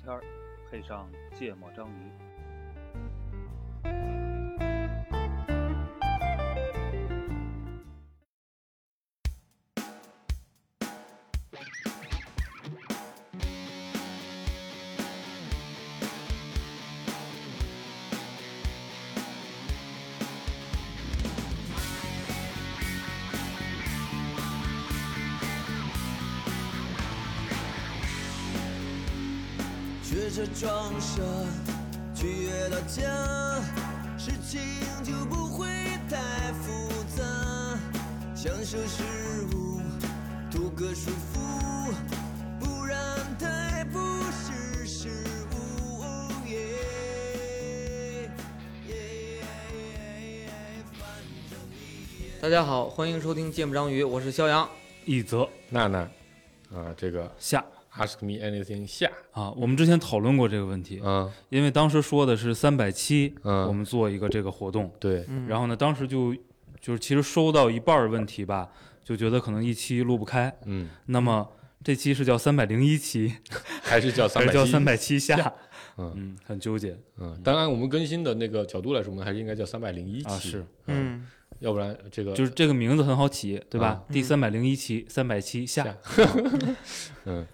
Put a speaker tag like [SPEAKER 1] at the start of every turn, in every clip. [SPEAKER 1] 片儿，配上芥末章鱼。
[SPEAKER 2] 学着装傻，愉悦到家，事情就不会太复杂。享受食物，图个舒服，不然太不识时务。哦耶耶耶反正你也
[SPEAKER 3] 大家好，欢迎收听《芥末章鱼》，我是肖阳。
[SPEAKER 4] 一则
[SPEAKER 5] 娜娜，啊，这个
[SPEAKER 4] 下
[SPEAKER 5] Ask Me Anything 下，
[SPEAKER 4] 啊，我们之前讨论过这个问题，
[SPEAKER 5] 嗯，
[SPEAKER 4] 因为当时说的是三百七，
[SPEAKER 5] 嗯
[SPEAKER 4] 我们做一个这个活动，
[SPEAKER 5] 对，
[SPEAKER 4] 然后呢，当时就就是其实收到一半儿问题吧，就觉得可能一期录不开，
[SPEAKER 5] 嗯，
[SPEAKER 4] 那么这期是叫三百零一期，
[SPEAKER 5] 还是叫
[SPEAKER 4] 还
[SPEAKER 5] 三
[SPEAKER 4] 是
[SPEAKER 5] 百，
[SPEAKER 4] 叫三，百七下？
[SPEAKER 5] 嗯
[SPEAKER 4] 嗯，很纠结
[SPEAKER 5] 嗯，当然我们更新的那个角度来说，我们还是应该叫三百零一
[SPEAKER 4] 啊，
[SPEAKER 5] 期，
[SPEAKER 4] 是，
[SPEAKER 3] 嗯，
[SPEAKER 5] 要不然这个
[SPEAKER 4] 就是这个名字很好起，对吧？第三百零一期，三百七下
[SPEAKER 5] 嗯下，嗯，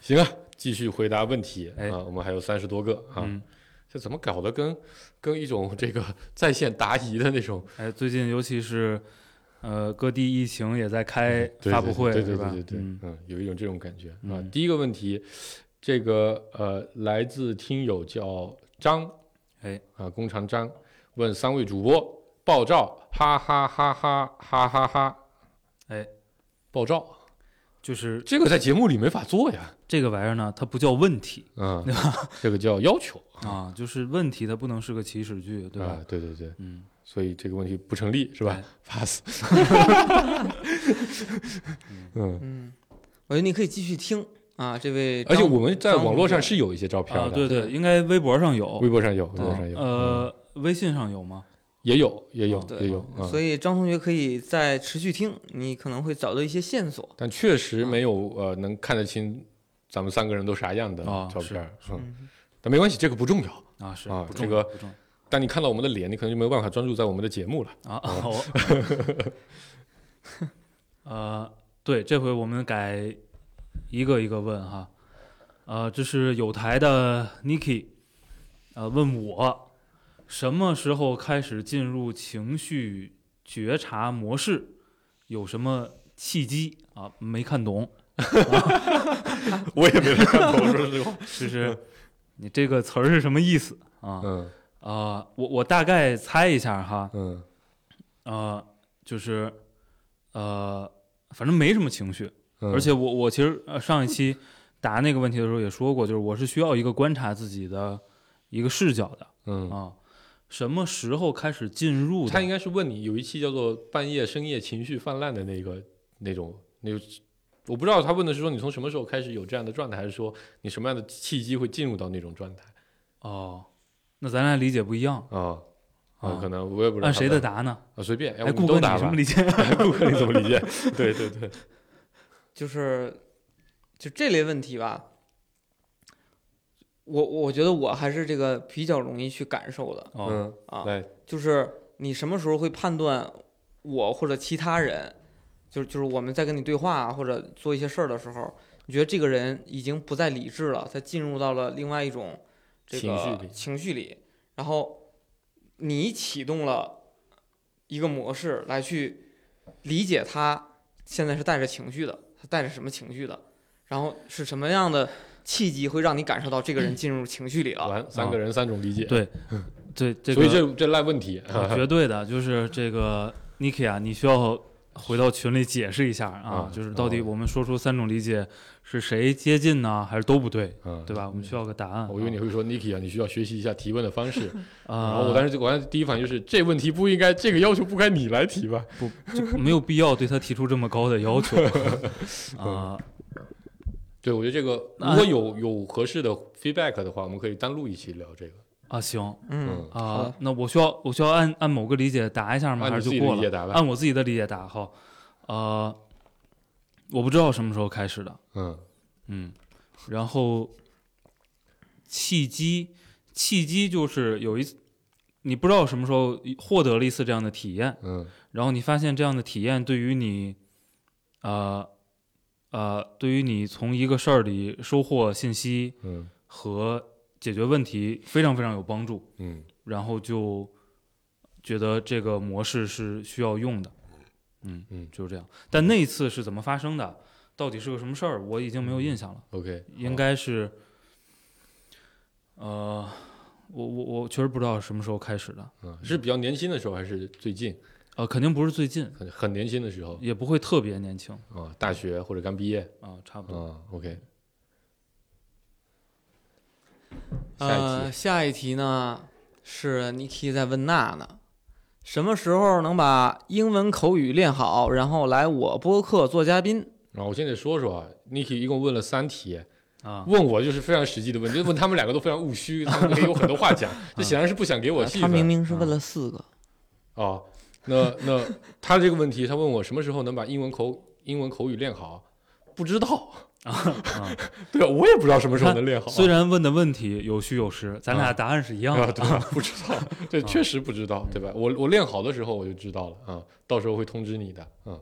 [SPEAKER 5] 行啊，继续回答问题
[SPEAKER 4] 哎
[SPEAKER 5] 啊，我们还有三十多个啊
[SPEAKER 4] 嗯，
[SPEAKER 5] 这怎么搞的跟跟一种这个在线答疑的那种
[SPEAKER 4] 哎，最近尤其是呃各地疫情也在开
[SPEAKER 5] 嗯对
[SPEAKER 4] 发布会，
[SPEAKER 5] 对对
[SPEAKER 4] 吧？
[SPEAKER 5] 对对对，
[SPEAKER 4] 嗯
[SPEAKER 5] 嗯，有一种这种感觉啊
[SPEAKER 4] 嗯。
[SPEAKER 5] 第一个问题，这个呃，来自听友叫张，
[SPEAKER 4] 哎
[SPEAKER 5] 啊，弓长张问三位主播爆照，哈哈哈哈哈哈哈，
[SPEAKER 4] 哎，
[SPEAKER 5] 爆照
[SPEAKER 4] 就是
[SPEAKER 5] 这个在节目里没法做呀，
[SPEAKER 4] 这个玩意儿呢，它不叫问题
[SPEAKER 5] 嗯，这个叫要求
[SPEAKER 4] 啊，就是问题它不能是个祈使句， 对吧
[SPEAKER 5] 啊？，对对对，
[SPEAKER 4] 嗯，
[SPEAKER 5] 所以这个问题不成立是吧
[SPEAKER 4] 哎
[SPEAKER 5] ？pass，嗯，
[SPEAKER 3] 我觉得你可以继续听啊，这位张。
[SPEAKER 5] 而且我们在
[SPEAKER 3] 张
[SPEAKER 5] 网络
[SPEAKER 3] 主
[SPEAKER 5] 上
[SPEAKER 3] 播
[SPEAKER 5] 是有一些照片
[SPEAKER 4] 啊，
[SPEAKER 5] 的，
[SPEAKER 4] 对对，应该微博上有
[SPEAKER 5] 微，博上有，微博上有，嗯
[SPEAKER 4] 呃，微信上有吗？
[SPEAKER 5] 也有，也有，
[SPEAKER 3] 哦对
[SPEAKER 5] 也有，嗯
[SPEAKER 3] 所以张同学可以再持续听，你可能会找到一些线索。
[SPEAKER 5] 但确实没有呃能看得清咱们三个人都啥样的
[SPEAKER 4] 啊
[SPEAKER 5] 照片儿，嗯，但没关系，这个不重要。
[SPEAKER 4] 啊，是
[SPEAKER 5] 啊
[SPEAKER 4] 不重
[SPEAKER 5] 这
[SPEAKER 4] 要
[SPEAKER 5] 个
[SPEAKER 4] 不重
[SPEAKER 5] 当你看到我们的脸，你可能就没有办法专注在我们的节目了。
[SPEAKER 4] 要啊，
[SPEAKER 5] 哦
[SPEAKER 4] 我 呃，对，这回我们改一个一个问哈，呃，这是有台的 Niki，呃，问我什么时候开始进入情绪觉察模式，有什么契机啊？没看懂，
[SPEAKER 5] 我也没看懂，说实话。
[SPEAKER 4] 就是你这个词儿是什么意思啊？
[SPEAKER 5] 嗯
[SPEAKER 4] 啊，我我大概猜一下哈，
[SPEAKER 5] 嗯
[SPEAKER 4] 呃，就是呃，反正没什么情绪，
[SPEAKER 5] 嗯，
[SPEAKER 4] 而且我我其实呃上一期答那个问题的时候也说过，就是我是需要一个观察自己的一个视角的
[SPEAKER 5] 嗯，
[SPEAKER 4] 啊，什么时候开始进入的？
[SPEAKER 5] 他应该是问你有一期叫做“半夜深夜情绪泛滥”的那个那种那个。我不知道他问的是说你从什么时候开始有这样的状态，还是说你什么样的契机会进入到那种状态
[SPEAKER 4] 哦，那咱俩理解不一样，
[SPEAKER 5] 啊
[SPEAKER 4] 啊
[SPEAKER 5] 可能我也不知道
[SPEAKER 4] 按
[SPEAKER 5] 他
[SPEAKER 4] 谁的
[SPEAKER 5] 问
[SPEAKER 4] 答呢？
[SPEAKER 5] 啊随便，哎，我
[SPEAKER 4] 哎，
[SPEAKER 5] 们
[SPEAKER 4] 顾
[SPEAKER 5] 都
[SPEAKER 4] 哥你
[SPEAKER 5] 答
[SPEAKER 4] 什
[SPEAKER 5] 吧
[SPEAKER 4] 么理解？
[SPEAKER 5] 顾客你怎么理解？对对对，
[SPEAKER 3] 就是就这类问题吧，我我觉得我还是这个比较容易去感受的
[SPEAKER 4] 哦，
[SPEAKER 5] 嗯，
[SPEAKER 3] 啊，
[SPEAKER 5] 来，
[SPEAKER 3] 就是你什么时候会判断我或者其他人，就是就是我们在跟你对话、啊、或者做一些事儿的时候，你觉得这个人已经不再理智了，他进入到了另外一种这
[SPEAKER 5] 情绪
[SPEAKER 3] 个
[SPEAKER 5] 里
[SPEAKER 3] 情绪里，然后你启动了一个模式来去理解他现在是带着情绪的，他带着什么情绪的，然后是什么样的契机会让你感受到这个人进入情绪里了？
[SPEAKER 5] 完三个人三种理解，
[SPEAKER 4] 啊对，对，这
[SPEAKER 5] 嗯所
[SPEAKER 4] 个
[SPEAKER 5] 以这这赖问题，
[SPEAKER 4] 啊，绝对的，就是这个 Niki 啊，你需要回到群里解释一下啊，
[SPEAKER 5] 啊
[SPEAKER 4] 就是到底
[SPEAKER 5] 哦
[SPEAKER 4] 我们说出三种理解是谁接近呢，还是都不对，
[SPEAKER 5] 嗯，哦
[SPEAKER 4] 对吧？我们需要个答案啊。
[SPEAKER 5] 我以为你会说 Niki 啊，你需要学习一下提问的方式。然
[SPEAKER 4] 啊，
[SPEAKER 5] 后我当时就，我当时第一反应就是，这问题不应该，这个要求不该你来提吧？
[SPEAKER 4] 就没有必要对他提出这么高的要 求啊。
[SPEAKER 5] 对，我觉得这个
[SPEAKER 4] 那
[SPEAKER 5] 如果有有合适的 feedback 的话，我们可以单录一期聊这个。
[SPEAKER 4] 啊，行
[SPEAKER 3] 嗯，
[SPEAKER 5] 嗯，
[SPEAKER 3] 好
[SPEAKER 4] 啊
[SPEAKER 3] 的，
[SPEAKER 4] 那我需要我需要按按某个理解答一下吗？
[SPEAKER 5] 按
[SPEAKER 4] 还
[SPEAKER 5] 你
[SPEAKER 4] 是就
[SPEAKER 5] 自己
[SPEAKER 4] 过
[SPEAKER 5] 的理
[SPEAKER 4] 了啊
[SPEAKER 5] 解？答吧。
[SPEAKER 4] 按我自己的理解答好。呃，我不知道什么时候开始的，
[SPEAKER 5] 嗯
[SPEAKER 4] 嗯，然后契机，契机就是有一次，你不知道什么时候获得了一次这样的体验，
[SPEAKER 5] 嗯
[SPEAKER 4] 然后你发现这样的体验对于你，呃呃，对于你从一个事儿里收获信息
[SPEAKER 5] 嗯
[SPEAKER 4] 和解决问题非常非常有帮助。
[SPEAKER 5] 嗯
[SPEAKER 4] 然后就觉得这个模式是需要用的，嗯
[SPEAKER 5] 嗯
[SPEAKER 4] 就是这样。但那一次是怎么发生的，到底是个什么事儿，我已经没有印象了，
[SPEAKER 5] ，OK，
[SPEAKER 4] 应该是，呃，我我我确实不知道什么时候开始的，
[SPEAKER 5] 好嗯是比较年轻的时候还是最近
[SPEAKER 4] 呃，肯定不是最近，
[SPEAKER 5] 很很年轻的时候
[SPEAKER 4] 也不会特别年轻
[SPEAKER 5] 啊，大学或者刚毕业
[SPEAKER 4] 啊，差不多。
[SPEAKER 5] 啊，OK，下一
[SPEAKER 3] 呃，
[SPEAKER 5] 题
[SPEAKER 3] 下一题呢是 Niki 在问娜娜，什么时候能把英文口语练好，然后来我播客做嘉宾？
[SPEAKER 5] 啊，我先得说说啊，Niki 一共问了三题，
[SPEAKER 4] 啊，
[SPEAKER 5] 问我就是非常实际的问题，就 问他们两个都非常务虚， 他们可以有很多话讲，这显然是不想给我戏
[SPEAKER 3] 啊他
[SPEAKER 5] 份
[SPEAKER 3] 明明是问了四个，
[SPEAKER 5] 啊。那那他这个问题，他问我什么时候能把英文口英文口语练好，不知道
[SPEAKER 4] 啊。
[SPEAKER 5] 对我也不知道什么时候能练好，
[SPEAKER 4] 虽然问的问题有虚有实，咱
[SPEAKER 5] 啊
[SPEAKER 4] 俩答案是一样
[SPEAKER 5] 啊，
[SPEAKER 4] 的。
[SPEAKER 5] 对，不知 道，
[SPEAKER 4] 啊
[SPEAKER 5] 这确实不知道，
[SPEAKER 4] 嗯
[SPEAKER 5] 对吧？我我练好的时候我就知道了啊，到时候会通知你的啊。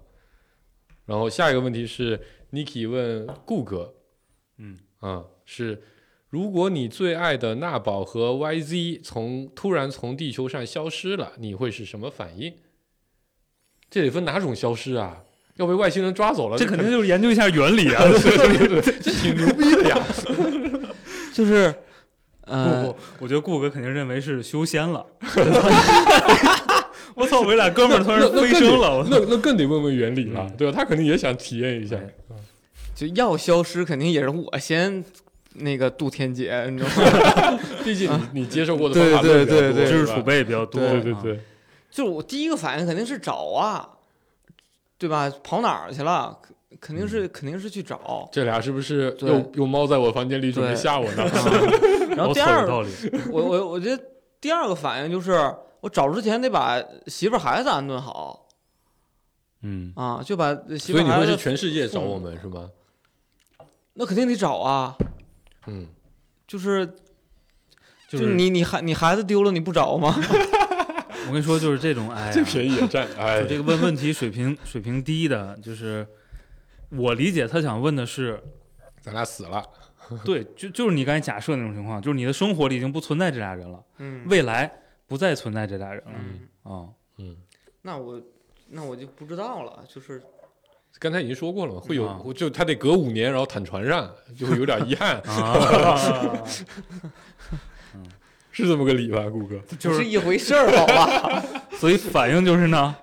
[SPEAKER 5] 然后下一个问题是，Niki 问顾哥，
[SPEAKER 4] 嗯
[SPEAKER 5] 啊，是如果你最爱的纳宝和 YZ 从突然从地球上消失了，你会是什么反应？这得分哪种消失啊？要被外星人抓走了，
[SPEAKER 4] 这肯定就是研究一下原 理啊。
[SPEAKER 5] 这挺牛逼的 呀！
[SPEAKER 3] 就是
[SPEAKER 4] 不
[SPEAKER 3] 呃
[SPEAKER 4] 不，，我觉得顾哥肯定认为是修仙 了。我操！我俩哥们儿突然
[SPEAKER 5] 那那
[SPEAKER 4] 飞升了，我操！
[SPEAKER 5] 那那更得问问原理
[SPEAKER 4] 嗯
[SPEAKER 5] 了，对吧？他肯定也想体验一下。
[SPEAKER 3] 就要消失，肯定也是我先那个渡天劫，你知道吗？
[SPEAKER 5] 毕竟你你接受过的方法
[SPEAKER 3] 对
[SPEAKER 5] 论比较
[SPEAKER 3] 对
[SPEAKER 5] 多
[SPEAKER 3] 对
[SPEAKER 4] 知
[SPEAKER 5] 是
[SPEAKER 4] 识
[SPEAKER 5] 吧
[SPEAKER 4] 储备比较多。
[SPEAKER 5] 对对对
[SPEAKER 4] 啊，，
[SPEAKER 3] 就是我第一个反应肯定是找啊，对吧？跑哪儿去了？肯肯定
[SPEAKER 5] 嗯
[SPEAKER 3] 是肯定是去找。
[SPEAKER 5] 这俩是不是
[SPEAKER 3] 对
[SPEAKER 5] 又又猫在我房间里准备
[SPEAKER 3] 对
[SPEAKER 5] 吓我呢？
[SPEAKER 3] 然后
[SPEAKER 4] 我
[SPEAKER 3] 第
[SPEAKER 4] 操
[SPEAKER 3] 二
[SPEAKER 4] 有道理。
[SPEAKER 3] 我我我觉得第二个反应就是，我找之前得把媳妇儿孩子安顿好
[SPEAKER 4] 嗯，
[SPEAKER 3] 啊，就把媳妇
[SPEAKER 5] 所以
[SPEAKER 3] 儿
[SPEAKER 5] 你
[SPEAKER 3] 孩
[SPEAKER 5] 会是
[SPEAKER 3] 子，
[SPEAKER 5] 全世界找我们是吗？
[SPEAKER 3] 那肯定得找啊，
[SPEAKER 5] 嗯，
[SPEAKER 3] 就是就
[SPEAKER 4] 就
[SPEAKER 3] 是你你孩你孩子丢了你不找吗？
[SPEAKER 4] 我跟你说，就是这种哎呀，
[SPEAKER 5] 这便宜也 占，哎
[SPEAKER 4] 就，这个问问题水平水平低的，就是我理解他想问的是，
[SPEAKER 5] 咱俩死了，
[SPEAKER 4] 对，就就是你刚才假设那种情况，就是你的生活里已经不存在这俩人了，
[SPEAKER 3] 嗯，
[SPEAKER 4] 未来不再存在这俩人了
[SPEAKER 3] 嗯，
[SPEAKER 4] 啊。
[SPEAKER 5] 嗯。
[SPEAKER 3] 那我那我就不知道了，就是
[SPEAKER 5] 刚才已经说过了嘛，会
[SPEAKER 4] 啊，
[SPEAKER 3] 嗯
[SPEAKER 5] 有就他得隔五年，然后躺船上， 就会有点遗憾
[SPEAKER 3] 嗯
[SPEAKER 4] 啊，
[SPEAKER 5] 是这么个理吧，顾哥？
[SPEAKER 4] 就
[SPEAKER 3] 不
[SPEAKER 4] 是
[SPEAKER 3] 是一回事儿，好吧？
[SPEAKER 4] 所以反应就是呢，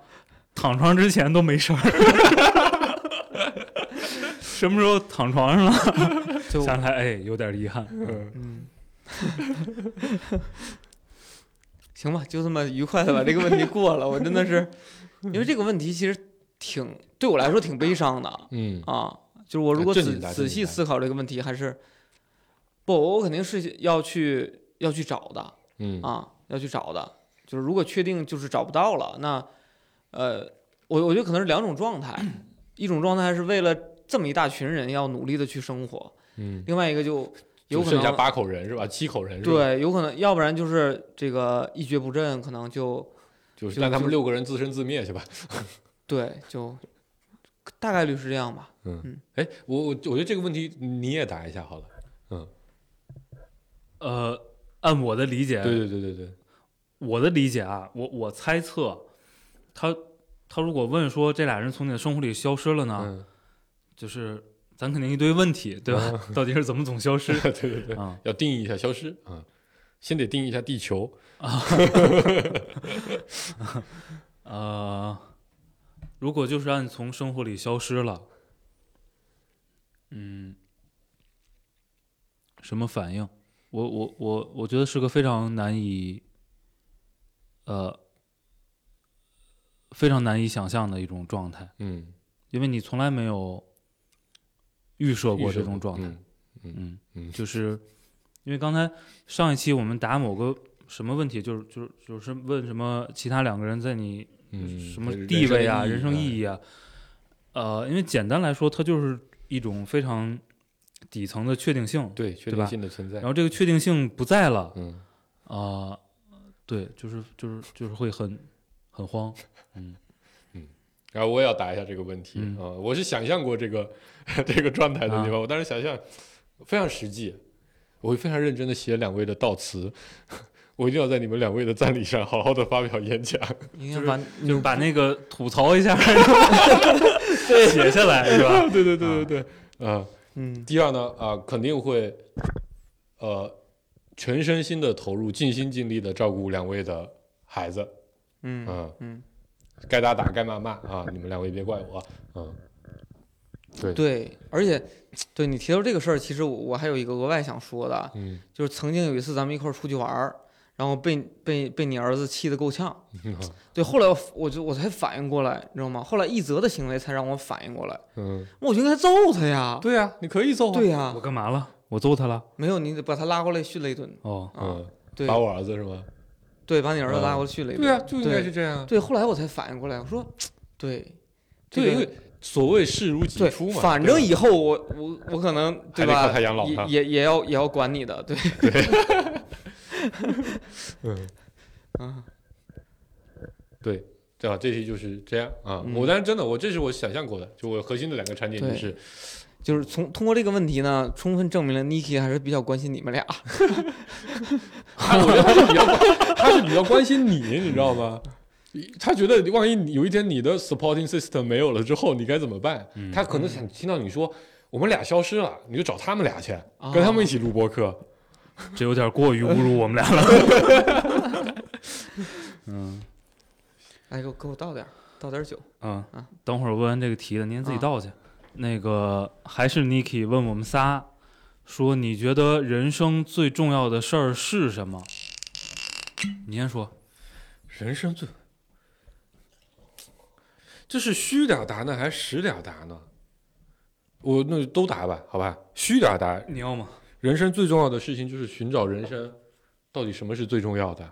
[SPEAKER 4] 躺床之前都没事儿， 什么时候躺床上了，
[SPEAKER 3] 就
[SPEAKER 4] 想起来哎，有点遗憾。
[SPEAKER 5] 嗯，
[SPEAKER 3] 嗯，行吧，就这么愉快的把这个问题过了。我真的 是，因为这个问题其实挺对我来说挺悲伤的，
[SPEAKER 5] 嗯
[SPEAKER 3] 啊，就是我如
[SPEAKER 5] 啊
[SPEAKER 3] 果
[SPEAKER 5] 这
[SPEAKER 3] 仔
[SPEAKER 5] 你答这
[SPEAKER 3] 仔
[SPEAKER 5] 你
[SPEAKER 3] 细
[SPEAKER 5] 答
[SPEAKER 3] 思考这个问题，还是不，我肯定是要去要去找的
[SPEAKER 5] 嗯
[SPEAKER 3] 啊，要去找的。就是如果确定就是找不到了，那呃，我我觉得可能是两种状态，一种状态是为了这么一大群人要努力的去生活，
[SPEAKER 5] 嗯，
[SPEAKER 3] 另外一个就有
[SPEAKER 5] 就
[SPEAKER 3] 可
[SPEAKER 5] 剩下
[SPEAKER 3] 能
[SPEAKER 5] 八口人是吧？七口人是吧？，
[SPEAKER 3] 对，有可能要不然就是这个一蹶不振，可能就
[SPEAKER 5] 就是
[SPEAKER 3] 就
[SPEAKER 5] 让他们
[SPEAKER 3] 就
[SPEAKER 5] 六个人自生自灭去吧。
[SPEAKER 3] 对就大概率是这样吧。
[SPEAKER 5] 哎，我我我觉得这个问题你也答一下好了。
[SPEAKER 4] 呃，按我的理解，
[SPEAKER 3] 嗯
[SPEAKER 5] 对对对对对，
[SPEAKER 4] 我的理解啊，我我猜测，他他如果问说这俩人从你的生活里消失了呢，
[SPEAKER 3] 啊
[SPEAKER 5] 嗯，
[SPEAKER 4] 就是咱肯定一堆问题，对吧？到底是怎么总消失
[SPEAKER 5] 对对对，
[SPEAKER 3] 嗯
[SPEAKER 4] 啊？
[SPEAKER 5] 要定义一下消失啊，先得定义一下地球。
[SPEAKER 4] 呃，如果就是让你从生活里消失了，嗯，什么反应？我我我我觉得是个非常难以，呃，非常难以想象的一种状态，
[SPEAKER 5] 嗯，
[SPEAKER 4] 因为你从来没有预设过
[SPEAKER 5] 预设
[SPEAKER 4] 这种状态。
[SPEAKER 5] 嗯
[SPEAKER 4] 嗯
[SPEAKER 5] 嗯
[SPEAKER 4] 就是因为刚才上一期我们答某个什么问题，就是就是就是问什么其他两个人在你
[SPEAKER 5] 嗯，
[SPEAKER 4] 什么
[SPEAKER 5] 人
[SPEAKER 4] 地位啊、
[SPEAKER 5] 人
[SPEAKER 4] 人
[SPEAKER 5] 生
[SPEAKER 4] 生意义啊，呃，因为简单来说，它就是一种非常底层的确定性。
[SPEAKER 5] 嗯对，确
[SPEAKER 4] 对
[SPEAKER 5] 定
[SPEAKER 4] 吧
[SPEAKER 5] 性的存在
[SPEAKER 4] 然。后这个确定性不在了
[SPEAKER 5] 嗯，
[SPEAKER 4] 啊、对，就是就是就是会很很慌。
[SPEAKER 5] 然后我也要答一下这个问题啊、
[SPEAKER 4] 嗯啊
[SPEAKER 5] 我是想象过这个 这个状态的地方，我当时想象非常实际，我会非常认真的写两位的悼词， 我一定要在你们两位的葬礼上好好的发表演讲。
[SPEAKER 3] 你看把
[SPEAKER 4] 就是把那个吐槽一下， 写下来是吧？
[SPEAKER 5] 对对对对对，啊、
[SPEAKER 3] 嗯
[SPEAKER 5] 第二呢，啊、肯定会，呃，全身心的投入，尽心尽力的照顾两位的孩子，
[SPEAKER 3] 嗯
[SPEAKER 5] 嗯
[SPEAKER 3] 嗯，
[SPEAKER 5] 该打打，该骂骂啊，你们两位别怪我，嗯，
[SPEAKER 3] 对，而且对你提到这个事儿，其实我我还有一个额外想说的，
[SPEAKER 5] 嗯，
[SPEAKER 3] 就是曾经有一次咱们一块儿出去玩儿，然后被被被你儿子气得够呛。对，后来我我就我才反应过来，你知道吗？后来一泽的行为才让我反应过来，
[SPEAKER 5] 嗯，
[SPEAKER 3] 我就应该揍他呀。
[SPEAKER 5] 对呀、你可以揍啊，
[SPEAKER 3] 对呀、
[SPEAKER 4] 我干嘛了？我揍他了？
[SPEAKER 3] 没有你得把他拉过来训了一顿
[SPEAKER 4] 哦，
[SPEAKER 3] 啊。
[SPEAKER 5] 嗯，
[SPEAKER 3] 对
[SPEAKER 5] 打我儿子是吗？
[SPEAKER 3] 对，把你儿子拉
[SPEAKER 5] 嗯
[SPEAKER 3] 过来训了一顿。
[SPEAKER 5] 对啊，就应该
[SPEAKER 3] 对
[SPEAKER 5] 是这样啊。
[SPEAKER 3] 对，后来我才反应过来，我说对，这
[SPEAKER 5] 对，
[SPEAKER 3] 个
[SPEAKER 5] 因为所谓视如己
[SPEAKER 3] 对，
[SPEAKER 5] 出嘛。
[SPEAKER 3] 反
[SPEAKER 5] 对吧
[SPEAKER 3] 正以后我我我可能对
[SPEAKER 5] 还得
[SPEAKER 3] 吧？
[SPEAKER 5] 靠他养老
[SPEAKER 3] 也
[SPEAKER 5] 哈
[SPEAKER 3] 也也要也要管你的，对。
[SPEAKER 5] 嗯
[SPEAKER 3] 啊，
[SPEAKER 5] 对，对啊，这题就是这样啊。
[SPEAKER 3] 嗯
[SPEAKER 5] 我当然真的，我这是我想象过的，就我核心的两个产品就
[SPEAKER 3] 对
[SPEAKER 5] 是
[SPEAKER 3] 就是从通过这个问题呢，充分证明了 Niki 还是比较关心你们俩。
[SPEAKER 5] 他，我觉得他是比较关，他是比较关心你，你知道吗？他觉得万一你有一天你的 supporting system 没有了之后，你该怎么办？
[SPEAKER 4] 嗯
[SPEAKER 5] 他可能想听到你说我们俩消失了，你就找他们俩去，跟他们一起录播客。
[SPEAKER 4] 这有点过于侮辱我们 俩了。嗯
[SPEAKER 3] 来，给我给我倒点儿，倒点儿酒。
[SPEAKER 4] 啊
[SPEAKER 3] 啊，
[SPEAKER 4] 等会儿问完这个题的，您自己
[SPEAKER 3] 啊
[SPEAKER 4] 倒去。那个还是 Niki 问我们仨，说你觉得人生最重要的事儿是什么？你先说。
[SPEAKER 5] 人生最，这是虚点儿答呢，还是实点儿答呢？我那就都答吧，好吧？虚点儿答，
[SPEAKER 4] 你要吗？
[SPEAKER 5] 人生最重要的事情就是寻找人生到底什么是最重要的。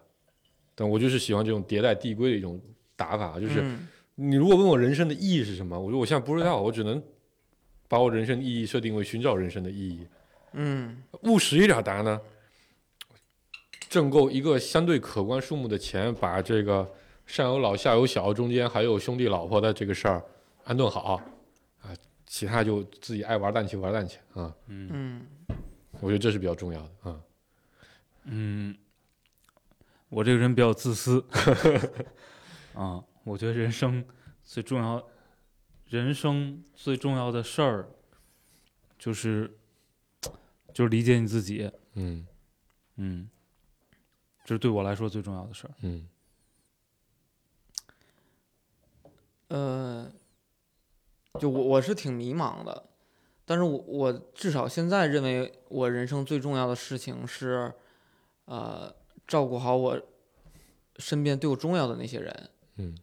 [SPEAKER 5] 但我就是喜欢这种迭代递归的一种打法，就是
[SPEAKER 3] 嗯
[SPEAKER 5] 你如果问我人生的意义是什么，我说我现在不知道，我只能把我人生的意义设定为寻找人生的意义。
[SPEAKER 3] 嗯
[SPEAKER 5] 务实一点答呢，挣够一个相对可观数目的钱，把这个上有老下有小，中间还有兄弟老婆的这个事儿安顿好啊，其他就自己爱玩蛋去玩蛋去啊。
[SPEAKER 3] 嗯
[SPEAKER 5] 我觉得这是比较重要的啊。
[SPEAKER 4] 嗯，我这个人比较自私 啊，我觉得人生最重要，人生最重要的事儿就是就是理解你自己，
[SPEAKER 5] 嗯
[SPEAKER 4] 嗯，这是对我来说最重要的事儿。
[SPEAKER 5] 嗯
[SPEAKER 3] 呃，就我我是挺迷茫的，但是我我至少现在认为我人生最重要的事情是，呃，照顾好我身边对我重要的那些人。
[SPEAKER 5] 嗯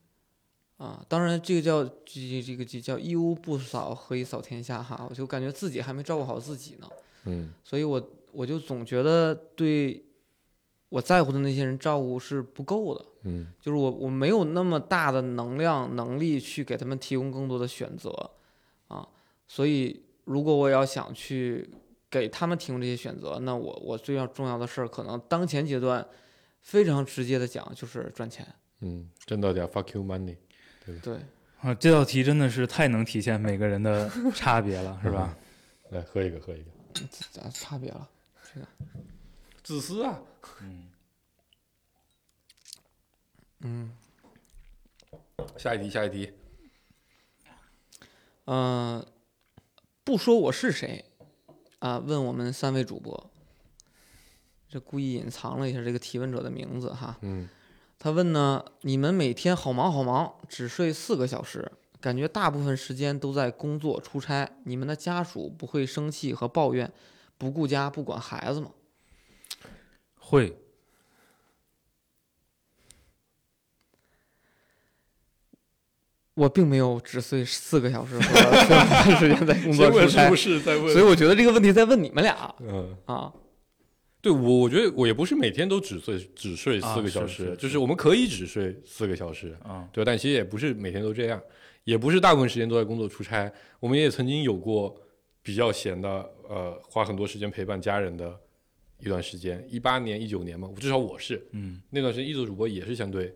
[SPEAKER 3] 啊，当然这个叫这这个这叫一屋不扫，何以扫天下哈？我就感觉自己还没照顾好自己呢，
[SPEAKER 5] 嗯
[SPEAKER 3] 所以我我就总觉得对我在乎的那些人照顾是不够的，
[SPEAKER 5] 嗯
[SPEAKER 3] 就是我我没有那么大的能量能力去给他们提供更多的选择啊，所以如果我要想去给他们提供这些选择，那我我最要重要的事儿，可能当前阶段非常直接的讲就是赚钱，
[SPEAKER 5] 嗯，挣到点 fuck you money，
[SPEAKER 3] 对，
[SPEAKER 4] 啊，这道题真的是太能体现每个人的差别了，是吧？
[SPEAKER 5] 来喝一个，喝一个。
[SPEAKER 3] 咋差别了？
[SPEAKER 5] 自私啊，
[SPEAKER 4] 嗯，
[SPEAKER 3] 嗯。
[SPEAKER 5] 下一题，下一题。
[SPEAKER 3] 嗯，不说我是谁啊，问我们三位主播，这故意隐藏了一下这个提问者的名字哈。
[SPEAKER 5] 嗯
[SPEAKER 3] 他问呢，你们每天好忙好忙，只睡四个小时，感觉大部分时间都在工作出差，你们的家属不会生气和抱怨，不顾家不管孩子吗？
[SPEAKER 4] 会，
[SPEAKER 3] 我并没有只睡四个小时和大部分时间在工作出
[SPEAKER 5] 结果是
[SPEAKER 3] 差
[SPEAKER 5] 不，是在问？
[SPEAKER 3] 所以我觉得这个问题在问你们俩
[SPEAKER 5] 嗯，
[SPEAKER 3] 啊。
[SPEAKER 5] 对我，我觉得我也不是每天都只睡只睡
[SPEAKER 4] 啊
[SPEAKER 5] 四个小
[SPEAKER 4] 是
[SPEAKER 5] 时，
[SPEAKER 4] 是
[SPEAKER 5] 就是是我们可以只睡四个小时，
[SPEAKER 4] 啊，
[SPEAKER 5] 对，但其实也不是每天都这样，也不是大部分时间都在工作出差。我们也曾经有过比较闲的，呃，花很多时间陪伴家人的一段时间，一八年、一九年嘛，至少我是
[SPEAKER 4] 嗯
[SPEAKER 5] 那段时间，一组主播也是相对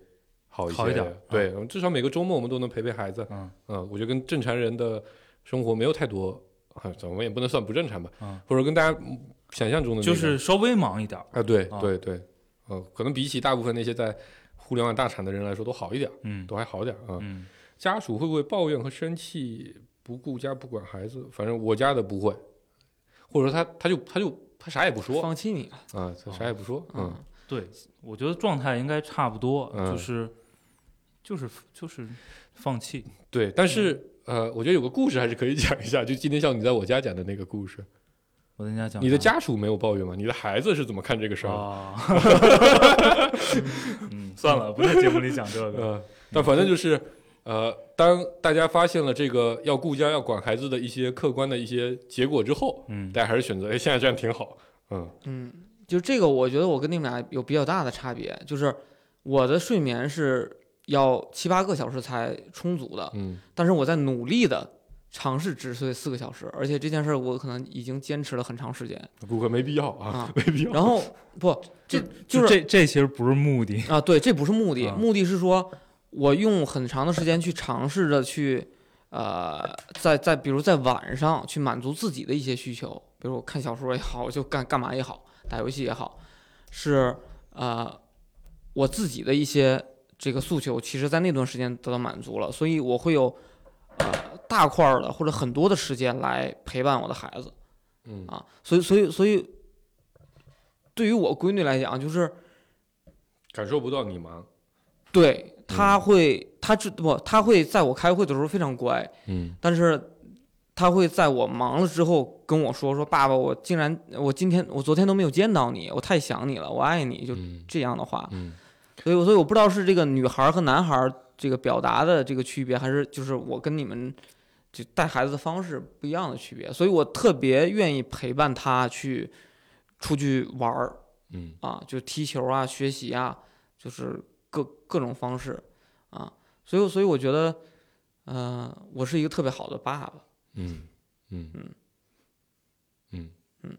[SPEAKER 5] 好一些的
[SPEAKER 4] 好一点儿
[SPEAKER 5] 对，嗯至少每个周末我们都能陪陪孩子，
[SPEAKER 4] 嗯
[SPEAKER 5] 嗯，我觉得跟正常人的生活没有太多，啊，我们也不能算不正常吧，
[SPEAKER 4] 嗯
[SPEAKER 5] 或者跟大家嗯想象中的、那
[SPEAKER 4] 就
[SPEAKER 5] 个
[SPEAKER 4] 是稍微忙一点儿。
[SPEAKER 5] 啊，对
[SPEAKER 4] 啊
[SPEAKER 5] 对对，呃，可能比起大部分那些在互联网大厂的人来说，都好一点儿，
[SPEAKER 4] 嗯
[SPEAKER 5] 都还好点儿啊。
[SPEAKER 4] 嗯
[SPEAKER 5] 家属会不会抱怨和生气，不顾家不管孩子？反正我家的不会，或者说他他就他就他啥也不说
[SPEAKER 3] 放弃你了，
[SPEAKER 5] 啊，他啥也不
[SPEAKER 4] 哦
[SPEAKER 5] 说，嗯，
[SPEAKER 3] 嗯，
[SPEAKER 4] 对，我觉得状态应该差不多，
[SPEAKER 5] 嗯
[SPEAKER 4] 就是就是就是放弃。
[SPEAKER 5] 对。但是呃，我觉得有个故事还是可以讲一下，就今天像你在我家讲的那个故事，
[SPEAKER 4] 我跟人家讲啥，
[SPEAKER 5] 你的家属没有抱怨吗？你的孩子是怎么看这个事儿？
[SPEAKER 4] 啊，哦 嗯，算了，不在节目里讲这个。
[SPEAKER 5] 呃，但反正就是，呃，当大家发现了这个要顾家、要管孩子的一些客观的一些结果之后，
[SPEAKER 4] 嗯，
[SPEAKER 5] 大家还是选择，哎，现在这样挺好，嗯
[SPEAKER 3] 嗯，就这个，我觉得我跟你们俩有比较大的差别，就是我的睡眠是要七八个小时才充足的，
[SPEAKER 5] 嗯
[SPEAKER 3] 但是我在努力的尝试只睡四个小时，而且这件事儿我可能已经坚持了很长时间
[SPEAKER 5] 顾客没必要啊，
[SPEAKER 3] 啊。
[SPEAKER 5] 没必要，
[SPEAKER 3] 然后不，这就是
[SPEAKER 4] 这这其实不是目的。
[SPEAKER 3] 啊，对，这不是目的，
[SPEAKER 4] 啊
[SPEAKER 3] 目的是说我用很长的时间去尝试着去，呃，在在比如在晚上去满足自己的一些需求，比如我看小说也好，我就干干嘛也好，打游戏也好，是呃我自己的一些这个诉求，其实在那段时间得到满足了，所以我会有呃大块儿的或者很多的时间来陪伴我的孩子。
[SPEAKER 5] 嗯
[SPEAKER 3] 啊，所以所以所以，对于我闺女来讲，就是
[SPEAKER 5] 感受不到你忙，
[SPEAKER 3] 对她会，她知不，她会在我开会的时候非常乖，
[SPEAKER 5] 嗯
[SPEAKER 3] 但是她会在我忙了之后跟我说说爸爸，我竟然我今天我昨天都没有见到你，我太想你了，我爱你，就
[SPEAKER 5] 嗯
[SPEAKER 3] 这样的话，
[SPEAKER 5] 嗯
[SPEAKER 3] 所以我所以我不知道是这个女孩儿和男孩儿这个表达的这个区别，还是就是我跟你们就带孩子的方式不一样的区别，所以我特别愿意陪伴她去出去玩儿。
[SPEAKER 5] 嗯
[SPEAKER 3] 啊，就踢球啊、学习啊，就是各各种方式啊。所以，所以我觉得，呃，我是一个特别好的爸爸。
[SPEAKER 5] 嗯嗯
[SPEAKER 3] 嗯
[SPEAKER 5] 嗯
[SPEAKER 3] 嗯，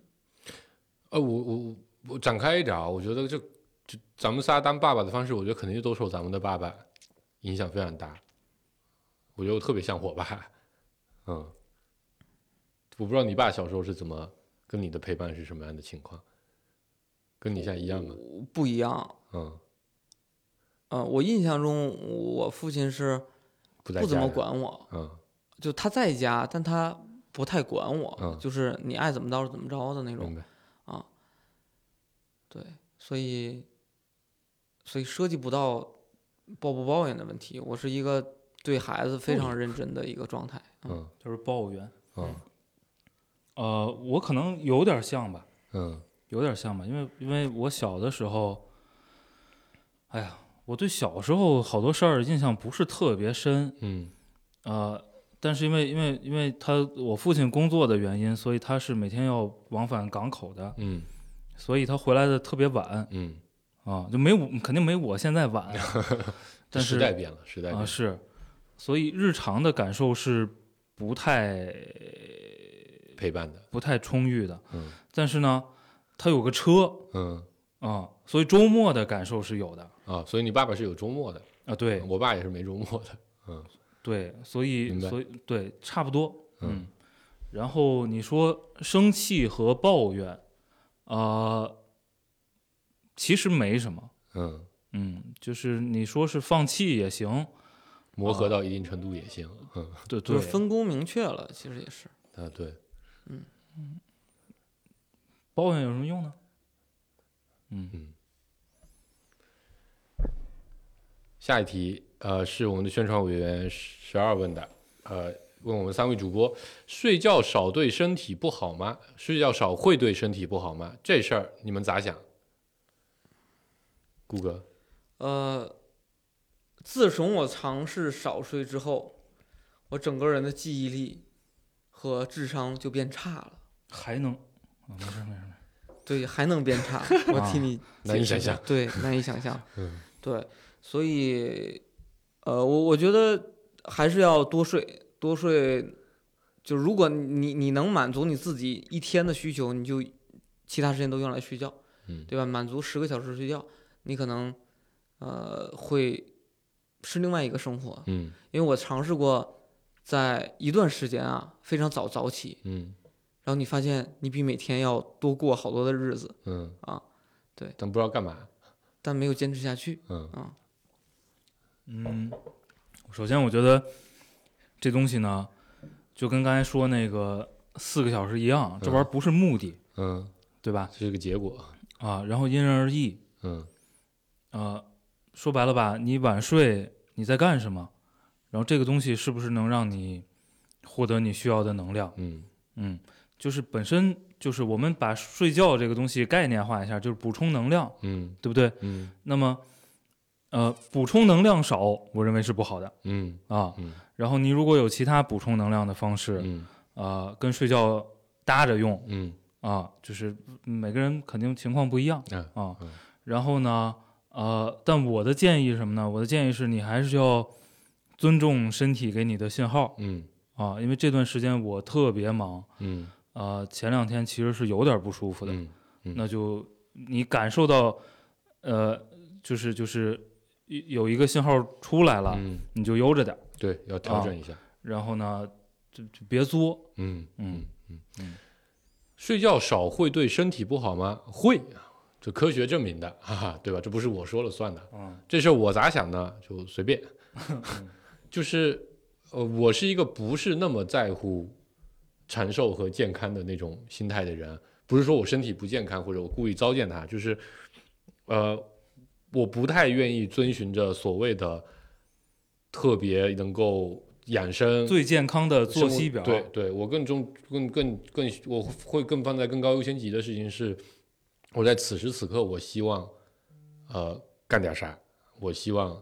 [SPEAKER 5] 呃，我我我我展开一点啊，我觉得这这咱们仨当爸爸的方式，我觉得肯定都受咱们的爸爸影响非常大，我觉得我特别像我爸，嗯，我不知道你爸小时候是怎么跟你的陪伴是什么样的情况，跟你现在一样吗？啊
[SPEAKER 3] 我不一样，
[SPEAKER 5] 嗯，
[SPEAKER 3] 呃，我印象中我父亲是
[SPEAKER 5] 不在
[SPEAKER 3] 不怎
[SPEAKER 5] 家
[SPEAKER 3] 么
[SPEAKER 5] 的，
[SPEAKER 3] 管我，
[SPEAKER 5] 嗯
[SPEAKER 3] 就他在家，但他不太管我，
[SPEAKER 5] 嗯
[SPEAKER 3] 就是你爱怎么着怎么着的那
[SPEAKER 5] 明
[SPEAKER 3] 种。
[SPEAKER 5] 白，
[SPEAKER 3] 对，所以，所以涉及不到抱不抱怨的问题。我是一个对孩子非常认真的一个状态。嗯
[SPEAKER 5] 嗯
[SPEAKER 4] 就是抱怨。
[SPEAKER 5] 嗯
[SPEAKER 4] 呃，我可能有点像吧，
[SPEAKER 5] 嗯
[SPEAKER 4] 有点像吧，因为因为我小的时候，哎呀，我对小时候好多事儿印象不是特别深，
[SPEAKER 5] 嗯
[SPEAKER 4] 呃，但是因为因为因为他我父亲工作的原因，所以他是每天要往返港口的，
[SPEAKER 5] 嗯
[SPEAKER 4] 所以他回来的特别晚
[SPEAKER 5] 嗯，
[SPEAKER 4] 啊，就没我肯定没我现在晚，啊 但是
[SPEAKER 5] 时代变了，时代变
[SPEAKER 4] 啊
[SPEAKER 5] 了，
[SPEAKER 4] 是，所以日常的感受是不太
[SPEAKER 5] 陪伴的，
[SPEAKER 4] 不太充裕的，
[SPEAKER 5] 嗯
[SPEAKER 4] 但是呢，他有个车
[SPEAKER 5] 嗯。
[SPEAKER 4] 啊、所以周末的感受是有的。
[SPEAKER 5] 啊，所以你爸爸是有周末的，嗯
[SPEAKER 4] 啊，对
[SPEAKER 5] 我爸也是没周末的。嗯
[SPEAKER 4] 对，所以
[SPEAKER 5] 明白
[SPEAKER 4] 所以对，差不多，
[SPEAKER 5] 嗯
[SPEAKER 4] 嗯。然后你说生气和抱怨，呃，其实没什么，
[SPEAKER 5] 嗯，
[SPEAKER 4] 嗯，就是你说是放弃也行，
[SPEAKER 5] 磨合到一定程度也行。嗯
[SPEAKER 4] 对
[SPEAKER 3] 就
[SPEAKER 4] 对
[SPEAKER 3] 是，分工明确了，其实也是。
[SPEAKER 5] 啊，对，
[SPEAKER 4] 抱怨有什么用呢？嗯
[SPEAKER 5] 下一题呃是我们的宣传委员十二问的，呃问我们三位主播，睡觉少对身体不好吗？睡觉少会对身体不好吗？这事儿你们咋想？顾哥，
[SPEAKER 3] 呃，自从我尝试少睡之后，我整个人的记忆力和智商就变差了。
[SPEAKER 4] 还能啊，没事没事没事，
[SPEAKER 3] 对，还能变差，我替你
[SPEAKER 5] 难以
[SPEAKER 3] 解释
[SPEAKER 5] 想
[SPEAKER 3] 一下
[SPEAKER 5] 象。
[SPEAKER 3] 对，难以想象。
[SPEAKER 5] 嗯
[SPEAKER 3] 对，所以，呃，我我觉得还是要多睡，多睡就如果你你能满足你自己一天的需求，你就其他时间都用来睡觉，
[SPEAKER 5] 嗯
[SPEAKER 3] 对吧？满足十个小时睡觉，你可能呃会是另外一个生活。
[SPEAKER 5] 嗯
[SPEAKER 3] 因为我尝试过在一段时间啊非常早早起，
[SPEAKER 5] 嗯
[SPEAKER 3] 然后你发现你比每天要多过好多的日子，
[SPEAKER 5] 嗯
[SPEAKER 3] 啊，对，
[SPEAKER 5] 但不知道干嘛，
[SPEAKER 3] 但没有坚持下去。
[SPEAKER 5] 嗯
[SPEAKER 4] 嗯，首先我觉得这东西呢，就跟刚才说那个四个小时一样，这玩意儿不是目的，
[SPEAKER 5] 嗯，
[SPEAKER 4] 对吧？
[SPEAKER 5] 这是个结果，
[SPEAKER 4] 啊，然后因人而异。
[SPEAKER 5] 嗯
[SPEAKER 4] 呃，说白了吧，你晚睡你在干什么？然后这个东西是不是能让你获得你需要的能量？
[SPEAKER 5] 嗯
[SPEAKER 4] 嗯，就是本身就是我们把睡觉这个东西概念化一下，就是补充能量，
[SPEAKER 5] 嗯
[SPEAKER 4] 对不对？
[SPEAKER 5] 嗯
[SPEAKER 4] 那么，呃，补充能量少，我认为是不好的
[SPEAKER 5] 嗯
[SPEAKER 4] 啊。
[SPEAKER 5] 嗯
[SPEAKER 4] 然后你如果有其他补充能量的方式，
[SPEAKER 5] 嗯
[SPEAKER 4] 呃，跟睡觉搭着用
[SPEAKER 5] 嗯
[SPEAKER 4] 啊，就是每个人肯定情况不一样
[SPEAKER 5] 嗯
[SPEAKER 4] 啊
[SPEAKER 5] 嗯。
[SPEAKER 4] 然后呢，呃，但我的建议是什么呢？我的建议是你还是要尊重身体给你的信号
[SPEAKER 5] 嗯
[SPEAKER 4] 啊，因为这段时间我特别忙，
[SPEAKER 5] 嗯，
[SPEAKER 4] 呃，前两天其实是有点不舒服的，
[SPEAKER 5] 嗯嗯
[SPEAKER 4] 那就你感受到，呃，就是就是有一个信号出来了，
[SPEAKER 5] 嗯，
[SPEAKER 4] 你就悠着点儿，
[SPEAKER 5] 对，要调整一下，
[SPEAKER 4] 然后呢，就就别作，
[SPEAKER 5] 嗯
[SPEAKER 4] 嗯
[SPEAKER 5] 嗯
[SPEAKER 4] 嗯，
[SPEAKER 5] 睡觉少会对身体不好吗？会，这科学证明的，哈哈，对吧？这不是我说了算的，
[SPEAKER 4] 嗯
[SPEAKER 5] 这事儿我咋想呢？就随便， 就是呃，我是一个不是那么在乎长寿和健康的那种心态的人，不是说我身体不健康或者我故意糟践它，就是呃，我不太愿意遵循着所谓的特别能够养生。
[SPEAKER 4] 最健康的
[SPEAKER 5] 生
[SPEAKER 4] 作
[SPEAKER 5] 活
[SPEAKER 4] 息表，
[SPEAKER 5] 对对，我更重更更更，我会更放在更高优先级的事情是，我在此时此刻，我希望呃干点啥，我希望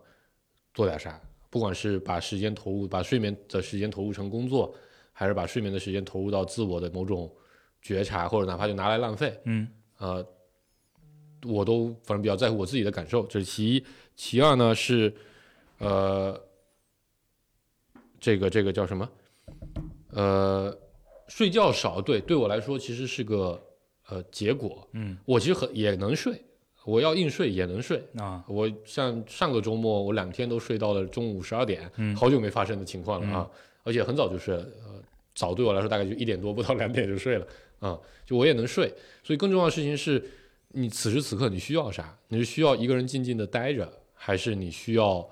[SPEAKER 5] 做点啥，不管是把时间投入，把睡眠的时间投入成工作，还是把睡眠的时间投入到自我的某种觉察，或者哪怕就拿来浪费，
[SPEAKER 4] 嗯
[SPEAKER 5] 呃，我都反正比较在乎我自己的感受，这是其一。其二呢是，呃，这个这个叫什么？呃，睡觉少，对对我来说其实是个呃结果。
[SPEAKER 4] 嗯
[SPEAKER 5] 我其实很也能睡，我要硬睡也能睡。
[SPEAKER 4] 啊，
[SPEAKER 5] 我像上个周末，我两天都睡到了中午十二点，
[SPEAKER 4] 嗯
[SPEAKER 5] 好久没发生的情况了啊！而且很早就睡了，呃，早对我来说大概就一点多不到两点就睡了啊，就我也能睡。所以更重要的事情是，你此时此刻你需要啥？你是需要一个人静静的待着，还是你需要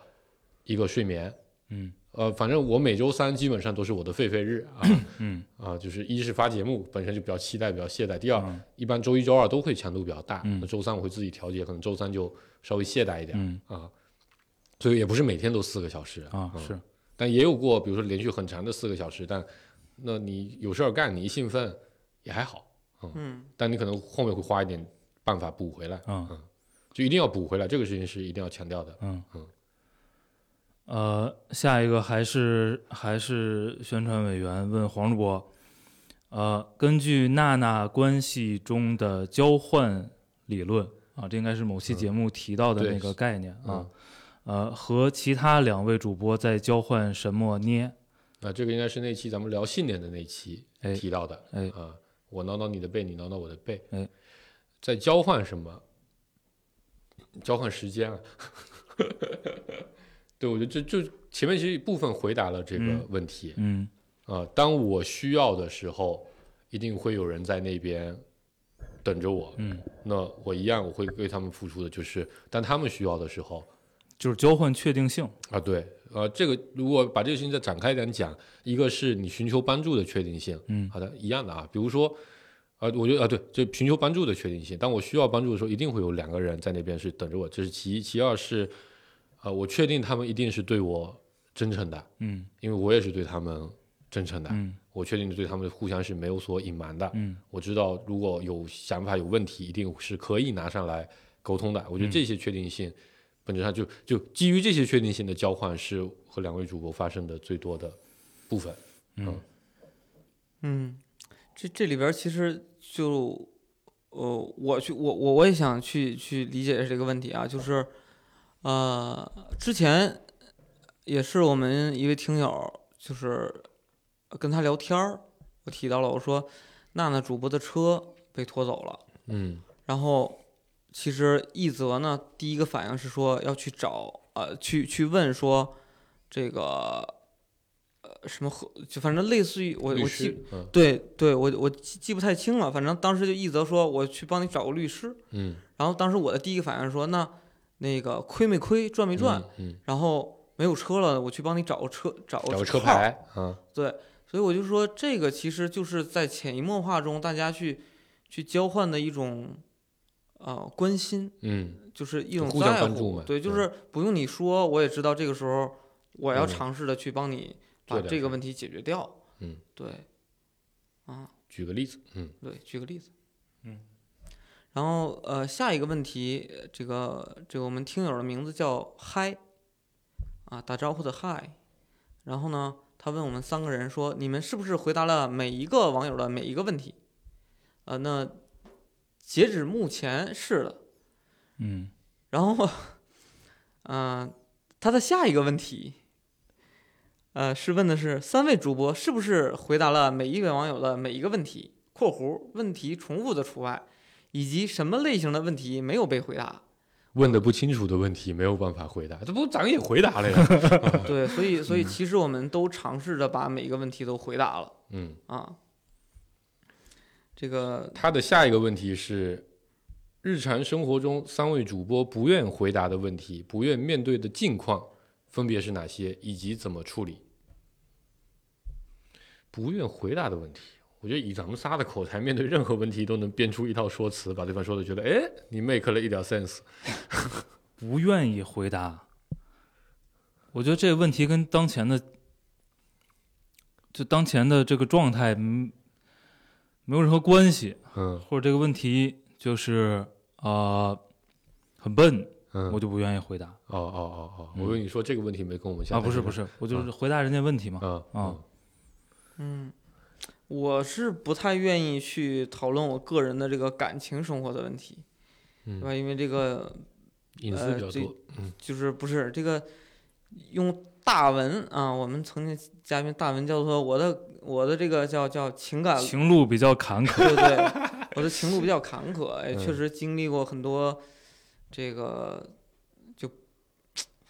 [SPEAKER 5] 一个睡眠？
[SPEAKER 4] 嗯
[SPEAKER 5] 呃，反正我每周三基本上都是我的狒狒日啊
[SPEAKER 4] 嗯
[SPEAKER 5] 啊，就是一是发节目本身就比较期待、比较懈怠，第二
[SPEAKER 4] 嗯
[SPEAKER 5] 一般周一周二都会强度比较大，
[SPEAKER 4] 嗯
[SPEAKER 5] 那周三我会自己调节，可能周三就稍微懈怠一点。
[SPEAKER 4] 嗯
[SPEAKER 5] 啊，所以也不是每天都四个小时
[SPEAKER 4] 啊
[SPEAKER 5] 嗯
[SPEAKER 4] 是，
[SPEAKER 5] 但也有过，比如说连续很长的四个小时，但那你有事儿干，你一兴奋也还好，
[SPEAKER 3] 嗯，
[SPEAKER 5] 但你可能后面会花一点办法补回来，
[SPEAKER 4] 嗯
[SPEAKER 5] 就一定要补回来，这个事情是一定要强调的。
[SPEAKER 4] 嗯
[SPEAKER 5] 嗯
[SPEAKER 4] 呃，下一个还是还是宣传委员问黄主播，呃，根据娜娜关系中的交换理论啊，这应该是某期节目提到的
[SPEAKER 5] 嗯对
[SPEAKER 4] 那个概念、啊
[SPEAKER 5] 嗯，，
[SPEAKER 4] 呃，和其他两位主播在交换什么捏？
[SPEAKER 5] 那这个应该是那期咱们聊信念的那期
[SPEAKER 4] 哎
[SPEAKER 5] 提到的，
[SPEAKER 4] 哎
[SPEAKER 5] 啊，我挠挠你的背，你挠挠我的背，
[SPEAKER 4] 哎，
[SPEAKER 5] 在交换什么？交换时间啊。 对，我觉得这就前面其实部分回答了这个
[SPEAKER 4] 嗯
[SPEAKER 5] 问题
[SPEAKER 4] 嗯
[SPEAKER 5] 啊、当我需要的时候，一定会有人在那边等着我。
[SPEAKER 4] 嗯，
[SPEAKER 5] 那我一样，我会为他们付出的，就是当他们需要的时候，
[SPEAKER 4] 就是交换确定性。
[SPEAKER 5] 啊，对，呃，这个如果把这个事情再展开一点讲，一个是你寻求帮助的确定性，
[SPEAKER 4] 嗯
[SPEAKER 5] 好的，一样的啊，比如说，呃，我觉得啊，对，这寻求帮助的确定性，当我需要帮助的时候，一定会有两个人在那边是等着我，这是其一，其二是，呃，我确定他们一定是对我真诚的，
[SPEAKER 4] 嗯
[SPEAKER 5] 因为我也是对他们真诚的，
[SPEAKER 4] 嗯
[SPEAKER 5] 我确定对他们互相是没有所隐瞒的，
[SPEAKER 4] 嗯
[SPEAKER 5] 我知道如果有想法有问题，一定是可以拿上来沟通的。我觉得这些确定性，本质上就就基于这些确定性的交换，是和两位主播发生的最多的部分。
[SPEAKER 4] 嗯
[SPEAKER 3] 嗯，这这里边儿其实就，呃，我去我我我也想去去理解这个问题啊，就是，呃，之前也是我们一位听友就是跟他聊天儿，我提到了，我说娜娜主播的车被拖走了，
[SPEAKER 5] 嗯
[SPEAKER 3] 然后其实一泽呢，第一个反应是说要去找呃，去去问说这个呃什么合，就反正类似于我
[SPEAKER 5] 律
[SPEAKER 3] 我
[SPEAKER 5] 师
[SPEAKER 3] 记
[SPEAKER 5] 嗯
[SPEAKER 3] 对对我我记记不太清了，反正当时就一泽说我去帮你找个律师，
[SPEAKER 5] 嗯
[SPEAKER 3] 然后当时我的第一个反应是说那那个亏没亏赚没赚，
[SPEAKER 5] 嗯，
[SPEAKER 3] 然后没有车了，我去帮你找个车找
[SPEAKER 5] 嗯找
[SPEAKER 3] 个
[SPEAKER 5] 个车
[SPEAKER 3] 号儿
[SPEAKER 5] 牌啊，
[SPEAKER 3] 对，所以我就说，这个其实就是在潜移默化中，大家去去交换的一种呃关心，
[SPEAKER 5] 嗯
[SPEAKER 3] 就是一种
[SPEAKER 5] 互相
[SPEAKER 3] 在
[SPEAKER 5] 关注
[SPEAKER 3] 乎
[SPEAKER 5] 嘛。
[SPEAKER 3] 对，就
[SPEAKER 5] 嗯
[SPEAKER 3] 是不用你说，我也知道这个时候我要
[SPEAKER 5] 嗯
[SPEAKER 3] 尝试的去帮你把
[SPEAKER 5] 做点
[SPEAKER 3] 这
[SPEAKER 5] 事
[SPEAKER 3] 个
[SPEAKER 5] 儿
[SPEAKER 3] 问题解决掉。
[SPEAKER 5] 嗯，
[SPEAKER 3] 对，啊，
[SPEAKER 5] 举个例子，嗯
[SPEAKER 3] 对，举个例子。
[SPEAKER 4] 嗯。
[SPEAKER 3] 然后呃，下一个问题，呃这个这个我们听友的名字叫嗨，啊，打招呼的嗨。然后呢，他问我们三个人说，你们是不是回答了每一个网友的每一个问题？呃，那截止目前是的。
[SPEAKER 4] 嗯，
[SPEAKER 3] 然后， 嗯、他的下一个问题，呃，是问的是三位主播是不是回答了每一位网友的每一个问题（括弧问题重复的除外），以及什么类型的问题没有被回答？
[SPEAKER 5] 问的不清楚的问题没有办法回答，这不咱也回答了 呀？
[SPEAKER 3] 对，所以所以其实我们都尝试着把每一个问题都回答了
[SPEAKER 5] 嗯，
[SPEAKER 3] 啊。这个
[SPEAKER 5] 他的下一个问题是，日常生活中三位主播不愿回答的问题，不愿面对的境况分别是哪些，以及怎么处理？不愿回答的问题，我觉得以咱们仨的口才，面对任何问题都能编出一套说辞，把对方说的觉得，哎，你 make 了一点 sense。
[SPEAKER 4] 不愿意回答。我觉得这个问题跟当前的，就当前的这个状态，嗯没有任何关系，
[SPEAKER 5] 嗯
[SPEAKER 4] 或者这个问题就是呃很笨，
[SPEAKER 5] 嗯，
[SPEAKER 4] 我就不愿意回答
[SPEAKER 5] 哦哦哦哦，
[SPEAKER 4] 嗯
[SPEAKER 5] 我以为你说这个问题没跟我们
[SPEAKER 4] 啊，
[SPEAKER 5] 相
[SPEAKER 4] 不是不
[SPEAKER 5] 是
[SPEAKER 4] 是，我就是回答人家问题嘛，
[SPEAKER 5] 啊
[SPEAKER 4] 啊
[SPEAKER 5] 嗯
[SPEAKER 3] 嗯，我是不太愿意去讨论我个人的这个感情生活的问题，对吧？
[SPEAKER 5] 嗯，
[SPEAKER 3] 因为这个
[SPEAKER 5] 隐私比较
[SPEAKER 3] 呃这
[SPEAKER 5] 多，
[SPEAKER 3] 就是不是这个用大文啊，我们曾经嘉宾大文叫做我的我的这个叫叫情感，
[SPEAKER 4] 情路比较坎 坷。
[SPEAKER 3] 对不对？我的情路比较坎坷，也确
[SPEAKER 5] 嗯
[SPEAKER 3] 实经历过很多这个就。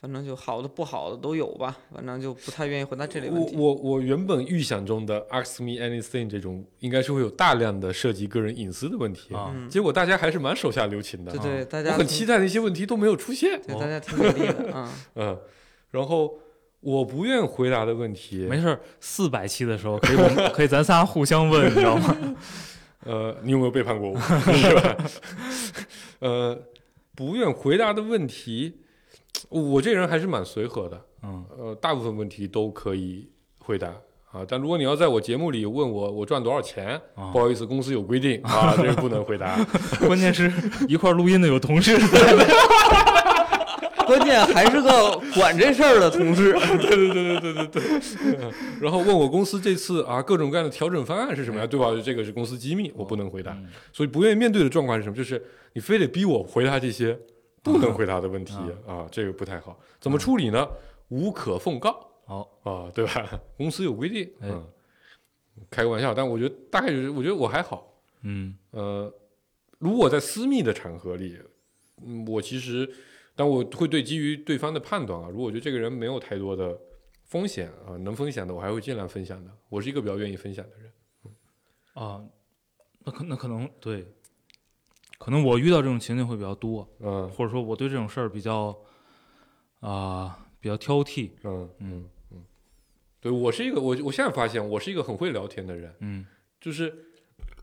[SPEAKER 3] 反正就好的不好的都有吧，反正就不太愿意回答这类问
[SPEAKER 5] 我
[SPEAKER 3] 题。
[SPEAKER 5] 我我原本预想中的 Ask Me Anything 这种，应该是会有大量的涉及个人隐私的问题
[SPEAKER 4] 啊
[SPEAKER 3] 嗯，
[SPEAKER 5] 结果大家还是蛮手下留情的
[SPEAKER 3] 对
[SPEAKER 5] 啊。
[SPEAKER 3] 对，大
[SPEAKER 5] 我
[SPEAKER 3] 家挺
[SPEAKER 5] 很期待的一些问题都没有出现。
[SPEAKER 3] 对
[SPEAKER 5] 哦
[SPEAKER 3] 大家挺努力的啊。
[SPEAKER 5] 嗯，然后我不愿回答的问题，
[SPEAKER 4] 没事儿，四百期的时候可以我们可以咱仨互相问，你知道吗？
[SPEAKER 5] 呃，你有没有背叛过我？ 是吧？呃，不愿回答的问题，我这人还是蛮随和的。
[SPEAKER 4] 嗯，
[SPEAKER 5] 呃，大部分问题都可以回答啊。但如果你要在我节目里问我我赚多少钱，
[SPEAKER 4] 啊
[SPEAKER 5] 不好意思，公司有规定啊，这个不能回答。
[SPEAKER 4] 关键是一块儿录音的有同事在，
[SPEAKER 3] 关键还是个管这事 儿的同志。
[SPEAKER 5] 然后问我公司这次啊各种各样的调整方案是什么呀？对吧？这个是公司机密，我不能回答。
[SPEAKER 4] 嗯
[SPEAKER 5] 所以不愿意面对的状况是什么？就是你非得逼我回答这些不能回答的问
[SPEAKER 4] 嗯
[SPEAKER 5] 题啊，这个不太好。怎么处理呢？无可奉告。
[SPEAKER 4] 好
[SPEAKER 5] 啊，对吧？ 公司有规定。
[SPEAKER 4] 哎
[SPEAKER 5] 嗯，开个玩笑，但我觉得大概就是，我觉得我还好。
[SPEAKER 4] 嗯
[SPEAKER 5] 呃，如果在私密的场合里，嗯，我其实，但我会对基于对方的判断啊，如果我觉得这个人没有太多的风险啊、能分享的我还会尽量分享的。我是一个比较愿意分享的人。
[SPEAKER 4] 啊，那可那可能对，可能我遇到这种情境会比较多，
[SPEAKER 5] 嗯
[SPEAKER 4] 或者说我对这种事儿比较啊、比较挑剔。
[SPEAKER 5] 嗯
[SPEAKER 4] 嗯
[SPEAKER 5] 嗯嗯，对我是一个，我我现在发现我是一个很会聊天的人，
[SPEAKER 4] 嗯
[SPEAKER 5] 就是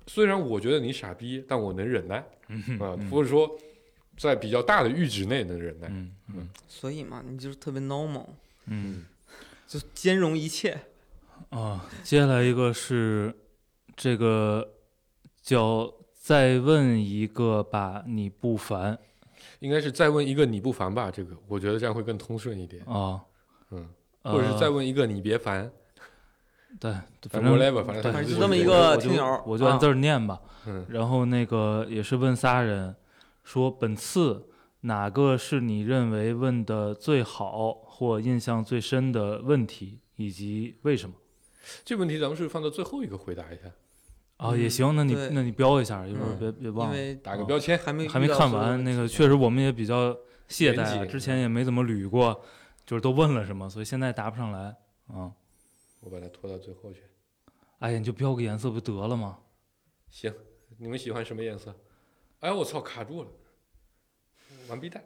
[SPEAKER 5] 虽然我觉得你傻逼，但我能忍耐
[SPEAKER 4] 嗯
[SPEAKER 5] 啊、
[SPEAKER 4] 嗯
[SPEAKER 5] 或者说在比较大的阈值内能忍耐。
[SPEAKER 4] 嗯嗯
[SPEAKER 3] 所以嘛，你就是特别 normal，
[SPEAKER 4] 嗯
[SPEAKER 3] 就兼容一切。
[SPEAKER 4] 啊，接下来一个是这个叫再问一个吧，你不烦
[SPEAKER 5] 应该是再问一个你不烦吧，这个我觉得这样会更通顺一点。
[SPEAKER 4] 啊，
[SPEAKER 5] 嗯，
[SPEAKER 4] 呃
[SPEAKER 5] 或者是再问一个你别烦，
[SPEAKER 4] 对，
[SPEAKER 5] 反
[SPEAKER 4] 反
[SPEAKER 5] 正
[SPEAKER 4] 正
[SPEAKER 5] whatever，反
[SPEAKER 4] 对
[SPEAKER 5] 正他
[SPEAKER 3] 反正
[SPEAKER 5] 就
[SPEAKER 3] 就是这么一
[SPEAKER 5] 我
[SPEAKER 3] 个
[SPEAKER 5] 就
[SPEAKER 3] 听友，
[SPEAKER 4] 我就按字
[SPEAKER 3] 啊
[SPEAKER 4] 儿念吧。
[SPEAKER 5] 嗯
[SPEAKER 4] 然后那个也是问仨人，说本次哪个是你认为问的最好或印象最深的问题，以及为什么？
[SPEAKER 5] 这问题咱们是不是放到最后一个回答一下，
[SPEAKER 4] 啊，
[SPEAKER 3] 嗯
[SPEAKER 4] 也行，那你
[SPEAKER 3] 对嗯
[SPEAKER 4] 那你标一下，一会儿别别
[SPEAKER 3] 因
[SPEAKER 4] 忘了。
[SPEAKER 3] 为
[SPEAKER 5] 打个标签。
[SPEAKER 3] 还没
[SPEAKER 4] 还没
[SPEAKER 3] 遇到
[SPEAKER 4] 看
[SPEAKER 3] 所有
[SPEAKER 4] 完
[SPEAKER 3] 的
[SPEAKER 4] 那个，确实我们也比较懈
[SPEAKER 5] 严
[SPEAKER 4] 怠啊，
[SPEAKER 5] 谨
[SPEAKER 4] 之前也没怎么捋过，就是都问了什么，所以现在答不上来。嗯，
[SPEAKER 5] 我把它拖到最后去。
[SPEAKER 4] 哎呀，你就标个颜色不得了吗？
[SPEAKER 5] 行，你们喜欢什么颜色？哎，我操，卡住了，完逼蛋。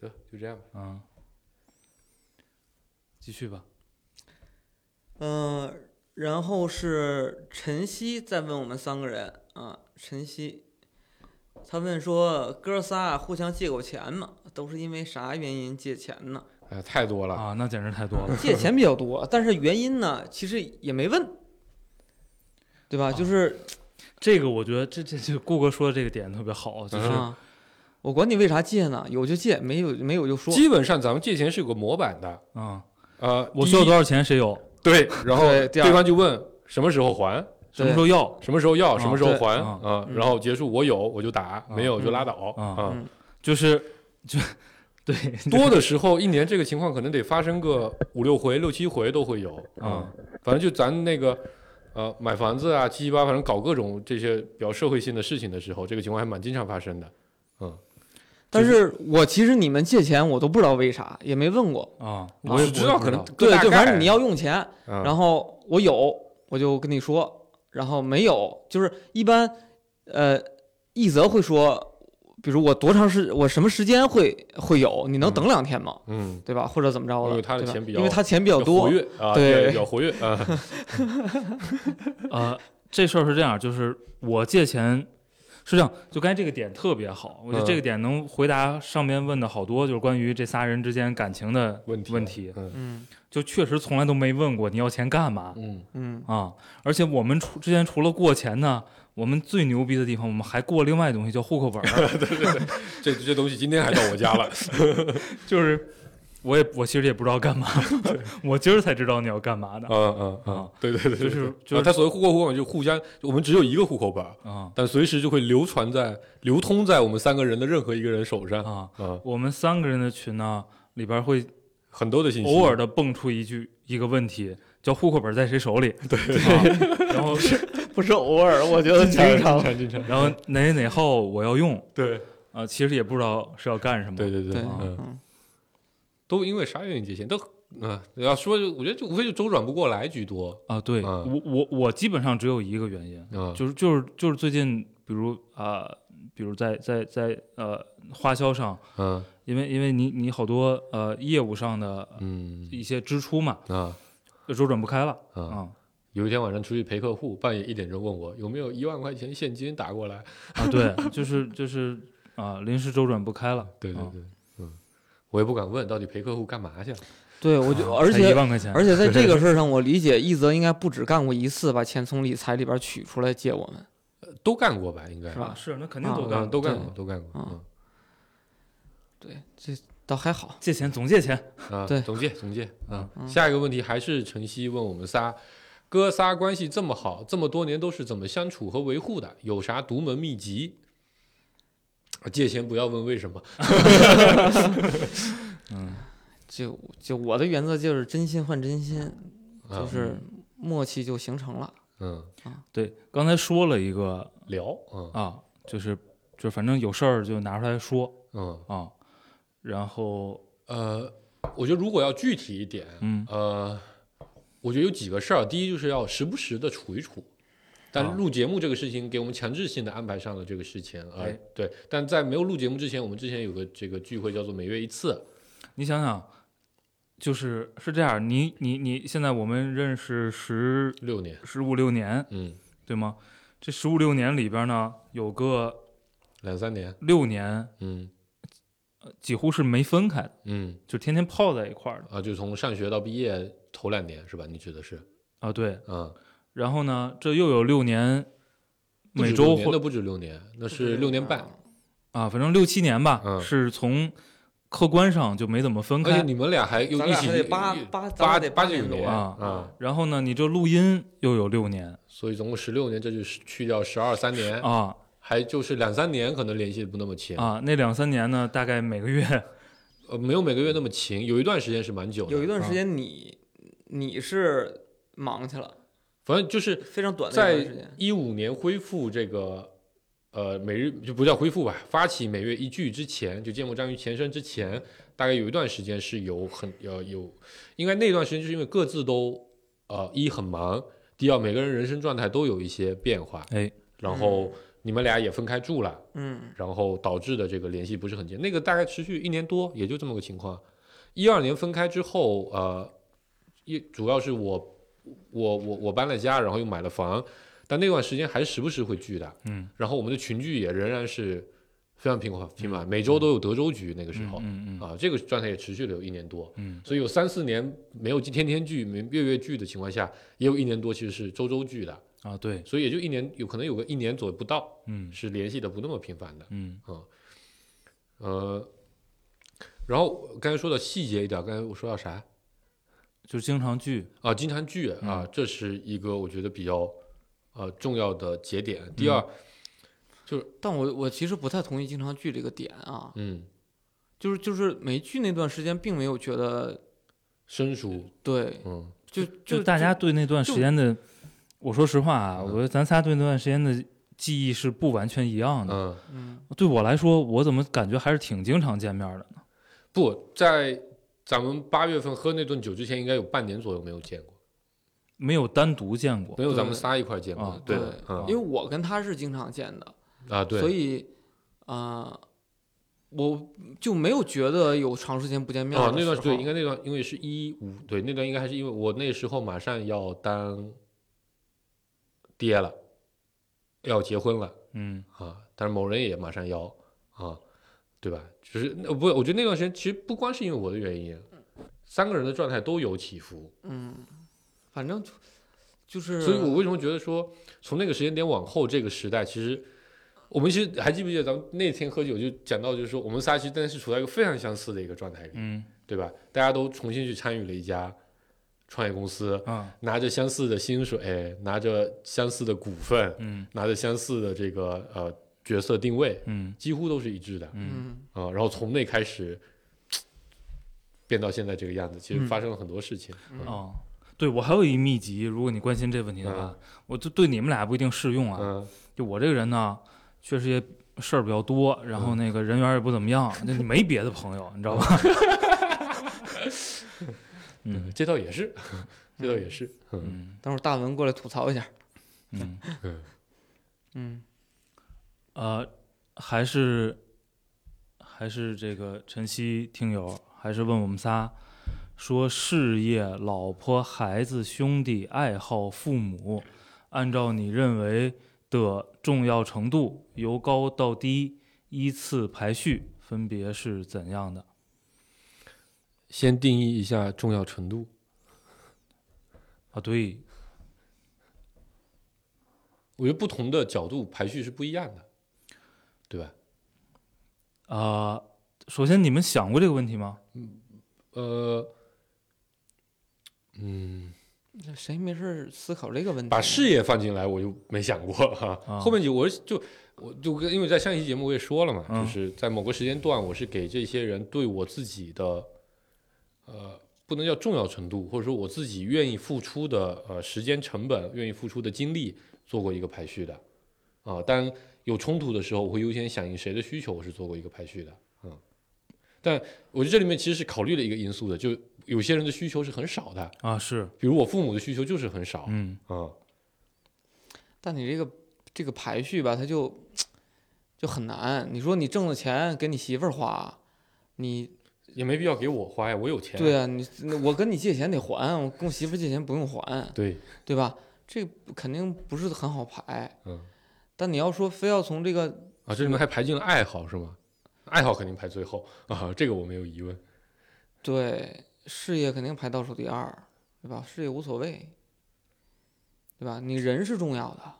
[SPEAKER 5] 得，就这样吧。
[SPEAKER 4] 嗯，继续吧。
[SPEAKER 3] 嗯、然后是晨曦在问我们三个人啊，晨曦，他问说哥仨互相借过钱吗？都是因为啥原因借钱呢？
[SPEAKER 5] 哎，太多了。
[SPEAKER 4] 啊，那简直太多了。
[SPEAKER 3] 借钱比较多，但是原因呢，其实也没问，对吧？就是
[SPEAKER 4] 这个我觉得这这这顾哥说的这个点特别好，就是
[SPEAKER 5] 嗯
[SPEAKER 3] 啊，我管你为啥借呢，有就借，没有没有就说。
[SPEAKER 5] 基本上咱们借钱是有个模板的。
[SPEAKER 4] 嗯，
[SPEAKER 5] 呃，
[SPEAKER 4] 我
[SPEAKER 5] 第
[SPEAKER 4] 需要
[SPEAKER 5] 一
[SPEAKER 4] 多少钱谁有，
[SPEAKER 5] 对，然后
[SPEAKER 3] 对第二
[SPEAKER 5] 对方就问什么时候还，
[SPEAKER 4] 什么时候要，
[SPEAKER 5] 什么时候要，什么时候
[SPEAKER 4] 对
[SPEAKER 5] 还
[SPEAKER 4] 嗯
[SPEAKER 5] 啊
[SPEAKER 3] 嗯？
[SPEAKER 5] 然后结束，我有我就打，
[SPEAKER 4] 嗯
[SPEAKER 5] 没有就拉倒
[SPEAKER 4] 嗯
[SPEAKER 5] 啊。
[SPEAKER 4] 就是就对
[SPEAKER 5] 多的时候，一年这个情况可能得发生个五六回、六七回都会有啊
[SPEAKER 4] 嗯。
[SPEAKER 5] 反正就咱那个呃买房子啊，七七八，反正搞各种这些比较社会性的事情的时候，这个情况还蛮经常发生的。
[SPEAKER 3] 但是我其实你们借钱，我都不知道为啥，也没问过。
[SPEAKER 4] 啊，
[SPEAKER 5] 我
[SPEAKER 4] 也
[SPEAKER 5] 只
[SPEAKER 4] 不
[SPEAKER 5] 知道可能
[SPEAKER 3] 对，
[SPEAKER 5] 大
[SPEAKER 3] 就
[SPEAKER 5] 概
[SPEAKER 3] 反正你要用钱，
[SPEAKER 5] 啊
[SPEAKER 3] 然后我有我就跟你说，然后没有就是一般，呃，一则会说，比如我多长时，我什么时间会会有，你能等两天吗？
[SPEAKER 5] 嗯，
[SPEAKER 3] 对吧？或者怎么着的？
[SPEAKER 5] 因为他的
[SPEAKER 3] 对吧
[SPEAKER 5] 钱比较
[SPEAKER 3] 因为他钱比较
[SPEAKER 5] 活
[SPEAKER 3] 多，
[SPEAKER 5] 跃啊，
[SPEAKER 3] 对
[SPEAKER 5] 比较活跃 啊，
[SPEAKER 4] 呃，这事儿是这样，就是我借钱是这样，就刚才这个点特别好，我觉得这
[SPEAKER 5] 嗯
[SPEAKER 4] 个点能回答上面问的好多，就是关于这仨人之间感情的
[SPEAKER 5] 问题
[SPEAKER 4] 问题，
[SPEAKER 5] 嗯
[SPEAKER 3] 嗯
[SPEAKER 4] 就确实从来都没问过你要钱干嘛
[SPEAKER 5] 嗯，
[SPEAKER 3] 嗯
[SPEAKER 4] 啊。而且我们除之前除了过钱呢，我们最牛逼的地方，我们还过另外一东西叫户口本儿，
[SPEAKER 5] 这这东西今天还到我家 了，
[SPEAKER 4] 就是我也我其实也不知道干 嘛，我今儿才知道你要干嘛的
[SPEAKER 5] 嗯嗯嗯
[SPEAKER 4] 啊，
[SPEAKER 5] 对对对，
[SPEAKER 4] 就
[SPEAKER 5] 对
[SPEAKER 4] 是
[SPEAKER 5] 对
[SPEAKER 4] 就是
[SPEAKER 5] 啊他所谓户口户口本就互相，我们只有一个户口本，
[SPEAKER 4] 啊
[SPEAKER 5] 但随时就会流传在、流通在我们三个人的任何一个人手上啊、
[SPEAKER 4] 啊。我们三个人的群呢，里边儿会
[SPEAKER 5] 很多的信息，
[SPEAKER 4] 偶尔的蹦出一句一个问题，叫户口本在谁手里？对，啊、然后
[SPEAKER 3] 不是偶尔，我觉得经常。
[SPEAKER 4] 然后哪哪号我要用
[SPEAKER 5] 对
[SPEAKER 4] 啊、呃其实也不知道是要干什么。
[SPEAKER 5] 对对对，
[SPEAKER 3] 对，
[SPEAKER 5] 嗯，
[SPEAKER 3] 嗯，
[SPEAKER 5] 都因为啥原因借钱都。啊、要说就我觉得就无非就周转不过来居多
[SPEAKER 4] 啊，对、
[SPEAKER 5] 嗯
[SPEAKER 4] 我我我基本上只有一个原因，
[SPEAKER 5] 啊、
[SPEAKER 4] 就是就是就是最近，比如啊、比如在在在呃花销上，
[SPEAKER 5] 嗯
[SPEAKER 4] 因为因为你你好多呃业务上的
[SPEAKER 5] 嗯
[SPEAKER 4] 一些支出嘛，
[SPEAKER 5] 啊
[SPEAKER 4] 就周转不开了
[SPEAKER 5] 啊、
[SPEAKER 4] 啊、
[SPEAKER 5] 有一天晚上出去陪客户，半夜一点钟问我有没有一万块钱现金打过来，
[SPEAKER 4] 啊，对，就是就是啊、临时周转不开了，
[SPEAKER 5] 对对
[SPEAKER 4] 啊
[SPEAKER 5] 对，嗯，我也不敢问到底陪客户干嘛去了，
[SPEAKER 3] 对我就
[SPEAKER 4] 啊
[SPEAKER 3] 而
[SPEAKER 4] 才
[SPEAKER 3] 且
[SPEAKER 4] 一万块钱，
[SPEAKER 3] 而且 在这个事儿上，我理解一泽应该不止干过一次把钱从理财里边取出来借我们，
[SPEAKER 5] 都干过吧，应该
[SPEAKER 3] 是吧
[SPEAKER 4] 啊是那肯定
[SPEAKER 3] 啊
[SPEAKER 4] 都
[SPEAKER 5] 嗯
[SPEAKER 4] 干、
[SPEAKER 5] 都干
[SPEAKER 3] 对
[SPEAKER 5] 过，都干过，
[SPEAKER 3] 啊
[SPEAKER 5] 嗯
[SPEAKER 3] 对，这倒还好。
[SPEAKER 4] 借钱总借钱，
[SPEAKER 5] 啊，
[SPEAKER 3] 对
[SPEAKER 5] 总结总结啊。
[SPEAKER 3] 嗯
[SPEAKER 5] 下一个问题还是晨曦问我们仨，哥仨关系这么好，这么多年都是怎么相处和维护的？有啥独门秘籍？啊借钱不要问为什么，
[SPEAKER 3] 就就我的原则就是真心换真心，
[SPEAKER 5] 啊
[SPEAKER 3] 就是默契就形成了。
[SPEAKER 5] 嗯，
[SPEAKER 4] 对，刚才说了一个
[SPEAKER 5] 聊，嗯
[SPEAKER 4] 啊，就是就反正有事儿就拿出来说
[SPEAKER 5] 嗯
[SPEAKER 4] 啊，然后
[SPEAKER 5] 呃，我觉得如果要具体一点，
[SPEAKER 4] 嗯
[SPEAKER 5] 呃，我觉得有几个事儿，第一就是要时不时的处一处。
[SPEAKER 4] 啊
[SPEAKER 5] 但录节目这个事情给我们强制性的安排上了这个事情，呃
[SPEAKER 4] 哎，
[SPEAKER 5] 对。但在没有录节目之前，我们之前有个这个聚会叫做每月一次，
[SPEAKER 4] 你想想，就是是这样，你你你现在我们认识十
[SPEAKER 5] 六年，
[SPEAKER 4] 十五六年
[SPEAKER 5] 嗯，
[SPEAKER 4] 对吗？这十五六年里边呢，有个
[SPEAKER 5] 两三年，
[SPEAKER 4] 六年
[SPEAKER 5] 嗯
[SPEAKER 4] 几乎是没分开的，
[SPEAKER 5] 嗯
[SPEAKER 4] 就天天泡在一块儿的
[SPEAKER 5] 啊，就从上学到毕业头两年是吧？你指的是
[SPEAKER 4] 啊，对。
[SPEAKER 5] 啊？
[SPEAKER 4] 然后呢，这又有六年，
[SPEAKER 5] 不
[SPEAKER 4] 每
[SPEAKER 5] 止六
[SPEAKER 4] 周
[SPEAKER 5] 年
[SPEAKER 4] 会
[SPEAKER 5] 那不止六年，那是六年半，
[SPEAKER 4] 啊，反正六七年吧，
[SPEAKER 5] 嗯
[SPEAKER 4] 是从客观上就没怎么分
[SPEAKER 5] 而且
[SPEAKER 4] 开。
[SPEAKER 5] 你们俩还又
[SPEAKER 3] 咱
[SPEAKER 5] 一
[SPEAKER 3] 俩
[SPEAKER 5] 起
[SPEAKER 3] 还得八八咱
[SPEAKER 5] 八
[SPEAKER 3] 俩得
[SPEAKER 5] 八
[SPEAKER 3] 八
[SPEAKER 5] 九
[SPEAKER 3] 年
[SPEAKER 5] 年
[SPEAKER 3] 多
[SPEAKER 4] 啊
[SPEAKER 5] 啊，
[SPEAKER 4] 然后呢，你这录音又有六年
[SPEAKER 5] 所以总共十六年，这就是去掉十二三年，
[SPEAKER 4] 啊
[SPEAKER 5] 还就是两三年可能联系得不那么勤，
[SPEAKER 4] 啊，那两三年呢，大概每个月
[SPEAKER 5] 呃，没有每个月那么勤，有一段时间是蛮久的，
[SPEAKER 3] 有一段时
[SPEAKER 5] 啊，
[SPEAKER 3] 间你你是忙去了，
[SPEAKER 5] 反正就是
[SPEAKER 3] 非常短的一
[SPEAKER 5] 在
[SPEAKER 3] 段时间。
[SPEAKER 5] 一五年恢复这个呃每日就不叫恢复吧，发起每月一剧之前，就芥末章鱼前身之前，大概有一段时间是有很呃有，应该那段时间就是因为各自都呃一很忙，第二每个人人生状态都有一些变化，
[SPEAKER 4] 哎，
[SPEAKER 5] 然后你们俩也分开住了。
[SPEAKER 3] 嗯
[SPEAKER 5] 然后导致的这个联系不是很近。那个大概持续一年多，也就这么个情况。一二年分开之后，呃，一主要是我我我我搬了家，然后又买了房，但那段时间还时不时会聚的。
[SPEAKER 4] 嗯，
[SPEAKER 5] 然后我们的群聚也仍然是非常频繁频繁，每周都有德州局。那个时候、
[SPEAKER 4] 嗯嗯嗯嗯
[SPEAKER 5] 啊，这个状态也持续了有一年多。
[SPEAKER 4] 嗯，
[SPEAKER 5] 所以有三四年没有天天聚、没月月聚的情况下，也有一年多其实是周周聚的，
[SPEAKER 4] 啊，对，
[SPEAKER 5] 所以也就一年，有可能有个一年左右不到
[SPEAKER 4] 嗯
[SPEAKER 5] 是联系的不那么频繁的。
[SPEAKER 4] 嗯
[SPEAKER 5] 呃，然后刚才说的细节一点，刚才我说到啥
[SPEAKER 4] 就经常聚，
[SPEAKER 5] 啊？经常聚
[SPEAKER 3] 嗯
[SPEAKER 5] 啊，这是一个我觉得比较呃重要的节点。
[SPEAKER 3] 嗯
[SPEAKER 5] 第二，
[SPEAKER 3] 但我我其实不太同意经常聚这个点啊，
[SPEAKER 5] 嗯，
[SPEAKER 3] 就是就是没聚那段时间，并没有觉得
[SPEAKER 5] 生疏，
[SPEAKER 3] 对，
[SPEAKER 5] 嗯，
[SPEAKER 3] 就
[SPEAKER 4] 就大家对那段时间的，我说实话啊，
[SPEAKER 5] 嗯
[SPEAKER 4] 我觉得咱仨对那段时间的记忆是不完全一样的。
[SPEAKER 5] 嗯，
[SPEAKER 3] 嗯
[SPEAKER 4] 对我来说，我怎么感觉还是挺经常见面的呢？
[SPEAKER 5] 不在咱们八月份喝那顿酒之前，应该有半年左右没有见过，
[SPEAKER 4] 没有单独见过
[SPEAKER 5] 没。有咱们
[SPEAKER 3] 对
[SPEAKER 5] 仨一块儿见过
[SPEAKER 4] 啊
[SPEAKER 5] 的，
[SPEAKER 3] 对
[SPEAKER 5] 的，嗯
[SPEAKER 3] 因为我跟他是经常见的，
[SPEAKER 5] 啊，对，
[SPEAKER 3] 所以啊、我就没有觉得有长时间不见面
[SPEAKER 5] 啊
[SPEAKER 3] 的，
[SPEAKER 5] 那段
[SPEAKER 3] 时
[SPEAKER 5] 对，
[SPEAKER 3] 候
[SPEAKER 5] 应该那段，因为是一五，对，那段应该还是因为我那时候马上要当爹了，要结婚了。
[SPEAKER 4] 嗯
[SPEAKER 5] 啊，但是某人也马上要啊，对吧？只是那不，我觉得那段时间其实不光是因为我的原因，三个人的状态都有起伏，
[SPEAKER 3] 嗯，反正就就是，
[SPEAKER 5] 所以我为什么觉得说从那个时间点往后这个时代，其实我们其实还记不记得咱们那天喝酒就讲到，就是说我们仨其实真的是处在一个非常相似的一个状态里，
[SPEAKER 4] 嗯
[SPEAKER 5] 对吧？大家都重新去参与了一家创业公司，
[SPEAKER 4] 啊
[SPEAKER 5] 拿着相似的薪水，拿着相似的股份，
[SPEAKER 4] 嗯
[SPEAKER 5] 拿着相似的这个呃角色定位，
[SPEAKER 4] 嗯
[SPEAKER 5] 几乎都是一致的。
[SPEAKER 4] 嗯
[SPEAKER 3] 嗯
[SPEAKER 5] 啊、然后从那开始变到现在这个样子，其实发生了很多事情。嗯
[SPEAKER 4] 哦，对我还有一秘籍，如果你关心这问题的
[SPEAKER 5] 啊
[SPEAKER 4] 话，我就对你们俩不一定适用啊。
[SPEAKER 5] 嗯
[SPEAKER 4] 就我这个人呢，确实也事儿比较多，然
[SPEAKER 5] 嗯
[SPEAKER 4] 后那个人缘也不怎么样，就你没别的朋友，你知道 吧？ 嗯
[SPEAKER 5] 这倒也是， 这倒也是。嗯
[SPEAKER 4] 嗯
[SPEAKER 3] 等会儿大文过来吐槽一下，
[SPEAKER 4] 嗯，
[SPEAKER 5] 嗯
[SPEAKER 3] 嗯
[SPEAKER 4] 呃，还是还是这个晨曦听友，还是问我们仨，说事业、老婆、孩子、兄弟、爱好、父母，按照你认为的重要程度，由高到低依次排序，分别是怎样的？
[SPEAKER 5] 先定义一下重要程度。
[SPEAKER 4] 啊，对，
[SPEAKER 5] 我觉得不同的角度排序是不一样的，对吧？
[SPEAKER 4] 啊，首先你们想过这个问题吗？
[SPEAKER 5] 呃，嗯，
[SPEAKER 3] 谁没事儿思考这个问题？
[SPEAKER 5] 把事业放进来，我就没想过哈、
[SPEAKER 4] 啊
[SPEAKER 5] 后面就我是就我就跟因为在上一期节目我也说了嘛，
[SPEAKER 4] 嗯
[SPEAKER 5] 就是在某个时间段，我是给这些人对我自己的呃不能叫重要程度，或者说我自己愿意付出的呃时间成本、愿意付出的精力做过一个排序的啊。当有冲突的时候，我会优先响应谁的需求，我是做过一个排序的。嗯，但我觉得这里面其实是考虑了一个因素的，就有些人的需求是很少的，
[SPEAKER 4] 啊，是，
[SPEAKER 5] 比如我父母的需求就是很少。
[SPEAKER 4] 嗯
[SPEAKER 5] 啊。
[SPEAKER 3] 但你这个这个排序吧，它就就很难。你说你挣的钱给你媳妇儿花，你
[SPEAKER 5] 也没必要给我哎花呀，我有钱。
[SPEAKER 3] 对啊，你那我跟你借钱得还，我跟我媳妇儿借钱不用还，
[SPEAKER 5] 对
[SPEAKER 3] 对吧？这肯定不是很好排。
[SPEAKER 5] 嗯。
[SPEAKER 3] 但你要说非要从这个，
[SPEAKER 5] 啊，这里面还排进了爱好是吗？爱好肯定排最后啊，这个我没有疑问。
[SPEAKER 3] 对事业肯定排倒数第二，对吧？事业无所谓，对吧？你人是重要的。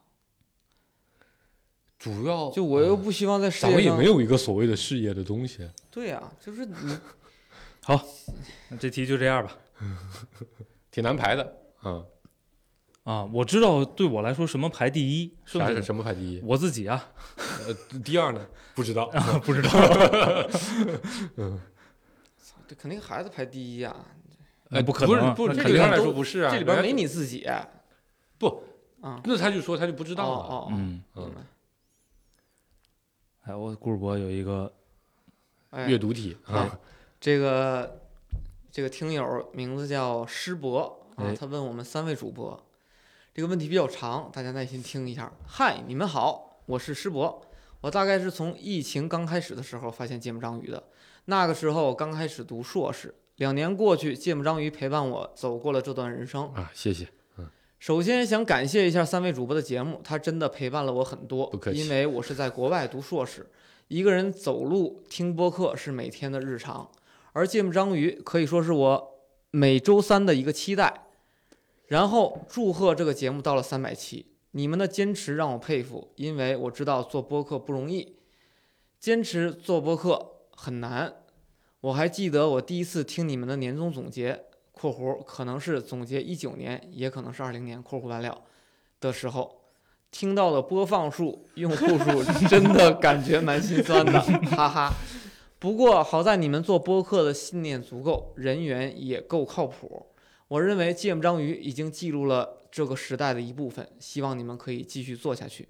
[SPEAKER 5] 主要
[SPEAKER 3] 就我又不希望在事
[SPEAKER 5] 嗯咱们
[SPEAKER 3] 业
[SPEAKER 5] 也
[SPEAKER 3] 上，
[SPEAKER 5] 没有一个所谓的事业的东西。啊
[SPEAKER 3] 对呀、就是你
[SPEAKER 4] 那这题就这样吧。
[SPEAKER 5] 挺难排的啊，
[SPEAKER 4] 啊，我知道对我来说什么排第一，是不
[SPEAKER 5] 啥是
[SPEAKER 4] 是？
[SPEAKER 5] 什么排第一？
[SPEAKER 4] 我自己啊，
[SPEAKER 5] 呃，第二呢？不知道。
[SPEAKER 4] 不知道。
[SPEAKER 3] 这肯定孩子排第一啊，
[SPEAKER 5] 哎，
[SPEAKER 4] 不可
[SPEAKER 5] 不是
[SPEAKER 4] 能，啊
[SPEAKER 5] 不是，
[SPEAKER 4] 那
[SPEAKER 5] 这
[SPEAKER 4] 肯
[SPEAKER 5] 对
[SPEAKER 4] 定
[SPEAKER 5] 他
[SPEAKER 3] 个
[SPEAKER 5] 来
[SPEAKER 3] 都
[SPEAKER 5] 说不是啊，
[SPEAKER 3] 这里边
[SPEAKER 5] 人家
[SPEAKER 3] 没你自己啊。
[SPEAKER 5] 不
[SPEAKER 3] 啊，
[SPEAKER 5] 那他就说他就不知道了。
[SPEAKER 3] 哦哦，
[SPEAKER 4] 嗯，
[SPEAKER 3] 哦明
[SPEAKER 5] 嗯，
[SPEAKER 3] 白。
[SPEAKER 4] 哎，我顾世博有一个
[SPEAKER 3] 哎，
[SPEAKER 5] 阅读题啊，
[SPEAKER 3] 这个这个听友名字叫师博啊
[SPEAKER 4] 哎，
[SPEAKER 3] 他问我们三位主播，这个问题比较长，大家耐心听一下。嗨，你们好，我是师博，我大概是从疫情刚开始的时候发现芥末章鱼的，那个时候我刚开始读硕士，两年过去，芥末章鱼陪伴我走过了这段人生。
[SPEAKER 5] 啊，谢谢。
[SPEAKER 3] 首先想感谢一下三位主播的节目，他真的陪伴了我很多。
[SPEAKER 5] 不客气
[SPEAKER 3] 因为我是在国外读硕士，一个人走路听播客是每天的日常，而芥末章鱼可以说是我每周三的一个期待。然后祝贺这个节目到了三百期，你们的坚持让我佩服，因为我知道做播客不容易，坚持做播客很难。我还记得我第一次听你们的年终总结，（括弧可能是总结一九年，也可能是二零年）（括弧完了）的时候，听到的播放数、用户数，真的感觉蛮心酸的，哈哈。不过好在你们做播客的信念足够，人员也够靠谱。我认为《芥末章鱼》已经记录了这个时代的一部分，希望你们可以继续做下去。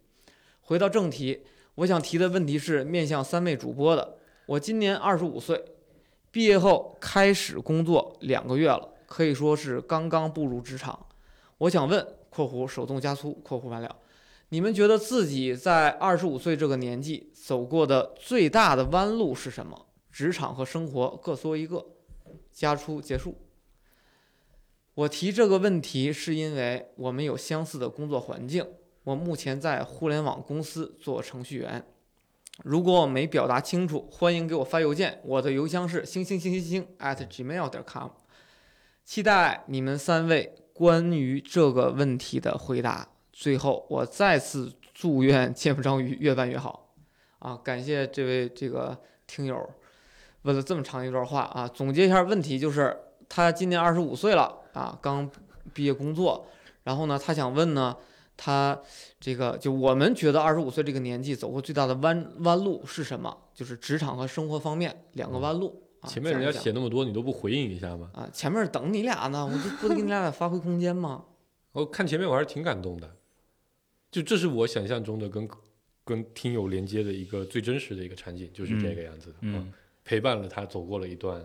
[SPEAKER 3] 回到正题，我想提的问题是面向三位主播的。我今年二十五岁，毕业后开始工作两个月了，可以说是刚刚步入职场。我想问（括弧手动加粗）（括弧完了），你们觉得自己在二十五岁这个年纪走过的最大的弯路是什么？职场和生活各说一个。加粗结束。我提这个问题是因为我们有相似的工作环境。我目前在互联网公司做程序员。如果我没表达清楚，欢迎给我发邮件，我的邮箱是星星星星星 at gmail.com。期待你们三位关于这个问题的回答。最后，我再次祝愿芥末章鱼越办越好。啊，感谢这位这个听友问了这么长一段话啊。总结一下问题就是，他今年二十五岁了啊，刚毕业工作，然后呢，他想问呢，他这个就我们觉得二十五岁这个年纪走过最大的弯弯路是什么？就是职场和生活方面两个弯路。啊
[SPEAKER 5] 前面人
[SPEAKER 3] 讲一
[SPEAKER 5] 家
[SPEAKER 3] 讲
[SPEAKER 5] 写那么多，你都不回应一下吗？
[SPEAKER 3] 啊，前面等你俩呢，我这不得给你俩发挥空间吗？
[SPEAKER 5] 我看前面我还是挺感动的，就这是我想象中的跟跟听友连接的一个最真实的一个场景，就是这个样子的。啊
[SPEAKER 4] 嗯，
[SPEAKER 5] 陪伴了他走过了一段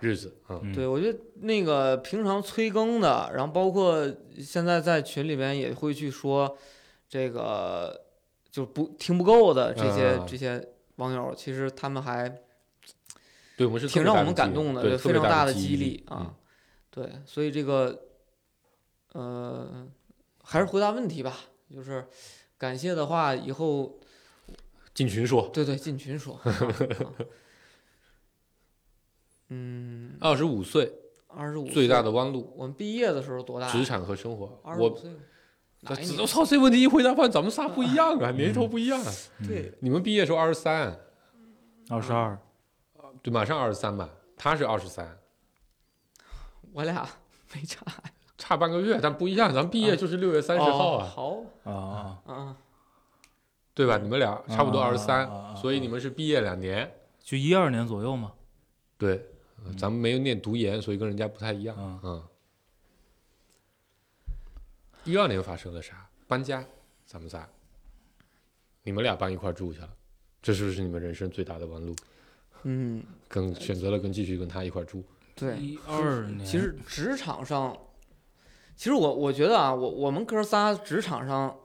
[SPEAKER 5] 日子啊。
[SPEAKER 4] 嗯
[SPEAKER 3] 对，我觉得那个平常催更的，然后包括现在在群里边也会去说，这个就不听不够的这些、
[SPEAKER 5] 啊
[SPEAKER 3] 这些网友，其实他们还
[SPEAKER 5] 对我们是特
[SPEAKER 3] 挺
[SPEAKER 5] 别
[SPEAKER 3] 让
[SPEAKER 5] 大
[SPEAKER 3] 我
[SPEAKER 5] 的
[SPEAKER 3] 们感动的，
[SPEAKER 5] 对，
[SPEAKER 3] 就
[SPEAKER 5] 特
[SPEAKER 3] 非
[SPEAKER 5] 别
[SPEAKER 3] 常大
[SPEAKER 5] 的
[SPEAKER 3] 激励
[SPEAKER 5] 嗯
[SPEAKER 3] 啊。对，所以这个呃，还是回答问题吧，就是感谢的话，以后
[SPEAKER 5] 进群说，
[SPEAKER 3] 对对进群说。啊啊嗯，
[SPEAKER 5] 二十五岁
[SPEAKER 3] 二十五
[SPEAKER 5] 最大的弯路，
[SPEAKER 3] 我们毕业的时候多大呀？啊
[SPEAKER 5] 职场和生活。
[SPEAKER 3] 二十五
[SPEAKER 5] 我
[SPEAKER 3] 岁，哪
[SPEAKER 5] 我
[SPEAKER 3] 一年？
[SPEAKER 5] 操，这问题一回答，发现咱们仨不一 样啊，年头不一样啊。
[SPEAKER 3] 对，
[SPEAKER 4] 嗯
[SPEAKER 5] 你们毕业时候二十三，
[SPEAKER 4] 二十二，
[SPEAKER 5] 对，马上二十三吧。他是二十三，
[SPEAKER 3] 我俩没差。
[SPEAKER 5] 差半个月，但不一样。咱们毕业就是六月三十号
[SPEAKER 3] 啊哦
[SPEAKER 4] 啊
[SPEAKER 5] 啊，
[SPEAKER 4] 啊，
[SPEAKER 3] 好啊，
[SPEAKER 5] 对吧？你们俩差不多
[SPEAKER 4] 啊
[SPEAKER 5] 二十
[SPEAKER 4] 啊啊啊
[SPEAKER 5] 三，所以你们是毕业两年。
[SPEAKER 4] 就一二年左右嘛。
[SPEAKER 5] 对，呃咱们没有念读研，所以跟人家不太一样。
[SPEAKER 4] 嗯
[SPEAKER 5] 嗯，一二年发生了啥？搬家，咱们仨，你们俩搬一块儿住去了，这是不是你们人生最大的弯路？
[SPEAKER 3] 嗯，
[SPEAKER 5] 跟选择了跟继续跟他一块儿住，
[SPEAKER 3] 对。
[SPEAKER 4] 一二年，
[SPEAKER 3] 其实职场上，其实我我觉得啊，我我们哥仨职场上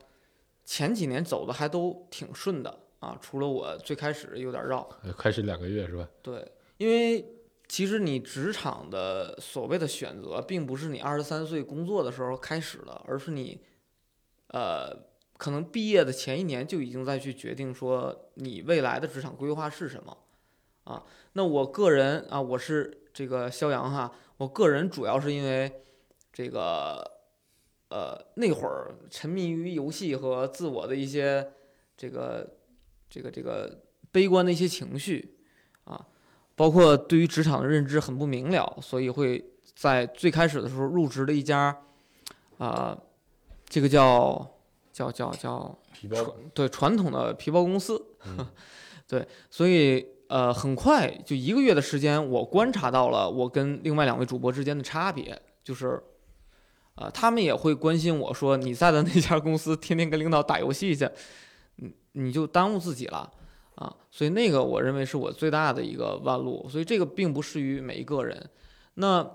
[SPEAKER 3] 前几年走的还都挺顺的啊，除了我最开始有点绕。
[SPEAKER 5] 呃开始两个月是吧？
[SPEAKER 3] 对，因为其实你职场的所谓的选择，并不是你二十三岁工作的时候开始了，而是你，呃，可能毕业的前一年就已经在去决定说你未来的职场规划是什么啊。那我个人啊，我是这个肖阳哈，我个人主要是因为这个。呃，那会儿沉迷于游戏和自我的一些这个、这个、这个悲观的一些情绪，包括对于职场的认知很不明了，所以会在最开始的时候入职了一家，啊、这个叫叫叫叫
[SPEAKER 5] 皮
[SPEAKER 3] 传对传统的皮包公司，对，所以呃，很快就一个月的时间，我观察到了我跟另外两位主播之间的差别，就是，呃，他们也会关心我说你在的那家公司天天跟领导打游戏去，你你就耽误自己了啊，所以那个我认为是我最大的一个弯路，所以这个并不适于每一个人。那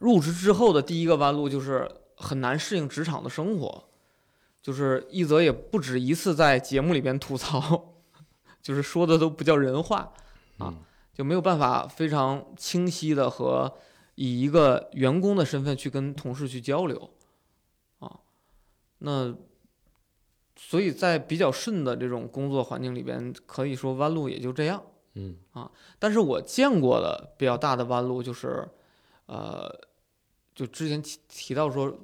[SPEAKER 3] 入职之后的第一个弯路就是很难适应职场的生活，就是一泽也不止一次在节目里边吐槽， 就是说的都不叫人话。啊就没有办法非常清晰的和以一个员工的身份去跟同事去交流啊。那所以在比较顺的这种工作环境里边，可以说弯路也就这样。
[SPEAKER 5] 嗯
[SPEAKER 3] 但是我见过的比较大的弯路就是，呃，就之前提提到说，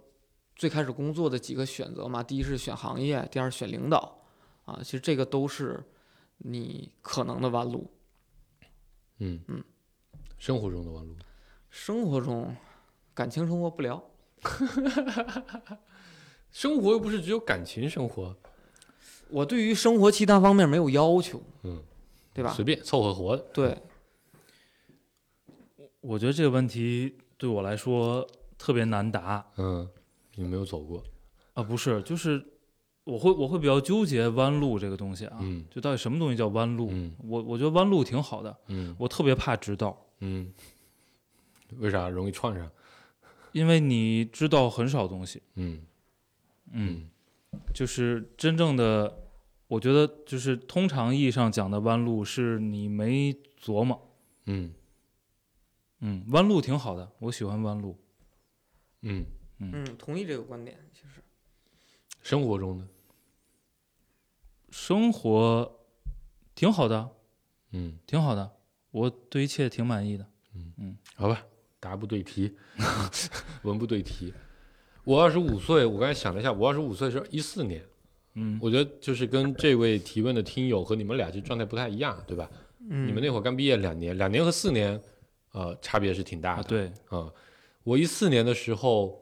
[SPEAKER 3] 最开始工作的几个选择嘛，第一是选行业，第二是选领导，啊，其实这个都是你可能的弯路。
[SPEAKER 5] 嗯
[SPEAKER 3] 嗯，
[SPEAKER 5] 生活中的弯路，
[SPEAKER 3] 生活中，感情生活不聊，
[SPEAKER 5] 生活又不是只有感情生活，
[SPEAKER 3] 我对于生活其他方面没有要求，
[SPEAKER 5] 嗯，
[SPEAKER 3] 对吧
[SPEAKER 5] 随？便凑合活的，
[SPEAKER 3] 对，
[SPEAKER 4] 我觉得这个问题对我来说特别难答
[SPEAKER 5] 嗯，你没有走过，
[SPEAKER 4] 啊，不是，就是我会我会比较纠结弯路这个东西啊，
[SPEAKER 5] 嗯
[SPEAKER 4] 就到底什么东西叫弯路？
[SPEAKER 5] 嗯
[SPEAKER 4] 我我觉得弯路挺好的，
[SPEAKER 5] 嗯
[SPEAKER 4] 我特别怕直道，
[SPEAKER 5] 嗯，为啥容易创伤？
[SPEAKER 4] 因为你知道很少东西，
[SPEAKER 5] 嗯
[SPEAKER 4] 嗯，就是真正的，我觉得就是通常意义上讲的弯路是你没琢磨。
[SPEAKER 5] 嗯
[SPEAKER 4] 嗯，弯路挺好的，我喜欢弯路。
[SPEAKER 5] 嗯，
[SPEAKER 3] 嗯，同意这个观点。其实
[SPEAKER 5] 生活中的，
[SPEAKER 4] 生活挺好的，
[SPEAKER 5] 嗯。
[SPEAKER 4] 挺好的，我对一切挺满意的。
[SPEAKER 5] 好吧，答不 对题，文不对题。我二十五岁，我刚才想了一下，我二十五岁是一四年，
[SPEAKER 4] 嗯，
[SPEAKER 5] 我觉得就是跟这位提问的听友和你们俩这状态不太一样，对吧？你们那会儿刚毕业两年，两年和四年，呃，差别是挺大
[SPEAKER 4] 啊，
[SPEAKER 5] 的。
[SPEAKER 4] 对，
[SPEAKER 5] 啊、我一四年的时候，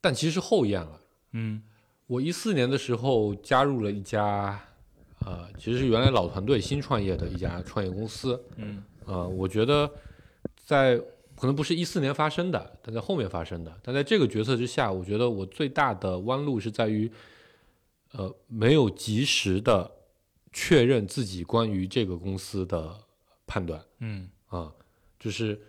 [SPEAKER 5] 但其实是后验了。
[SPEAKER 4] 嗯
[SPEAKER 5] 我一四年的时候加入了一家，呃，其实是原来老团队新创业的一家创业公司。
[SPEAKER 4] 嗯
[SPEAKER 5] 啊、我觉得在可能不是一四年发生的，但在后面发生的，但在这个决策之下，我觉得我最大的弯路是在于，呃，没有及时的确认自己关于这个公司的判断
[SPEAKER 4] 嗯
[SPEAKER 5] 啊、就是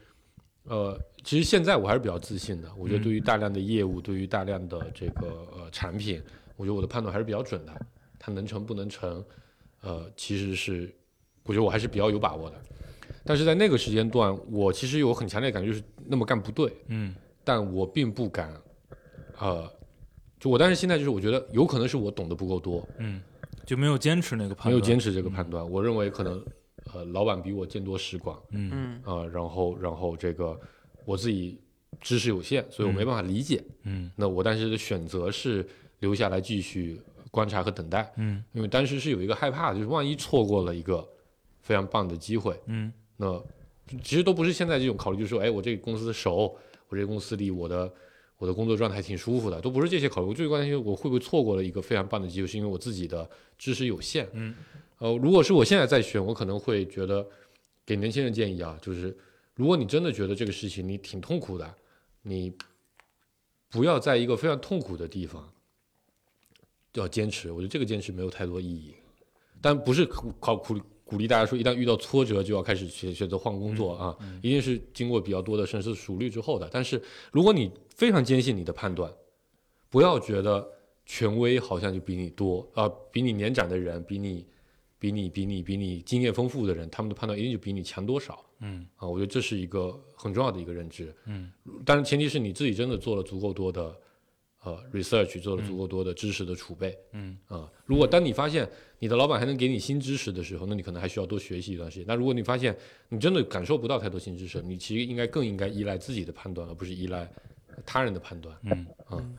[SPEAKER 5] 呃，其实现在我还是比较自信的，我觉
[SPEAKER 4] 嗯
[SPEAKER 5] 得对于大量的业务，对于大量的这个呃产品，我觉得我的判断还是比较准的，它能成不能成，呃，其实是我觉得我还是比较有把握的。但是在那个时间段，我其实有很强烈的感觉，就是那么干不对，
[SPEAKER 4] 嗯
[SPEAKER 5] 但我并不敢，呃，就我当时心态就是，我觉得有可能是我懂得不够多，
[SPEAKER 4] 嗯，就没有坚持那个判断，嗯
[SPEAKER 5] 没有坚持这个判断。我认为可能，呃，老板比我见多识广，
[SPEAKER 4] 嗯
[SPEAKER 3] 嗯
[SPEAKER 5] 啊，然后然后这个我自己知识有限，所以我没办法理解。
[SPEAKER 4] 嗯
[SPEAKER 5] 那我当时的选择是留下来继续观察和等待，
[SPEAKER 4] 嗯
[SPEAKER 5] 因为当时是有一个害怕，就是万一错过了一个非常棒的机会，
[SPEAKER 4] 嗯
[SPEAKER 5] 那其实都不是现在这种考虑，就是说，哎，我这个公司熟，我这个公司里我的我的工作状态挺舒服的，都不是这些考虑。我最关心我会不会错过了一个非常棒的机会，是因为我自己的知识有限。
[SPEAKER 4] 嗯，
[SPEAKER 5] 呃，如果是我现在再选，我可能会觉得给年轻人建议啊，就是如果你真的觉得这个事情你挺痛苦的，你不要在一个非常痛苦的地方要坚持。我觉得这个坚持没有太多意义，但不是考考苦鼓励大家说，一旦遇到挫折就要开始选选择换工作啊，
[SPEAKER 4] 嗯
[SPEAKER 5] 一定是经过比较多的深思熟虑之后的。但是如果你非常坚信你的判断，不要觉得权威好像就比你多啊、比你年长的人，比你比你比你比你经验丰富的人，他们的判断一定就比你强多少
[SPEAKER 4] 嗯
[SPEAKER 5] 啊。我觉得这是一个很重要的一个认知。
[SPEAKER 4] 嗯
[SPEAKER 5] 当然前提是你自己真的做了足够多的呃 research，做了足够多的知识的储备
[SPEAKER 4] 嗯
[SPEAKER 5] 啊、如果当你发现你的老板还能给你新知识的时候，那你可能还需要多学习一段时间。那如果你发现你真的感受不到太多新知识，你其实应该更应该依赖自己的判断，而不是依赖他人的判断。啊
[SPEAKER 4] 嗯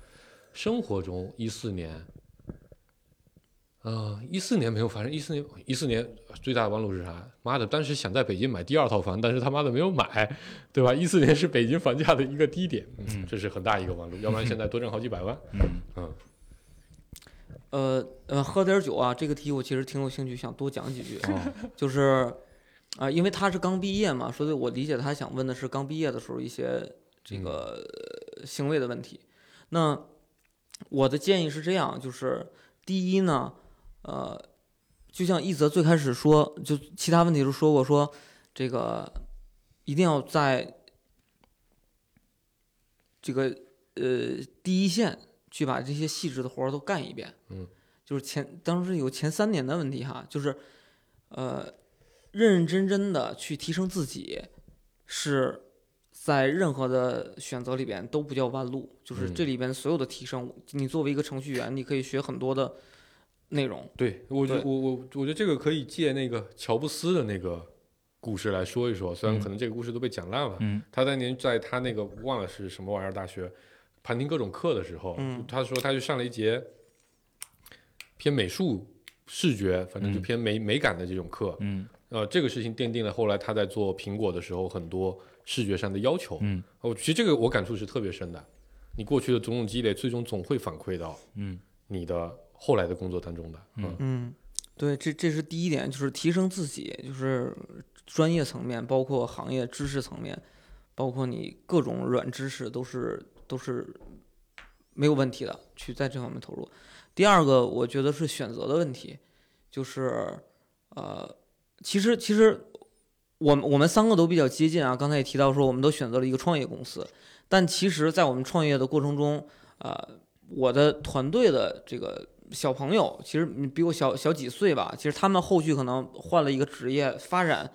[SPEAKER 5] 生活中一四年，呃，一四年没有发生，一四年一四年最大的弯路是啥？妈的，当时想在北京买第二套房，但是他妈的没有买，对吧？一四年是北京房价的一个低点，嗯，这是很大一个弯路，要不然现在多挣好几百万。
[SPEAKER 4] 嗯，
[SPEAKER 5] 嗯
[SPEAKER 3] 呃呃，喝点酒啊，这个题我其实挺有兴趣，想多讲几句。
[SPEAKER 5] 哦，
[SPEAKER 3] 就是啊、因为他是刚毕业嘛，所以我理解他想问的是刚毕业的时候一些这
[SPEAKER 5] 嗯
[SPEAKER 3] 个呃行为的问题。那我的建议是这样，就是第一呢，呃，就像一泽最开始说，就其他问题都说过，说这个一定要在这个呃第一线去把这些细致的活儿都干一遍。
[SPEAKER 5] 嗯，
[SPEAKER 3] 就是前当时有前三年的问题哈，就是呃认认真真的去提升自己，是在任何的选择里边都不叫弯路，就是
[SPEAKER 5] 嗯
[SPEAKER 3] 这里边所有的提升，你作为一个程序员，你可以学很多的内容。
[SPEAKER 5] 对我觉
[SPEAKER 3] 对
[SPEAKER 5] 我我我觉得这个可以借那个乔布斯的那个故事来说一说，虽然
[SPEAKER 4] 嗯
[SPEAKER 5] 可能这个故事都被讲烂了。
[SPEAKER 4] 嗯
[SPEAKER 5] 他当年在他那个忘了是什么玩意儿大学旁听各种课的时候，
[SPEAKER 3] 嗯
[SPEAKER 5] 他说他去上了一节偏美术视觉，反正就
[SPEAKER 4] 嗯
[SPEAKER 5] 偏美、美感的这种课。
[SPEAKER 4] 嗯
[SPEAKER 5] 呃，这个事情奠定了后来他在做苹果的时候很多视觉上的要求。
[SPEAKER 4] 嗯
[SPEAKER 5] 哦，其实这个我感触是特别深的，你过去的种种积累，最终总会反馈到
[SPEAKER 4] 嗯
[SPEAKER 5] 你的后来的工作当中的。
[SPEAKER 4] 嗯
[SPEAKER 3] 嗯，对，这这是第一点，就是提升自己，就是专业层面，包括行业知识层面，包括你各种软知识都是都是没有问题的，去在这方面投入。第二个，我觉得是选择的问题，就是呃，其实其实我们我们三个都比较接近啊，刚才也提到说我们都选择了一个创业公司，但其实，在我们创业的过程中，呃，我的团队的这个小朋友，其实你比我小小几岁吧，其实他们后续可能换了一个职业发展，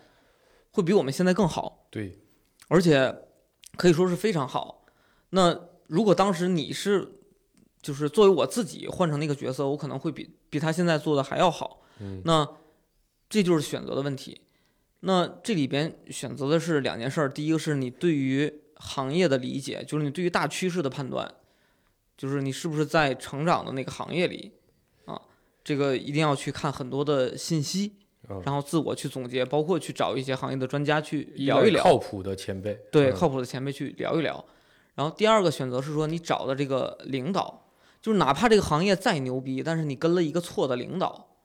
[SPEAKER 3] 会比我们现在更好。
[SPEAKER 5] 对，
[SPEAKER 3] 而且可以说是非常好。那如果当时你是，就是作为我自己换成那个角色，我可能会比比他现在做的还要好。
[SPEAKER 5] 嗯
[SPEAKER 3] 那这就是选择的问题。那这里边选择的是两件事儿，第一个是你对于行业的理解，就是你对于大趋势的判断，就是你是不是在成长的那个行业里啊，这个一定要去看很多的信息
[SPEAKER 5] 嗯，
[SPEAKER 3] 然后自我去总结，包括去找一些行业的专家去
[SPEAKER 5] 依
[SPEAKER 3] 聊
[SPEAKER 5] 赖
[SPEAKER 3] 一聊。
[SPEAKER 5] 靠谱的前辈，
[SPEAKER 3] 对
[SPEAKER 5] 嗯
[SPEAKER 3] 靠谱的前辈去聊一聊。然后第二个选择是说，你找的这个领导，就是哪怕这个行业再牛逼，但是你跟了一个错的领导，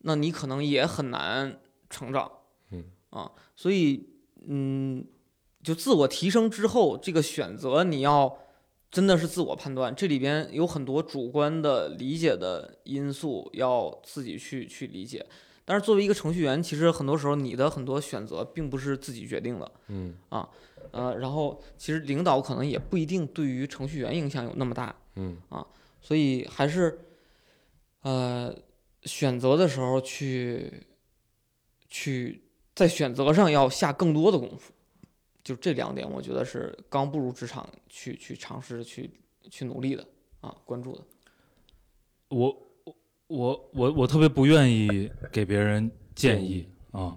[SPEAKER 3] 那你可能也很难成长。
[SPEAKER 5] 嗯
[SPEAKER 3] 啊，所以嗯，就自我提升之后，这个选择你要真的是自我判断，这里边有很多主观的理解的因素要自己去去理解。但是作为一个程序员，其实很多时候你的很多选择并不是自己决定的，
[SPEAKER 5] 嗯
[SPEAKER 3] 呃，然后其实领导可能也不一定对于程序员影响有那么大，
[SPEAKER 5] 嗯
[SPEAKER 3] 所以还是，呃，选择的时候去，去在选择上要下更多的功夫。就这两点，我觉得是刚步入职场去去尝试去去努力的啊，关注的。
[SPEAKER 4] 我我我我特别不愿意给别人建
[SPEAKER 5] 建
[SPEAKER 4] 议
[SPEAKER 5] 议
[SPEAKER 4] 啊、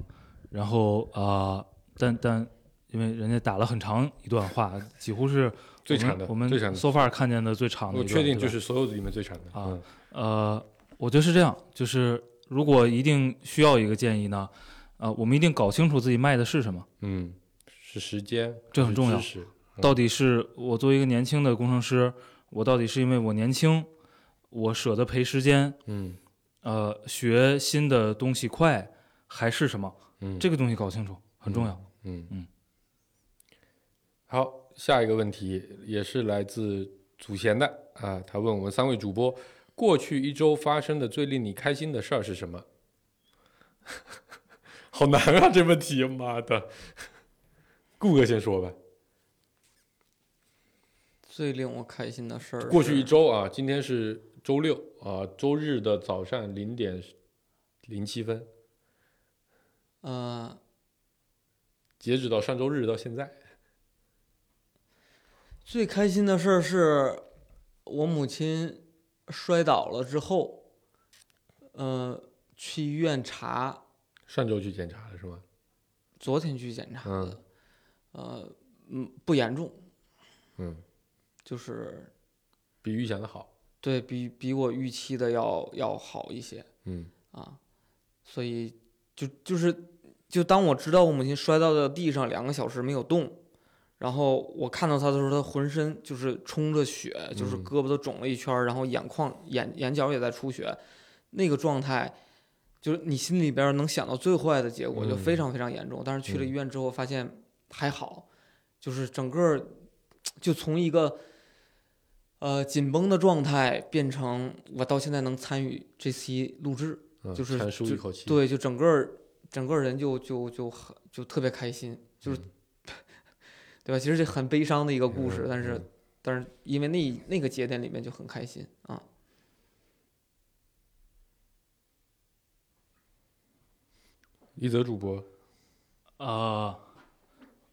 [SPEAKER 4] 然后啊、但但因为人家打了很长一段话，几乎是
[SPEAKER 5] 最
[SPEAKER 4] 我们
[SPEAKER 5] 长的
[SPEAKER 4] 我们
[SPEAKER 5] 最长的
[SPEAKER 4] so far 看见的最长的一
[SPEAKER 5] 我
[SPEAKER 4] 段。
[SPEAKER 5] 确定
[SPEAKER 4] 对
[SPEAKER 5] 就
[SPEAKER 4] 吧
[SPEAKER 5] 是所有的里面最长的
[SPEAKER 4] 啊
[SPEAKER 5] 嗯
[SPEAKER 4] 呃，我觉得是这样，就是如果一定需要一个建议呢，呃，我们一定搞清楚自己卖的是什么，
[SPEAKER 5] 嗯，是时间，
[SPEAKER 4] 这很
[SPEAKER 5] 是
[SPEAKER 4] 重要
[SPEAKER 5] 知识嗯
[SPEAKER 4] 到底是我作为一个年轻的工程师，我到底是因为我年轻，我舍得赔时间，
[SPEAKER 5] 嗯
[SPEAKER 4] 呃，学新的东西快，还是什么？
[SPEAKER 5] 嗯，
[SPEAKER 4] 这个东西搞清楚很重要。
[SPEAKER 5] 嗯
[SPEAKER 4] 嗯
[SPEAKER 5] 好，下一个问题也是来自祖贤的啊，他问我们三位主播，过去一周发生的最令你开心的事儿是什么？ 好难啊，这问题，妈的！顾哥先说吧，
[SPEAKER 3] 最令我开心的事儿是，
[SPEAKER 5] 过去一周啊，今天是周六啊，周日的早上零点零七分，
[SPEAKER 3] 呃，
[SPEAKER 5] 截止到上周日到现在，
[SPEAKER 3] 最开心的事儿是我母亲摔倒了之后，呃，去医院查，
[SPEAKER 5] 上周去检查了是吗？
[SPEAKER 3] 昨天去检查
[SPEAKER 5] 嗯
[SPEAKER 3] 的，呃，嗯，不严重，
[SPEAKER 5] 嗯，
[SPEAKER 3] 就是
[SPEAKER 5] 比预想的好，
[SPEAKER 3] 对比比我预期的要要好一些
[SPEAKER 5] 嗯
[SPEAKER 3] 啊，所以就就是就当我知道我母亲摔到了地上两个小时没有动，然后我看到他的时候，他浑身就是冲着血，就是
[SPEAKER 5] 嗯
[SPEAKER 3] 胳膊都肿了一圈儿，然后眼眶、眼眼角也在出血，那个状态，就是你心里边儿能想到最坏的结果，就非
[SPEAKER 5] 嗯
[SPEAKER 3] 常非常严重。但是去了
[SPEAKER 5] 嗯
[SPEAKER 3] 医院之后，发现还好，就是整个儿就从一个呃紧绷的状态变成我到现在能参与这期录制，
[SPEAKER 5] 嗯
[SPEAKER 3] 就是
[SPEAKER 5] 长舒一口气，
[SPEAKER 3] 对，就整个儿整个儿人就就就很就特别开心，就是、 对吧？其实这很悲伤的一个故事，
[SPEAKER 5] 嗯嗯
[SPEAKER 3] 但是
[SPEAKER 5] 嗯
[SPEAKER 3] 但是因为那那个节点里面就很开心啊。
[SPEAKER 5] 一泽主播，嗯
[SPEAKER 4] 呃，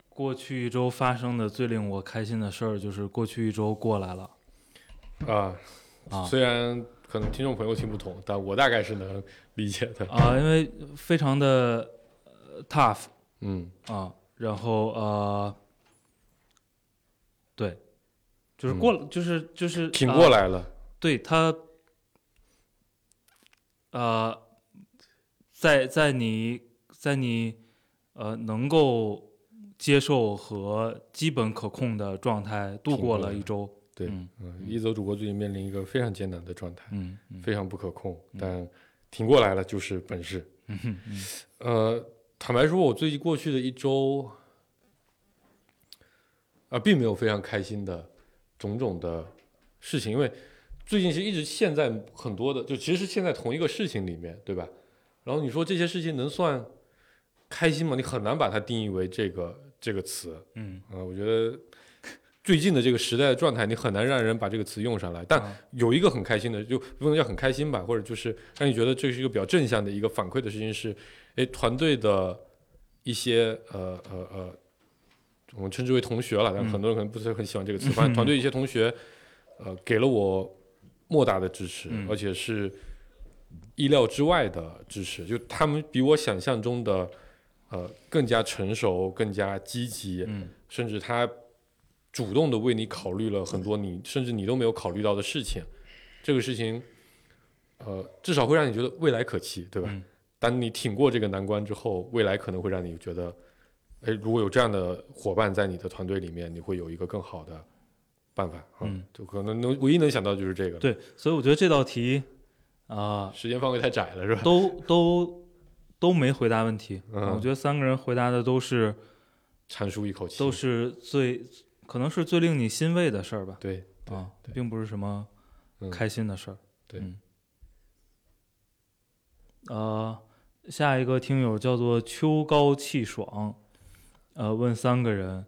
[SPEAKER 4] 过去一周发生的最令我开心的事儿，就是过去一周过来了
[SPEAKER 5] 啊，
[SPEAKER 4] 啊
[SPEAKER 5] 虽然可能听众朋友听不懂，但我大概是能理解的。
[SPEAKER 4] 啊、因为非常的呃 tough
[SPEAKER 5] 嗯
[SPEAKER 4] 啊，然后呃，对，就是
[SPEAKER 5] 嗯
[SPEAKER 4] 过了，就是就是
[SPEAKER 5] 挺
[SPEAKER 4] 呃
[SPEAKER 5] 过来了。
[SPEAKER 4] 对他，呃，在在你在你呃能够接受和基本可控的状态度
[SPEAKER 5] 挺过
[SPEAKER 4] 过
[SPEAKER 5] 来
[SPEAKER 4] 了
[SPEAKER 5] 了
[SPEAKER 4] 一周，
[SPEAKER 5] 对
[SPEAKER 4] 嗯
[SPEAKER 5] 嗯，一泽主播最近面临一个非常艰难的状态，
[SPEAKER 4] 嗯嗯
[SPEAKER 5] 非常不可控，
[SPEAKER 4] 嗯
[SPEAKER 5] 但挺过来了就是本事。
[SPEAKER 4] 嗯哼嗯
[SPEAKER 5] 呃，坦白说，我最近过去的一周，啊、并没有非常开心的种种的事情，因为最近是一直陷在很多的，就其实是陷在同一个事情里面，对吧？然后你说这些事情能算开心吗？你很难把它定义为这个这个词。
[SPEAKER 4] 嗯，
[SPEAKER 5] 啊、我觉得最近的这个时代的状态，你很难让人把这个词用上来。但
[SPEAKER 4] 啊
[SPEAKER 5] 有一个很开心的，就不能叫很开心吧，或者就是让你觉得这是一个比较正向的一个反馈的事情是，哎，团队的一些呃呃呃，我们称之为同学了，但
[SPEAKER 4] 嗯
[SPEAKER 5] 很多人可能不是很喜欢这个 词。反正团队一些同学，呃，给了我莫大的支持，
[SPEAKER 4] 嗯
[SPEAKER 5] 而且是意料之外的支持，就他们比我想象中的。呃，更加成熟，更加积极，
[SPEAKER 4] 嗯
[SPEAKER 5] 甚至他主动的为你考虑了很多你甚至你都没有考虑到的事情，这个事情，呃，至少会让你觉得未来可期，对吧？
[SPEAKER 4] 嗯
[SPEAKER 5] 当你挺过这个难关之后，未来可能会让你觉得，哎，如果有这样的伙伴在你的团队里面，你会有一个更好的办法。啊
[SPEAKER 4] 嗯，
[SPEAKER 5] 就可能能唯一能想到就是这个了。
[SPEAKER 4] 对，所以我觉得这道题啊、
[SPEAKER 5] 时间范围太窄了，是吧？
[SPEAKER 4] 都都都没回答问题，
[SPEAKER 5] 嗯
[SPEAKER 4] 我觉得三个人回答的都是
[SPEAKER 5] 长舒一口气，
[SPEAKER 4] 都是最可能是最令你欣慰的事儿吧，
[SPEAKER 5] 对，对
[SPEAKER 4] 啊
[SPEAKER 5] 对，
[SPEAKER 4] 并不是什么
[SPEAKER 5] 嗯
[SPEAKER 4] 开心的事儿。
[SPEAKER 5] 对
[SPEAKER 4] 嗯呃，下一个听友叫做秋高气爽，呃，问三个人：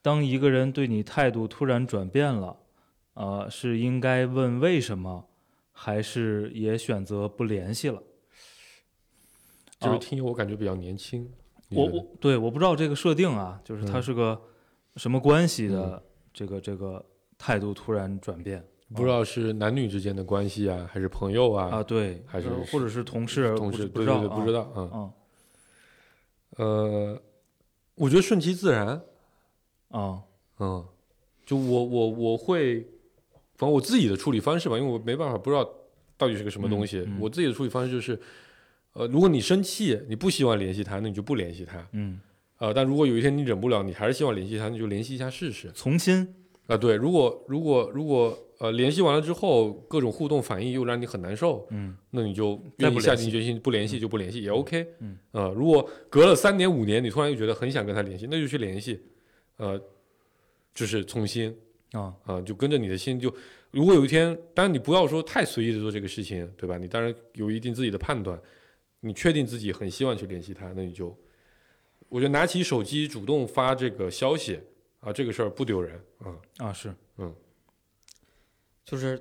[SPEAKER 4] 当一个人对你态度突然转变了，呃，是应该问为什么，还是也选择不联系了？
[SPEAKER 5] 这位
[SPEAKER 4] 啊
[SPEAKER 5] 听友我感觉比较年轻，你
[SPEAKER 4] 我
[SPEAKER 5] 觉得
[SPEAKER 4] 我对我不知道这个设定啊，就是它
[SPEAKER 5] 嗯
[SPEAKER 4] 是个什么关系
[SPEAKER 5] 嗯
[SPEAKER 4] 的这个、这个态度突然转变
[SPEAKER 5] 不知道是男女之间的关系啊，还是朋友啊，
[SPEAKER 4] 啊，对，
[SPEAKER 5] 还是
[SPEAKER 4] 呃或者是同事，
[SPEAKER 5] 同
[SPEAKER 4] 不
[SPEAKER 5] 事
[SPEAKER 4] 知不知
[SPEAKER 5] 对对
[SPEAKER 4] 道
[SPEAKER 5] 对，不知
[SPEAKER 4] 道，
[SPEAKER 5] 道啊。
[SPEAKER 4] 嗯
[SPEAKER 5] 呃，我觉得顺其自然，
[SPEAKER 4] 嗯
[SPEAKER 5] 嗯，就我我我会，反正我自己的处理方式吧，因为我没办法不知道到底是个什么东西。
[SPEAKER 4] 嗯嗯
[SPEAKER 5] 我自己的处理方式就是，呃，如果你生气，你不希望联系他，那你就不联系他。
[SPEAKER 4] 嗯，
[SPEAKER 5] 呃，但如果有一天你忍不了，你还是希望联系他，你就联系一下试试。
[SPEAKER 4] 从心，
[SPEAKER 5] 啊、对，如果如果如果呃联系完了之后，各种互动反应又让你很难受，
[SPEAKER 4] 嗯
[SPEAKER 5] 那你就
[SPEAKER 4] 再
[SPEAKER 5] 愿意
[SPEAKER 4] 不
[SPEAKER 5] 下
[SPEAKER 4] 联
[SPEAKER 5] 定
[SPEAKER 4] 系
[SPEAKER 5] 决心不联系就不联系也 OK。
[SPEAKER 4] 嗯，
[SPEAKER 5] 呃，如果隔了三年五年，你突然又觉得很想跟他联系，那就去联系，呃，就是从心
[SPEAKER 4] 啊，
[SPEAKER 5] 啊、就跟着你的心就。如果有一天，当然你不要说太随意的做这个事情，对吧？你当然有一定自己的判断，你确定自己很希望去联系他，那你就，我觉得拿起手机主动发这个消息啊，这个事儿不丢人啊。
[SPEAKER 4] 啊是，
[SPEAKER 3] 就是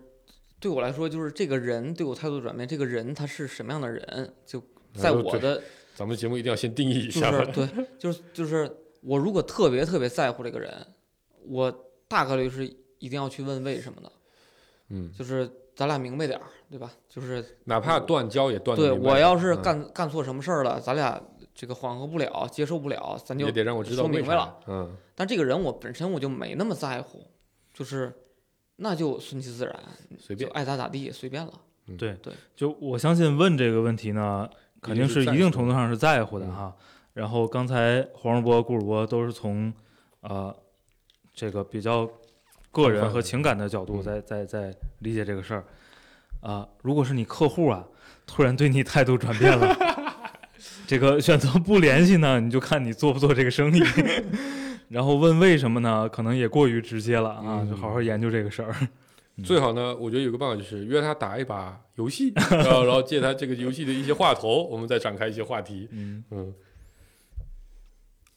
[SPEAKER 3] 对我来说，就是这个人对我态度转变，这个人他是什么样的人，就在
[SPEAKER 5] 对
[SPEAKER 3] 我的
[SPEAKER 5] 咱们节目一定要先定义一
[SPEAKER 3] 就
[SPEAKER 5] 下吧，
[SPEAKER 3] 是对， 就是就是我如果特别特别在乎这个人，我大概率是一定要去问为什么的，
[SPEAKER 5] 嗯，
[SPEAKER 3] 就是咱俩明白点儿，对吧？就是
[SPEAKER 5] 哪怕断交也断得
[SPEAKER 3] 对
[SPEAKER 5] 明白
[SPEAKER 3] 我要是
[SPEAKER 5] 嗯
[SPEAKER 3] 干、干错什么事儿了，咱俩这个缓和不了，接受不了，咱就
[SPEAKER 5] 也得让我知道
[SPEAKER 3] 说
[SPEAKER 5] 为
[SPEAKER 3] 明白
[SPEAKER 5] 啥
[SPEAKER 3] 了。
[SPEAKER 5] 嗯，
[SPEAKER 3] 但这个人我本身我就没那么在乎，就是那就顺其自然，
[SPEAKER 5] 随
[SPEAKER 3] 就哎
[SPEAKER 5] 便。
[SPEAKER 3] 爱咋咋地随便了。
[SPEAKER 4] 就我相信问这个问题呢，肯定是一定程度上是嗯在乎的哈。然后刚才黄世波、顾主播都是从呃这个比较个人
[SPEAKER 5] 泛
[SPEAKER 4] 和
[SPEAKER 5] 的
[SPEAKER 4] 情感的角度
[SPEAKER 5] 嗯
[SPEAKER 4] 在在在理解这个事儿。啊、如果是你客户啊，突然对你态度转变了， 这个选择不联系呢，你就看你做不做这个 生意。然后问为什么呢？可能也过于直接了啊，就好好研究这个事儿。
[SPEAKER 5] 最好呢，我觉得有个办法就是约他打一把 游戏，然后然后借他这个游戏的一些话头，我们再展开一些话题。
[SPEAKER 4] 嗯，
[SPEAKER 5] 嗯，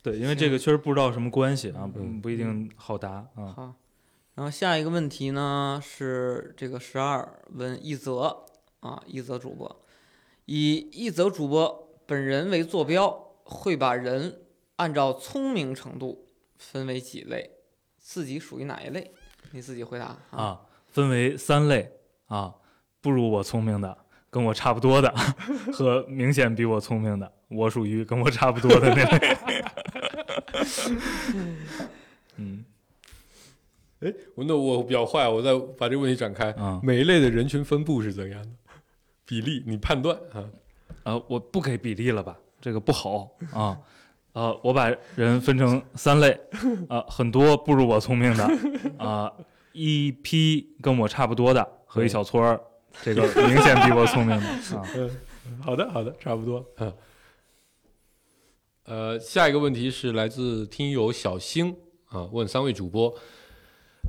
[SPEAKER 4] 对，因为这个确实不知道什么关系啊，不
[SPEAKER 5] 嗯
[SPEAKER 4] 不一定好答啊。
[SPEAKER 3] 好，然后下一个问题呢是这个十二问一则啊，一则主播以一则主播本人为坐标，会把人按照聪明程度分为几类，自己属于哪一类？你自己回答啊。
[SPEAKER 4] 啊，分为三类啊，不如我聪明的，跟我差不多的， 和明显比我聪明的，我属于跟我差不多的那类。嗯
[SPEAKER 5] 哎，我那我比较坏，我再把这个问题展开，
[SPEAKER 4] 啊
[SPEAKER 5] 每一类的人群分布是怎样的？比例你判断啊？
[SPEAKER 4] 呃，我不给比例了吧，这个不好啊。呃，我把人分成三类，啊，很多不如我聪明的，啊、一批跟我差不多的和一小撮儿，这个明显比我聪明的啊。
[SPEAKER 5] 好的，好的，差不多。嗯，呃，下一个问题是来自听友小星啊，问三位主播，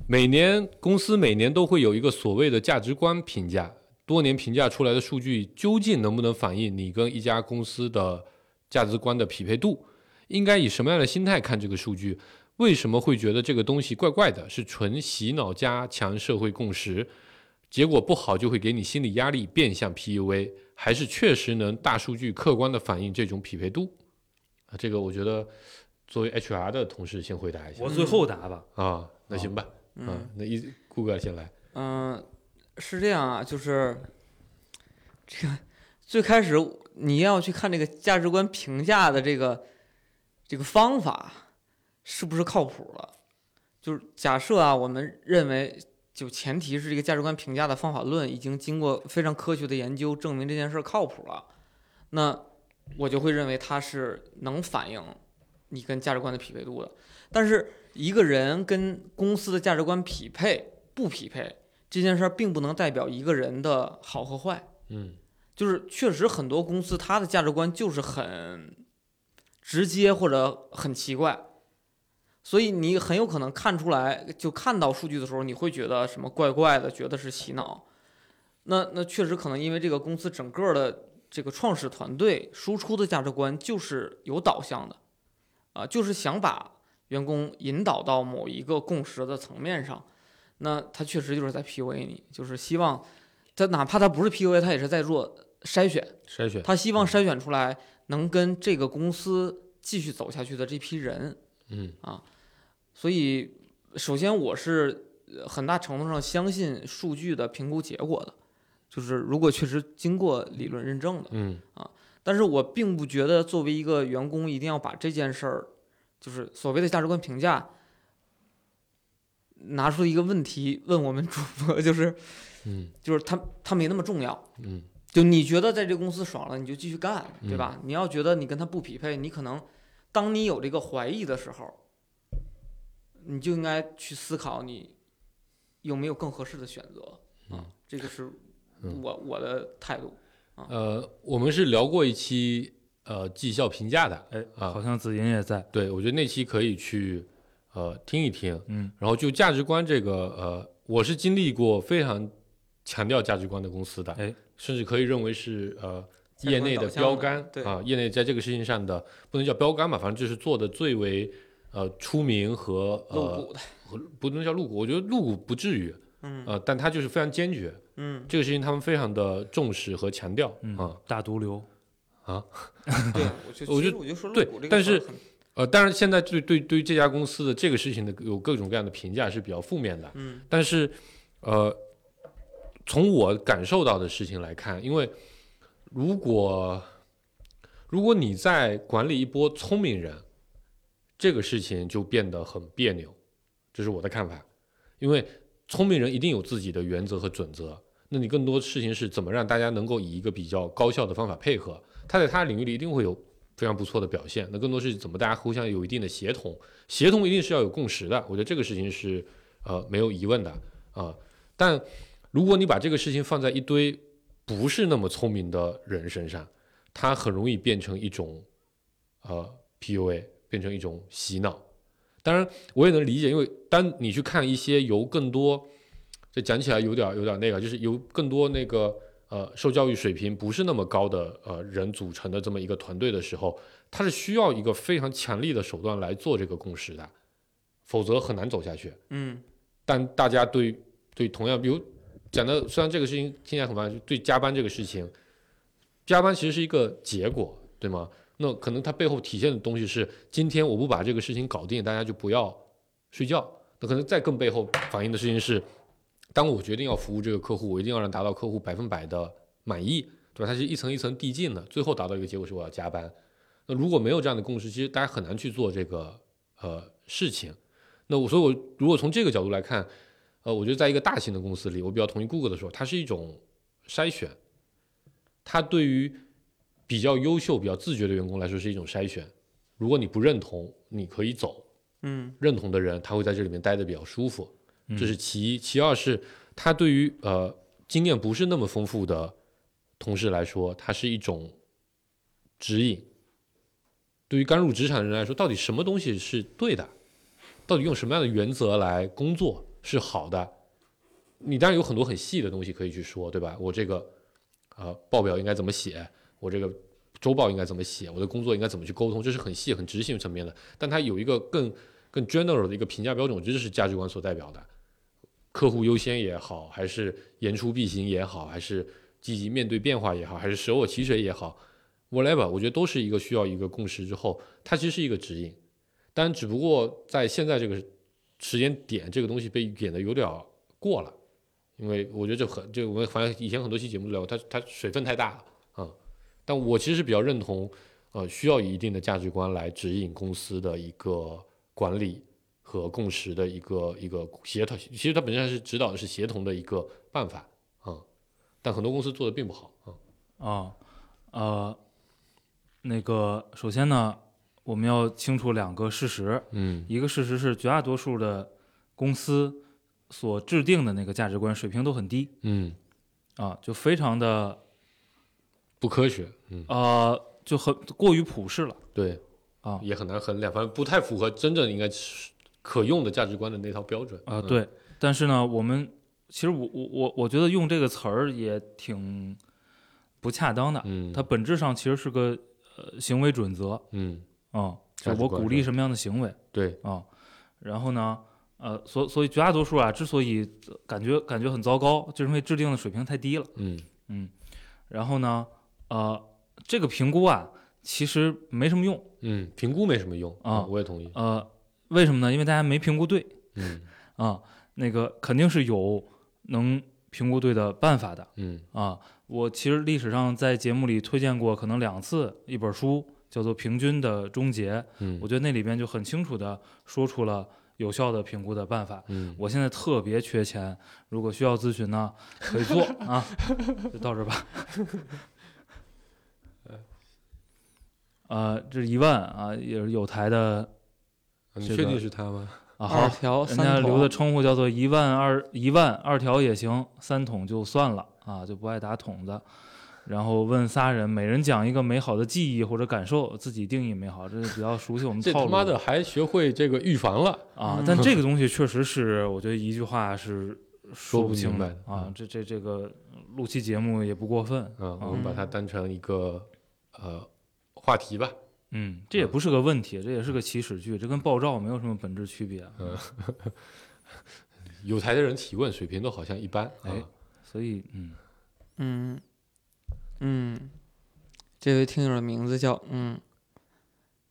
[SPEAKER 5] 每年公司每年都会有一个所谓的价值观评价，多年评价出来的数据究竟能不能反映你跟一家公司的价值观的匹配度？应该以什么样的心态看这个数据？为什么会觉得这个东西怪怪的？是纯洗脑加强社会共识？结果不好就会给你心理压力，变相 PUA，还是确实能大数据客观的反映这种匹配度？啊，这个我觉得作为 HR 的同事先回答一下
[SPEAKER 4] 我最后答吧，
[SPEAKER 5] 啊，那行吧，啊
[SPEAKER 3] 嗯，
[SPEAKER 5] 那一顾哥先来，
[SPEAKER 3] 嗯、是这样啊，就是这个最开始你要去看这个价值观评价的这个这个方法是不是靠谱了。就是假设啊，我们认为就前提是这个价值观评价的方法论已经经过非常科学的研究，证明这件事儿靠谱了，那我就会认为它是能反映你跟价值观的匹配度的。但是一个人跟公司的价值观匹配不匹配这件事儿，并不能代表一个人的好和坏。
[SPEAKER 5] 嗯
[SPEAKER 3] 就是确实很多公司它的价值观就是很直接或者很奇怪，所以你很有可能看出来，就看到数据的时候，你会觉得什么怪怪的，觉得是洗脑。那那确实可能因为这个公司整个的这个创始团队输出的价值观就是有导向的，啊、就是想把员工引导到某一个共识的层面上。那他确实就是在 PUA 你，就是希望他哪怕他不是 PUA，他也是在做筛选，
[SPEAKER 5] 筛选，
[SPEAKER 3] 他希望筛选出来能跟这个公司继续走下去的这批人。
[SPEAKER 5] 嗯
[SPEAKER 3] 所以，首先我是呃很大程度上相信数据的评估结果的，就是如果确实经过理论认证的。
[SPEAKER 5] 嗯
[SPEAKER 3] 但是我并不觉得作为一个员工一定要把这件事儿，就是所谓的价值观评价，拿出一个问题问我们主播， 就是
[SPEAKER 5] 嗯
[SPEAKER 3] 就是他他没那么重要。
[SPEAKER 5] 嗯
[SPEAKER 3] 就你觉得在这公司爽了，你就继续干，对吧？你要觉得你跟他不匹配，你可能当你有这个怀疑的时候，你就应该去思考你有没有更合适的选择啊。这个是
[SPEAKER 5] 嗯
[SPEAKER 3] 我我的态度。
[SPEAKER 5] 呃，我们是聊过一期呃绩效评价的，
[SPEAKER 4] 哎，
[SPEAKER 5] 啊
[SPEAKER 4] 好像子银也在，
[SPEAKER 5] 对我觉得那期可以去呃听一听，
[SPEAKER 4] 嗯，
[SPEAKER 5] 然后就价值观这个，呃，我是经历过非常强调价值观的公司的，
[SPEAKER 4] 哎，
[SPEAKER 5] 甚至可以认为是呃
[SPEAKER 3] 价值观
[SPEAKER 5] 业内
[SPEAKER 3] 导向
[SPEAKER 5] 标
[SPEAKER 3] 的
[SPEAKER 5] 杆
[SPEAKER 3] 对
[SPEAKER 5] 啊，业内在这个事情上的不能叫标杆吧，反正就是做的最为呃出名和
[SPEAKER 3] 露
[SPEAKER 5] 呃
[SPEAKER 3] 骨的，
[SPEAKER 5] 和不能叫露骨，我觉得露骨不至于，
[SPEAKER 3] 嗯
[SPEAKER 5] 呃，但他就是非常坚决，
[SPEAKER 3] 嗯，
[SPEAKER 5] 这个事情他们非常的重视和强调
[SPEAKER 4] 嗯，
[SPEAKER 5] 啊，
[SPEAKER 4] 大毒瘤，
[SPEAKER 3] 对，我就
[SPEAKER 5] 我
[SPEAKER 3] 其
[SPEAKER 5] 就
[SPEAKER 3] 实我就说
[SPEAKER 5] 对
[SPEAKER 3] 露骨这个
[SPEAKER 5] 但
[SPEAKER 3] 词儿
[SPEAKER 5] 是
[SPEAKER 3] 很
[SPEAKER 5] 呃，当然现在对对对于这家公司的这个事情的有各种各样的评价是比较负面的，
[SPEAKER 3] 嗯
[SPEAKER 5] 但是，呃，从我感受到的事情来看，因为如果如果你在管理一波聪明人，这个事情就变得很别扭，这是我的看法。因为聪明人一定有自己的原则和准则，那你更多事情是怎么让大家能够以一个比较高效的方法配合，他在他的领域里一定会有非常不错的表现。那更多是怎么大家互相有一定的协同，协同一定是要有共识的。我觉得这个事情是呃没有疑问的啊、但如果你把这个事情放在一堆不是那么聪明的人身上，它很容易变成一种呃 PUA，变成一种洗脑。当然，我也能理解，因为当你去看一些由更多，这讲起来有点有点那个，就是由更多那个呃受教育水平不是那么高的呃人组成的这么一个团队的时候，它是需要一个非常强力的手段来做这个共识的，否则很难走下去。
[SPEAKER 3] 嗯
[SPEAKER 5] 但大家对对同样，比如讲的，虽然这个事情听起来很烦，对加班这个事情，加班其实是一个结果，对吗？那可能它背后体现的东西是，今天我不把这个事情搞定，大家就不要睡觉。那可能再更背后反映的事情是，当我决定要服务这个客户，我一定要让达到客户百分百的满意，对吧？它是一层一层递进的，最后达到一个结果是我要加班。那如果没有这样的共识，其实大家很难去做这个呃事情。那我所以我，如果从这个角度来看，呃，我觉得在一个大型的公司里，我比较同意 Google 的说，它是一种筛选，它对于比较优秀、比较自觉的员工来说是一种筛选。如果你不认同，你可以走；
[SPEAKER 3] 嗯
[SPEAKER 5] 认同的人，他会在这里面待的比较舒服，这是其一。其二是，他对于呃经验不是那么丰富的同事来说，它是一种指引。对于刚入职场的人来说，到底什么东西是对的？到底用什么样的原则来工作是好的？你当然有很多很细的东西可以去说，对吧？我这个呃报表应该怎么写？我这个周报应该怎么写？我的工作应该怎么去沟通？这是很细、很执行层面的。但它有一个更更 general 的一个评价标准，我觉得这是价值观所代表的。客户优先也好，还是言出必行也好，还是积极面对变化也好，还是舍我其谁也好，whatever，我觉得都是一个需要一个共识之后，它其实是一个指引。但只不过在现在这个时间点，这个东西被演的有点儿过了，因为我觉得这很，这我们反正以前很多期节目都聊过，它它水分太大了啊、嗯。但我其实是比较认同，呃，需要以一定的价值观来指引公司的一个管理和共识的一个一个协同，其实它本身是指导的是协同的一个办法啊、嗯。但很多公司做的并不好啊、嗯
[SPEAKER 4] 啊，呃，那个首先呢，我们要清楚两个事实，
[SPEAKER 5] 嗯
[SPEAKER 4] 一个事实是绝大多数的公司所制定的那个价值观水平都很低
[SPEAKER 5] 嗯，
[SPEAKER 4] 啊，就非常的
[SPEAKER 5] 不科学，嗯，
[SPEAKER 4] 呃，就很过于普世了。
[SPEAKER 5] 对，
[SPEAKER 4] 啊
[SPEAKER 5] 也很难衡量，反正不太符合真正应该是可用的价值观的那套标准嗯
[SPEAKER 4] 啊、，对。但是呢，我们其实我我我我觉得用这个词儿也挺不恰当的，
[SPEAKER 5] 嗯，
[SPEAKER 4] 它本质上其实是个呃行为准则
[SPEAKER 5] 嗯，
[SPEAKER 4] 啊、
[SPEAKER 5] 价
[SPEAKER 4] 就
[SPEAKER 5] 值
[SPEAKER 4] 我
[SPEAKER 5] 观
[SPEAKER 4] 鼓
[SPEAKER 5] 是
[SPEAKER 4] 励
[SPEAKER 5] 吧
[SPEAKER 4] 什么样的行为
[SPEAKER 5] 对，
[SPEAKER 4] 啊、然后呢，呃，所所以绝大多数啊，之所以呃感觉感觉很糟糕，就是因为制定的水平太低了。
[SPEAKER 5] 嗯
[SPEAKER 4] 嗯，然后呢，呃，这个评估啊，其实没什么用。
[SPEAKER 5] 嗯，评估没什么用
[SPEAKER 4] 啊
[SPEAKER 5] 我也同意，
[SPEAKER 4] 呃，为什么呢？因为大家没评估对
[SPEAKER 5] 嗯
[SPEAKER 4] 啊，那个肯定是有能评估对的办法的
[SPEAKER 5] 嗯
[SPEAKER 4] 啊。我其实历史上在节目里推荐过可能两次一本书，叫做《平均的终结》，
[SPEAKER 5] 嗯
[SPEAKER 4] 我觉得那里边就很清楚的说出了有效的评估的办法。
[SPEAKER 5] 嗯，
[SPEAKER 4] 我现在特别缺钱，如果需要咨询呢，可以做啊，就到这儿吧。呃，这是一万啊，也是有台的
[SPEAKER 5] 你
[SPEAKER 4] 这
[SPEAKER 5] 确
[SPEAKER 4] 个
[SPEAKER 5] 定是他吗？
[SPEAKER 3] 二
[SPEAKER 4] 啊，好，
[SPEAKER 3] 条
[SPEAKER 4] 人
[SPEAKER 3] 三
[SPEAKER 4] 家
[SPEAKER 3] 条
[SPEAKER 4] 留的称呼叫做一万二一万二条也行，三桶就算了啊，就不爱打桶子。然后问仨人，每人讲一个美好的记忆或者感受，自己定义美好，这是比较熟悉我们
[SPEAKER 5] 这
[SPEAKER 4] 套
[SPEAKER 5] 他
[SPEAKER 4] 路
[SPEAKER 5] 妈的还学会这个预防了，
[SPEAKER 4] 啊
[SPEAKER 3] 嗯。
[SPEAKER 4] 但这个东西确实是，我觉得一句话是
[SPEAKER 5] 说不
[SPEAKER 4] 不清
[SPEAKER 5] 明白
[SPEAKER 4] 的
[SPEAKER 5] 的
[SPEAKER 4] 啊
[SPEAKER 5] 嗯。
[SPEAKER 4] 这这这个录期节目也不过分，
[SPEAKER 5] 啊，我们把它当成一个呃话题吧，
[SPEAKER 4] 嗯，这也不是个问题，这也是个起始句，这跟爆照没有什么本质区别。啊
[SPEAKER 5] 嗯，有台的人提问水平都好像一般，
[SPEAKER 4] 哎
[SPEAKER 5] 啊
[SPEAKER 4] 所以，嗯，
[SPEAKER 3] 嗯嗯，这位听友的名字叫嗯，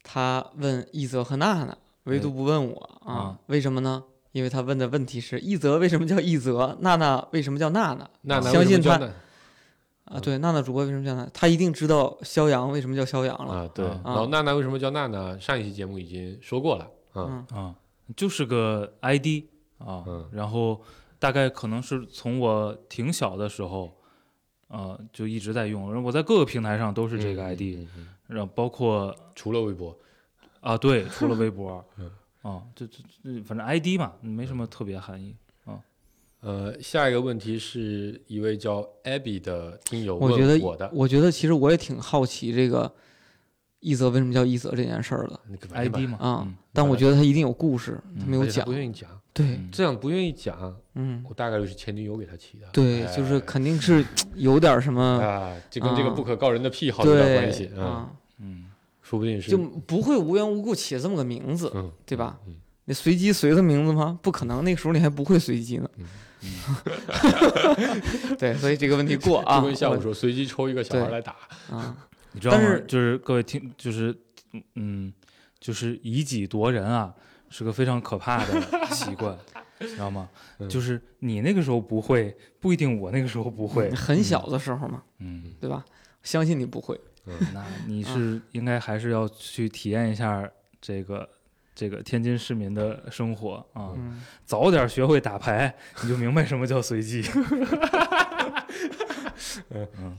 [SPEAKER 3] 他问一泽和娜娜，唯
[SPEAKER 5] 哎
[SPEAKER 3] 独不问我啊
[SPEAKER 4] 啊，
[SPEAKER 3] 为什么呢？因为他问的问题是一泽为什么叫一泽，娜娜为什么叫娜娜
[SPEAKER 5] 那那
[SPEAKER 3] 相
[SPEAKER 5] 为什么
[SPEAKER 3] 信
[SPEAKER 5] 叫
[SPEAKER 3] 他
[SPEAKER 5] 那
[SPEAKER 3] 啊？
[SPEAKER 5] 嗯
[SPEAKER 3] 对，娜娜主播为什么叫娜？他一定知道肖阳为什么叫肖阳了。
[SPEAKER 5] 啊，对，
[SPEAKER 4] 啊
[SPEAKER 5] 然后娜娜为什么叫娜娜？上一期节目已经说过了，啊，
[SPEAKER 3] 嗯
[SPEAKER 4] 啊，就是个 ID 啊，
[SPEAKER 5] 嗯
[SPEAKER 4] 然后大概可能是从我挺小的时候，呃，就一直在用。然后我在各个平台上都是这个
[SPEAKER 5] 嗯
[SPEAKER 4] ID，、
[SPEAKER 5] 嗯嗯
[SPEAKER 4] 然后包括
[SPEAKER 5] 嗯除了微博，，
[SPEAKER 4] 啊，对，除了微博
[SPEAKER 5] 嗯
[SPEAKER 4] 啊，这这这，反正 ID 嘛，没什么特别含义。
[SPEAKER 5] 呃，下一个问题是一位叫 Abby 的听友
[SPEAKER 3] 我觉得
[SPEAKER 5] 问我的，
[SPEAKER 3] 我觉得其实我也挺好奇这个一泽为什么叫一泽这件事儿的
[SPEAKER 5] 你可把它
[SPEAKER 4] ID 嘛，
[SPEAKER 3] 啊、
[SPEAKER 4] 嗯
[SPEAKER 3] 但我觉得他一定有故事，
[SPEAKER 4] 嗯
[SPEAKER 3] 他没有
[SPEAKER 5] 而且他
[SPEAKER 3] 讲
[SPEAKER 5] 不。愿意讲，
[SPEAKER 3] 对，
[SPEAKER 5] 这样不愿意讲，
[SPEAKER 3] 嗯，
[SPEAKER 5] 我大概率是前女友给他起的。
[SPEAKER 3] 对，
[SPEAKER 5] 哎
[SPEAKER 3] 就是肯定是有点儿什么
[SPEAKER 5] 啊，这跟这个
[SPEAKER 3] 啊
[SPEAKER 5] 不可告人的癖好有点
[SPEAKER 3] 对
[SPEAKER 5] 关系啊，
[SPEAKER 3] 啊，
[SPEAKER 4] 嗯，
[SPEAKER 5] 说不定是
[SPEAKER 3] 就不会无缘无故起这么个名字，
[SPEAKER 5] 嗯，
[SPEAKER 3] 对吧？
[SPEAKER 5] 嗯？
[SPEAKER 3] 你随机随的名字吗？不可能，那时候你还不会随机呢。
[SPEAKER 5] 嗯
[SPEAKER 3] 对，所以这个问题过啊。
[SPEAKER 5] 就跟下午
[SPEAKER 3] 我
[SPEAKER 5] 说，随机抽一个小孩
[SPEAKER 3] 对
[SPEAKER 5] 来打，
[SPEAKER 3] 啊，
[SPEAKER 4] 你知道吗？
[SPEAKER 3] 但是
[SPEAKER 4] 就是各位听，就是嗯，就是以己夺人啊，是个非常可怕 的习惯，知道吗？
[SPEAKER 5] 嗯
[SPEAKER 4] 就是你那个时候不会，不一定我那个时候不会。
[SPEAKER 5] 嗯
[SPEAKER 3] 很小的时候嘛，
[SPEAKER 4] 嗯，
[SPEAKER 3] 对吧？相信你不会。
[SPEAKER 4] 那
[SPEAKER 3] 嗯
[SPEAKER 4] 你是应该还是要去体验一下这个这个天津市民的生活啊，
[SPEAKER 3] 嗯，
[SPEAKER 4] 早点学会打牌，你就明白什么叫随机。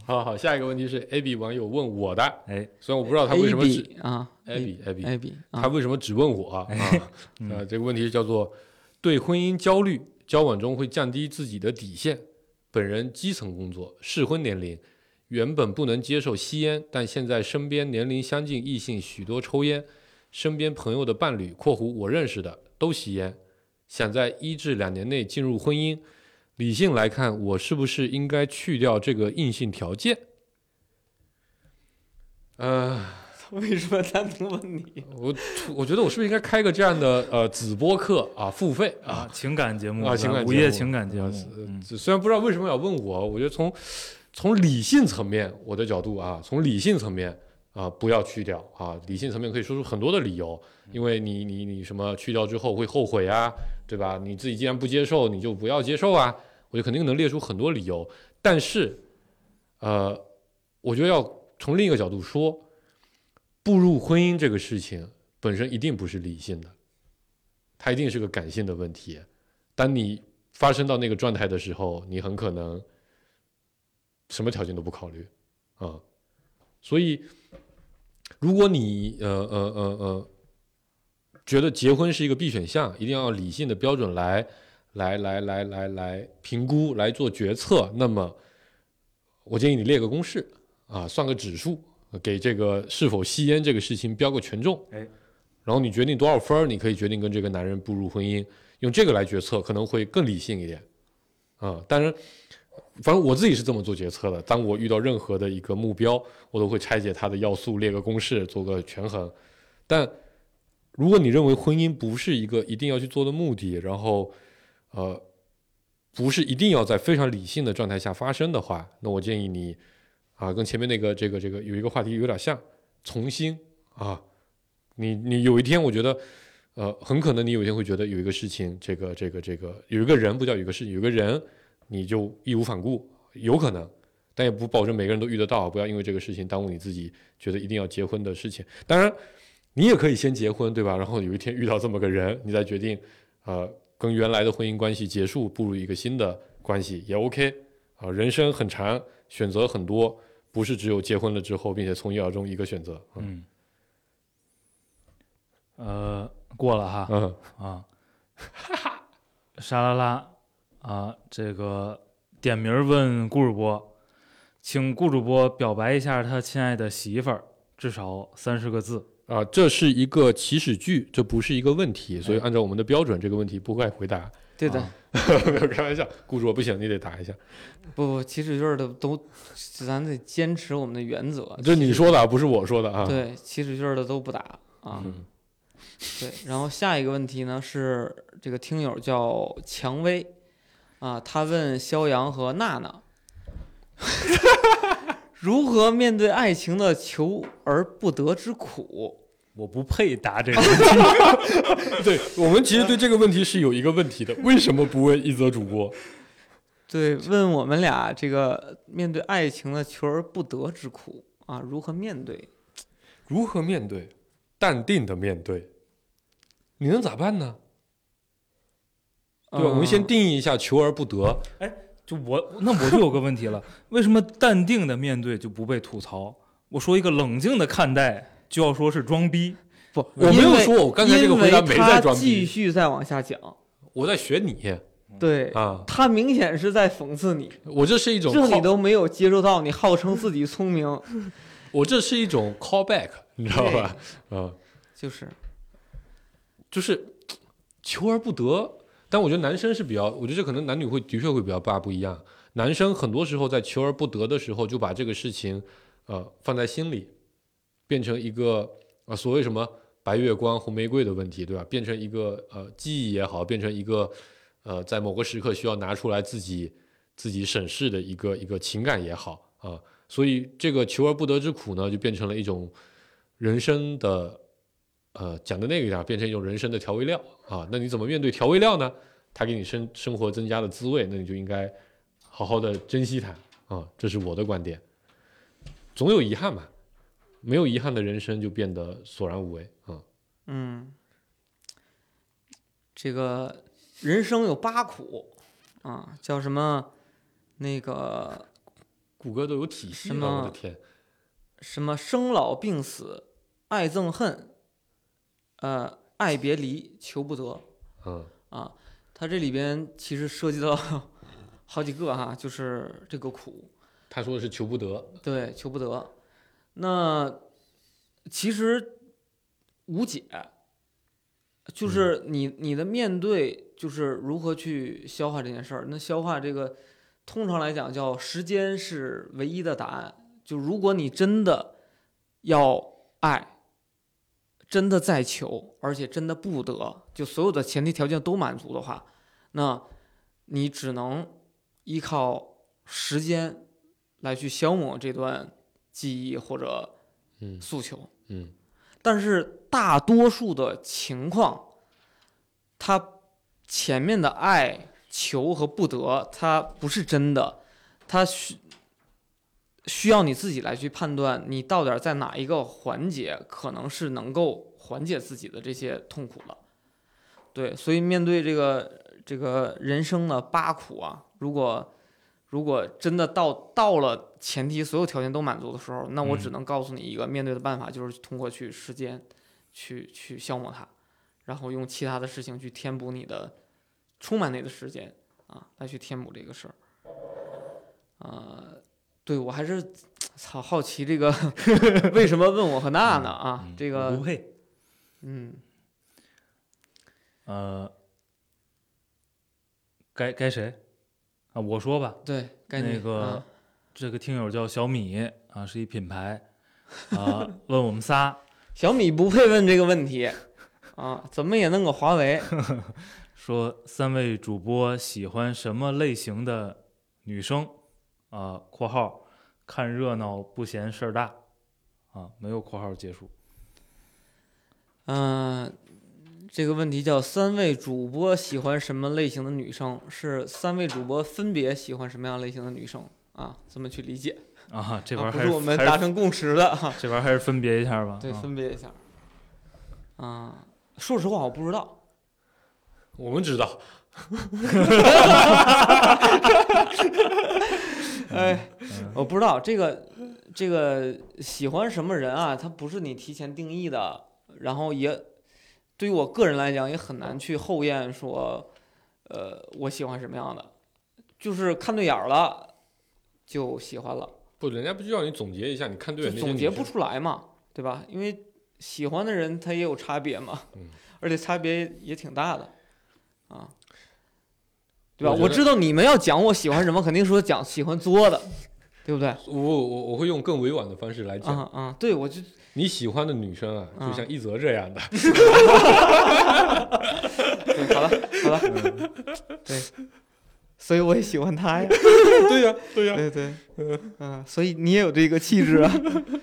[SPEAKER 5] 好好，下一个问题是 A B 网友问我的，
[SPEAKER 4] 哎，
[SPEAKER 5] 虽然我不知道他
[SPEAKER 3] A
[SPEAKER 5] 为什么只
[SPEAKER 3] B 啊
[SPEAKER 5] A B A B，
[SPEAKER 3] A B
[SPEAKER 5] 他
[SPEAKER 3] 啊，哎嗯
[SPEAKER 5] 为什么只问我啊？呃，这个问题叫做对婚姻焦虑，交往中会降低自己的底线。本人基层工作，适婚年龄，原本不能接受吸烟，但现在身边年龄相近异性许多抽烟，身边朋友的伴侣（括弧我认识的）都吸烟，想在一至两年内进入婚姻。理性来看，我是不是应该去掉这个硬性条件？呃，
[SPEAKER 3] 为什么单独问你？
[SPEAKER 5] 我我觉得我是不是应该开个这样的呃子播课啊，付费啊？
[SPEAKER 4] 啊，情感节目
[SPEAKER 5] 啊情感
[SPEAKER 4] 午
[SPEAKER 5] 节
[SPEAKER 4] 夜
[SPEAKER 5] 目
[SPEAKER 4] 情感节目
[SPEAKER 5] 呃，
[SPEAKER 4] 嗯
[SPEAKER 5] 这虽然不知道为什么要问我，我觉得从从理性层面，我的角度啊，从理性层面啊，不要去掉啊。理性层面可以说出很多的理由，因为你你你什么去掉之后会后悔啊，对吧？你自己既然不接受，你就不要接受啊。我就肯定能列出很多理由，但是，呃，我觉得要从另一个角度说，步入婚姻这个事情本身一定不是理性的，它一定是个感性的问题。当你发生到那个状态的时候，你很可能什么条件都不考虑啊、所以，如果你呃呃呃呃觉得结婚是一个必选项，一定要理性的标准来来来来来来评估来做决策，那么我建议你列个公式啊，算个指数，给这个是否吸烟这个事情标个权重。
[SPEAKER 4] 哎，
[SPEAKER 5] 然后你决定多少分儿，你可以决定跟这个男人步入婚姻，用这个来决策可能会更理性一点。啊、当然，反正我自己是这么做决策的。当我遇到任何的一个目标，我都会拆解它的要素，列个公式，做个权衡。但如果你认为婚姻不是一个一定要去做的目的，然后呃，不是一定要在非常理性的状态下发生的话，那我建议你啊，跟前面那个这个这个有一个话题有点像，从心啊，你你有一天我觉得。呃，很可能你有一天会觉得有一个事情，这个这个这个有一个人不叫有一个事，有一个人，你就义无反顾，有可能，但也不保证每个人都遇得到，不要因为这个事情耽误你自己觉得一定要结婚的事情。当然，你也可以先结婚，对吧？然后有一天遇到这么个人，你再决定，呃，跟原来的婚姻关系结束，步入一个新的关系也 OK 啊、人生很长，选择很多，不是只有结婚了之后，并且从一而终一个选择。嗯
[SPEAKER 4] 嗯，呃，过了哈，
[SPEAKER 5] 嗯
[SPEAKER 4] 啊，沙拉拉啊，这个点名儿问顾主播，请顾主播表白一下他亲爱的媳妇儿，至少三十个字。
[SPEAKER 5] 啊，这是一个起始句，这不是一个问题，所以按照我们的标准，这个问题不该回答。
[SPEAKER 3] 对的，
[SPEAKER 4] 啊
[SPEAKER 5] 没有开玩笑，雇主我不行，你得答一下。
[SPEAKER 3] 不不，起始句儿的都，咱得坚持我们的原则。
[SPEAKER 5] 这是你说的啊，不是我说的啊。，
[SPEAKER 3] 对，起始句儿的都不打啊。
[SPEAKER 5] 嗯
[SPEAKER 3] 对，然后下一个问题呢是这个听友叫蔷薇啊，他问肖阳和娜娜 如何面对爱情的求而不得之苦。
[SPEAKER 4] 我不配答这个，
[SPEAKER 5] 对我们其实对这个问题是有一个问题的，为什么不问一则主播？
[SPEAKER 3] 对，问我们俩这个面对爱情的求而不得之苦啊，如何面对？
[SPEAKER 5] 如何面对？淡定的面对，你能咋办呢？对吧？我们先
[SPEAKER 3] 嗯
[SPEAKER 5] 定义一下求而不得，
[SPEAKER 4] 就我那我就有个问题了，为什么淡定的面对就不被吐槽？我说一个冷静的看待，就要说是装逼。
[SPEAKER 3] 不，
[SPEAKER 5] 我没有
[SPEAKER 3] 因为
[SPEAKER 5] 说我刚才这个回答
[SPEAKER 3] 因为
[SPEAKER 5] 没在装
[SPEAKER 3] 他
[SPEAKER 5] 逼
[SPEAKER 3] 继续再往下讲，
[SPEAKER 5] 我在学你
[SPEAKER 3] 对，
[SPEAKER 5] 啊，
[SPEAKER 3] 他明显是在讽刺你，
[SPEAKER 5] 我这是一种
[SPEAKER 3] 这你
[SPEAKER 5] call,
[SPEAKER 3] 都没有接受到，你号称自己聪明，
[SPEAKER 5] 我这是一种 callback，你知道吧？啊，
[SPEAKER 3] 就是
[SPEAKER 5] 就是求而不得。但我觉得男生是比较，我觉得这可能男女会的确会比较大不一样。男生很多时候在求而不得的时候，就把这个事情呃放在心里，变成一个呃所谓什么白月光红玫瑰的问题，对吧？变成一个呃记忆也好，变成一个呃在某个时刻需要拿出来自己自己审视的一个一个情感也好啊、所以这个求而不得之苦呢，就变成了一种人生的呃讲的那个呀，变成一种人生的调味料啊。那你怎么面对调味料呢？它给你生生活增加了滋味，那你就应该好好的珍惜它啊。这是我的观点。总有遗憾嘛，没有遗憾的人生就变得索然无味啊。
[SPEAKER 3] 嗯，这个人生有八苦啊，叫什么？那个
[SPEAKER 5] 谷歌都有体系
[SPEAKER 3] 什
[SPEAKER 5] 了，我
[SPEAKER 3] 么
[SPEAKER 5] 的天！
[SPEAKER 3] 什么生老病死、爱憎恨、呃爱别离、求不得
[SPEAKER 5] 嗯
[SPEAKER 3] 啊，它这里边其实涉及到 好几个哈、就是这个苦，
[SPEAKER 5] 他说的是求不得，
[SPEAKER 3] 对，求不得。那其实无解，就是你你的面对就是如何去消化这件事儿。那消化这个，通常来讲叫时间是唯一的答案。就如果你真的要爱，真的在求，而且真的不得，就所有的前提条件都满足的话，那你只能依靠时间来去消磨这段记忆或者
[SPEAKER 5] 嗯
[SPEAKER 3] 诉求。
[SPEAKER 5] 嗯
[SPEAKER 3] 但是大多数的情况，它前面的爱、求和不得，它不是真的，它需需要你自己来去判断，你到底在哪一个环节可能是能够缓解自己的这些痛苦了。对，所以面对这个这个人生的八苦啊，如果如果真的到到了前提所有条件都满足的时候，那我
[SPEAKER 4] 嗯
[SPEAKER 3] 只能告诉你一个面对的办法，就是通过去时间去去消磨它，然后用其他的事情去填补你的充满你的时间啊，来去填补这个事儿。呃，对我还是操好奇这个 为什么问我和娜呢啊？这
[SPEAKER 4] 嗯不
[SPEAKER 3] 个
[SPEAKER 4] 配。
[SPEAKER 3] 嗯
[SPEAKER 4] 呃，该该谁啊？我说吧，
[SPEAKER 3] 对，该你
[SPEAKER 4] 那个
[SPEAKER 3] 啊
[SPEAKER 4] 这个听友叫小米啊，是一品牌啊，问我们仨
[SPEAKER 3] 小米不配问这个问题啊，怎么也弄个华为？
[SPEAKER 4] 说，三位主播喜欢什么类型的女生啊？（括号看热闹不嫌事儿大）啊，没有括号结束。
[SPEAKER 3] 嗯、这个问题叫三位主播喜欢什么类型的女生？是三位主播分别喜欢什么样类型的女生啊？这么去理解
[SPEAKER 4] 啊，这玩意
[SPEAKER 3] 啊，
[SPEAKER 4] 儿
[SPEAKER 3] 不
[SPEAKER 4] 还
[SPEAKER 3] 是我们达
[SPEAKER 4] 还是
[SPEAKER 3] 成共识的啊。
[SPEAKER 4] 这玩意儿还是分别一下吧。
[SPEAKER 3] 对，
[SPEAKER 4] 啊
[SPEAKER 3] 分别一下。啊，说实话我不知道，
[SPEAKER 5] 我们知道，
[SPEAKER 3] 哎，我不知道这个这个喜欢什么人啊，他不是你提前定义的，然后也对于我个人来讲也很难去后验说，呃，我喜欢什么样的，就是看对眼儿了就喜欢了，
[SPEAKER 5] 不，人家不就让你总结一下？你看对
[SPEAKER 3] 就
[SPEAKER 5] 了那些
[SPEAKER 3] 总结
[SPEAKER 5] 女生
[SPEAKER 3] 不出来嘛，对吧？因为喜欢的人他也有差别嘛
[SPEAKER 5] 嗯，
[SPEAKER 3] 而且差别也挺大的，啊。对吧？
[SPEAKER 5] 我觉
[SPEAKER 3] 我
[SPEAKER 5] 得
[SPEAKER 3] 知道你们要讲我喜欢什么，肯定说讲喜欢作的，对不对？
[SPEAKER 5] 我我我会用更委婉的方式来讲，
[SPEAKER 3] 啊啊，对我就
[SPEAKER 5] 你喜欢的女生啊，
[SPEAKER 3] 啊
[SPEAKER 5] 就像一泽这样的，
[SPEAKER 3] 对，好了好了，对，所以我也喜欢他呀，
[SPEAKER 5] 对呀、对呀、
[SPEAKER 3] 对对，嗯，所以你也有这个气质啊，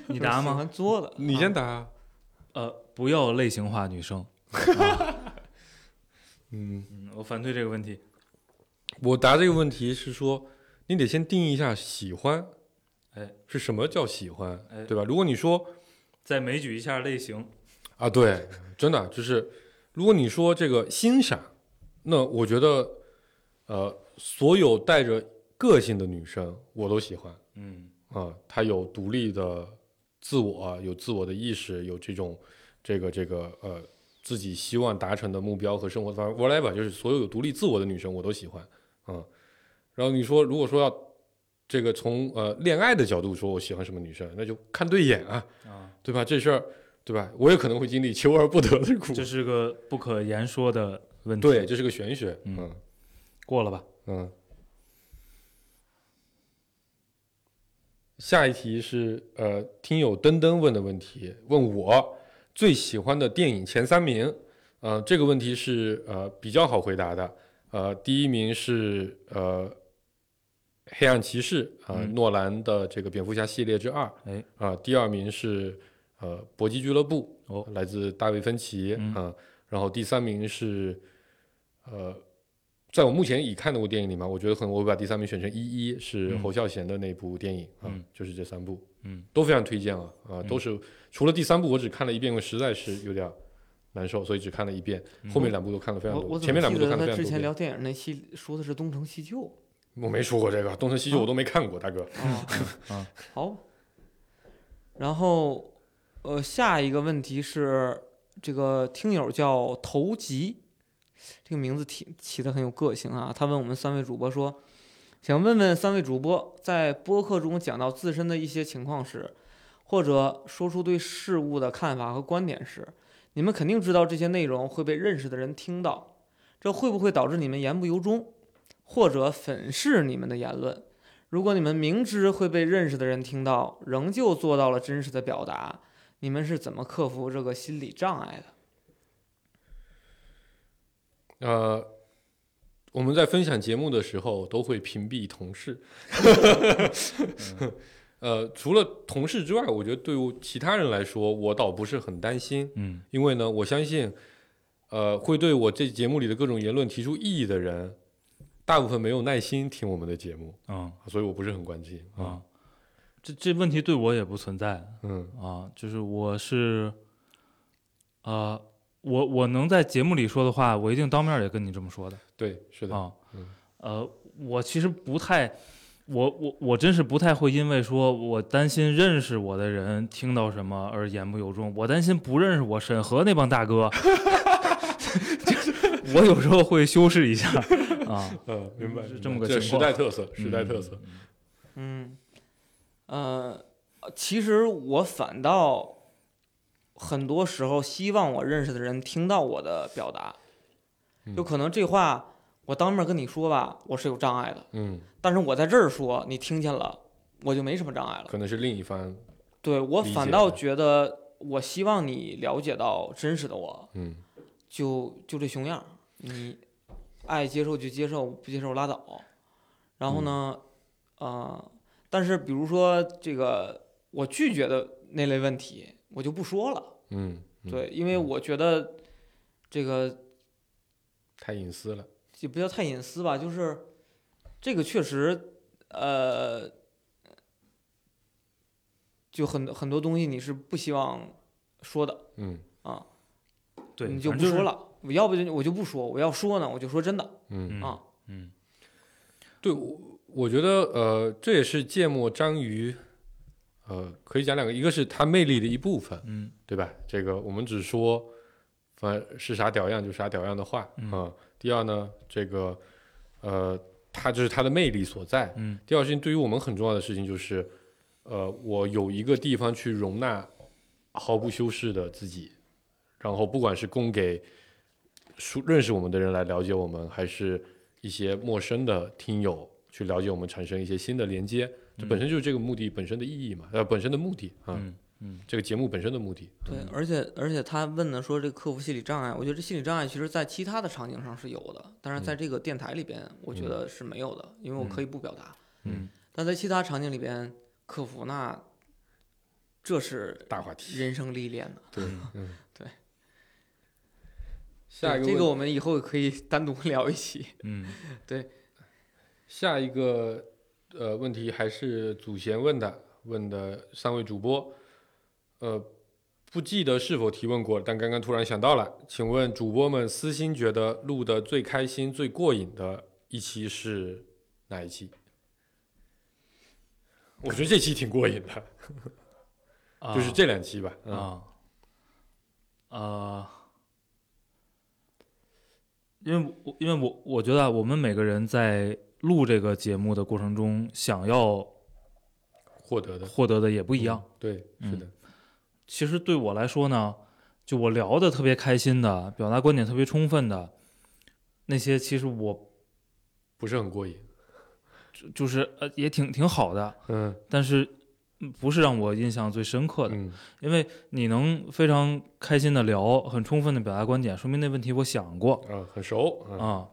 [SPEAKER 4] 你答
[SPEAKER 3] 喜
[SPEAKER 4] 吗？
[SPEAKER 3] 欢作的，
[SPEAKER 5] 你先答、啊。
[SPEAKER 4] 呃，不要类型化女生。
[SPEAKER 5] 嗯，
[SPEAKER 4] 嗯，我反对这个问题。
[SPEAKER 5] 我答这个问题是说，你得先定义一下喜欢，
[SPEAKER 4] 哎，
[SPEAKER 5] 是什么叫喜欢，
[SPEAKER 4] 哎
[SPEAKER 5] 对吧？如果你说
[SPEAKER 4] 再枚举一下类型。
[SPEAKER 5] 啊，对，真的就是，如果你说这个欣赏，那我觉得，呃，所有带着个性的女生我都喜欢
[SPEAKER 4] 嗯
[SPEAKER 5] 啊，她有独立的自我，啊有自我的意识，有这种这个这个呃自己希望达成的目标和生活方 whatever，就是所有有独立自我的女生我都喜欢啊。然后你说如果说要这个从呃恋爱的角度说我喜欢什么女生，那就看对眼啊，
[SPEAKER 4] 啊，
[SPEAKER 5] 对吧？这事儿对吧？我也可能会经历求而不得的苦，
[SPEAKER 4] 这是个不可言说的问题。
[SPEAKER 5] 对，这是个玄学，
[SPEAKER 4] 嗯
[SPEAKER 5] 嗯
[SPEAKER 4] 过了吧？
[SPEAKER 5] 嗯。下一题是呃，听友登登问的问题，问我最喜欢的电影前三名。呃，这个问题是呃比较好回答的。呃，第一名是呃《黑暗骑士》啊、
[SPEAKER 4] 嗯
[SPEAKER 5] 诺兰的这个蝙蝠侠系列之二。
[SPEAKER 4] 哎
[SPEAKER 5] 啊、第二名是呃《搏击俱乐部》
[SPEAKER 4] 哦
[SPEAKER 5] 来自大卫芬奇啊、
[SPEAKER 4] 嗯
[SPEAKER 5] 然后第三名是呃，在我目前已看的过电影里面，我觉得可能我会把第三名选成《一一》，是
[SPEAKER 4] 嗯
[SPEAKER 5] 侯孝贤的那部电影啊、
[SPEAKER 4] 嗯
[SPEAKER 5] 就是这三部
[SPEAKER 4] 嗯，
[SPEAKER 5] 都非常推荐啊啊、都是、除了第三部我只看了一遍，我实在是有点。难受，所以只看了一遍，
[SPEAKER 4] 嗯
[SPEAKER 5] 后面两部都看了非常
[SPEAKER 3] 我
[SPEAKER 5] 多，
[SPEAKER 3] 我怎
[SPEAKER 5] 啊前
[SPEAKER 3] 么
[SPEAKER 5] 面两
[SPEAKER 3] 记
[SPEAKER 5] 部
[SPEAKER 3] 得
[SPEAKER 5] 都看
[SPEAKER 3] 他
[SPEAKER 5] 了非常
[SPEAKER 3] 之
[SPEAKER 5] 多
[SPEAKER 3] 前
[SPEAKER 5] 遍
[SPEAKER 3] 聊电影那期说的是东成西就
[SPEAKER 5] 我没说过这个《东成西就》，我都没看过，大哥。
[SPEAKER 3] 啊
[SPEAKER 4] 啊
[SPEAKER 3] 好。然后，呃，下一个问题是这个听友叫头吉，这个名字起起的很有个性啊。他问我们三位主播说，想问问三位主播，在播客中讲到自身的一些情况时，或者说出对事物的看法和观点时，你们肯定知道这些内容会被认识的人听到，这会不会导致你们言不由衷，或者粉饰你们的言论？如果你们明知会被认识的人听到，仍旧做到了真实的表达，你们是怎么克服这个心理障碍的？
[SPEAKER 5] 呃，我们在分享节目的时候都会屏蔽同事。 呃，除了同事之外，我觉得对于其他人来说，我倒不是很担心，
[SPEAKER 4] 嗯
[SPEAKER 5] 因为呢，我相信，呃，会对我这节目里的各种言论提出异议的人，大部分没有耐心听我们的节目，
[SPEAKER 4] 嗯
[SPEAKER 5] 所以我不是很关心。
[SPEAKER 4] 啊，这这问题对我也不存在
[SPEAKER 5] 嗯
[SPEAKER 4] 啊，就是我是，呃，我我能在节目里说的话，我一定当面儿也跟你这么说的。
[SPEAKER 5] 对，是的，
[SPEAKER 4] 啊，
[SPEAKER 5] 嗯
[SPEAKER 4] 呃，我其实不太，我我我真是不太会因为说我担心认识我的人听到什么而言不由衷，我担心不认识我审核那帮大哥， 就是我有时候会修饰一下啊，
[SPEAKER 5] 嗯，明白，
[SPEAKER 4] 是
[SPEAKER 5] 明
[SPEAKER 4] 这么
[SPEAKER 5] 白
[SPEAKER 4] 个
[SPEAKER 5] 这
[SPEAKER 4] 情
[SPEAKER 5] 时
[SPEAKER 4] 况
[SPEAKER 5] 代特色，时代特色。
[SPEAKER 3] 嗯，呃，其实我反倒很多时候希望我认识的人听到我的表达，
[SPEAKER 5] 嗯
[SPEAKER 3] 有可能这话我当面跟你说吧，我是有障碍的，
[SPEAKER 5] 嗯，
[SPEAKER 3] 但是我在这儿说，你听见了，我就没什么障碍了。
[SPEAKER 5] 可能是另一番，
[SPEAKER 3] 对我
[SPEAKER 5] 理
[SPEAKER 3] 反
[SPEAKER 5] 解
[SPEAKER 3] 倒
[SPEAKER 5] 的
[SPEAKER 3] 觉得，我希望你了解到真实的我，
[SPEAKER 5] 嗯
[SPEAKER 3] 就就这熊样儿，你爱接受就接受，不接受拉倒。然后呢，呃，但是比如说这个我拒绝的那类问题，我就不说了。
[SPEAKER 5] 嗯，嗯，
[SPEAKER 3] 对，因为我觉得这个
[SPEAKER 5] 太隐私了。
[SPEAKER 3] 也不叫太隐私吧，就是这个确实，呃，就很很多东西你是不希望说的
[SPEAKER 5] 嗯
[SPEAKER 3] 啊，
[SPEAKER 4] 对，
[SPEAKER 3] 你就
[SPEAKER 4] 反
[SPEAKER 3] 不
[SPEAKER 4] 正
[SPEAKER 3] 说
[SPEAKER 4] 是，
[SPEAKER 3] 了。我要不就我就不说，我要说呢，我就说真的
[SPEAKER 5] 嗯。
[SPEAKER 4] 嗯
[SPEAKER 3] 啊。
[SPEAKER 4] 嗯
[SPEAKER 5] 对，我我觉得呃，这也是芥末章鱼，呃，可以讲两个，一个是它魅力的一部分，
[SPEAKER 4] 嗯
[SPEAKER 5] 对吧？这个我们只说，反正是啥屌样就啥屌样的话啊、
[SPEAKER 4] 嗯
[SPEAKER 5] 第二呢，这个呃，它就是它的魅力所在。
[SPEAKER 4] 嗯
[SPEAKER 5] 第二事情，对于我们很重要的事情就是，呃，我有一个地方去容纳毫不修饰的自己，然后不管是供给熟认识我们的人来了解我们，还是一些陌生的听友去了解我们，产生一些新的连接，这本身就是这个目的本身的意义嘛，呃，本身的目的啊，
[SPEAKER 4] 嗯嗯
[SPEAKER 5] 这个节目本身的目的，
[SPEAKER 3] 对，而且而且他问的说这个克服心理障碍，我觉得这心理障碍其实在其他的场景上是有的，但是在
[SPEAKER 5] 嗯
[SPEAKER 3] 这个电台里边，我觉得是没有的，因为我可以不表达。
[SPEAKER 4] 嗯，
[SPEAKER 3] 但在其他场景里边，克服那这是
[SPEAKER 5] 大话题。
[SPEAKER 3] 人生历练的。
[SPEAKER 5] 对，嗯，
[SPEAKER 3] 对。
[SPEAKER 5] 下一
[SPEAKER 3] 对
[SPEAKER 5] 个
[SPEAKER 3] 这
[SPEAKER 5] 问
[SPEAKER 3] 个我们以后也可以单独 聊一期。
[SPEAKER 4] 嗯
[SPEAKER 5] 下一个呃问题还是祖贤问的，问的三位主播，呃，不记得是否提问过，但刚刚突然想到了，请问主播们私心觉得录的最开心、最过瘾的一期是哪一期？我觉得这期挺过瘾的，
[SPEAKER 4] 啊
[SPEAKER 5] 就是这两期吧。啊，
[SPEAKER 4] 啊，呃，因为我因为我我觉得啊我们每个人在录这个节目的过程中，想要
[SPEAKER 5] 获得的
[SPEAKER 4] 获得的也不
[SPEAKER 5] 不
[SPEAKER 4] 一样。。
[SPEAKER 5] 对，是的，
[SPEAKER 4] 其实对我来说呢，就我聊的特别开心的，表达观点特别充分的那些，其实我
[SPEAKER 5] 不是很过瘾。
[SPEAKER 4] 就就是呃也挺挺好的，
[SPEAKER 5] 嗯
[SPEAKER 4] 但是嗯不是让我印象最深刻的。
[SPEAKER 5] 嗯，
[SPEAKER 4] 因为你能非常开心的聊，很充分的表达观点，说明那问题我想过
[SPEAKER 5] 啊，很熟啊。
[SPEAKER 4] 啊。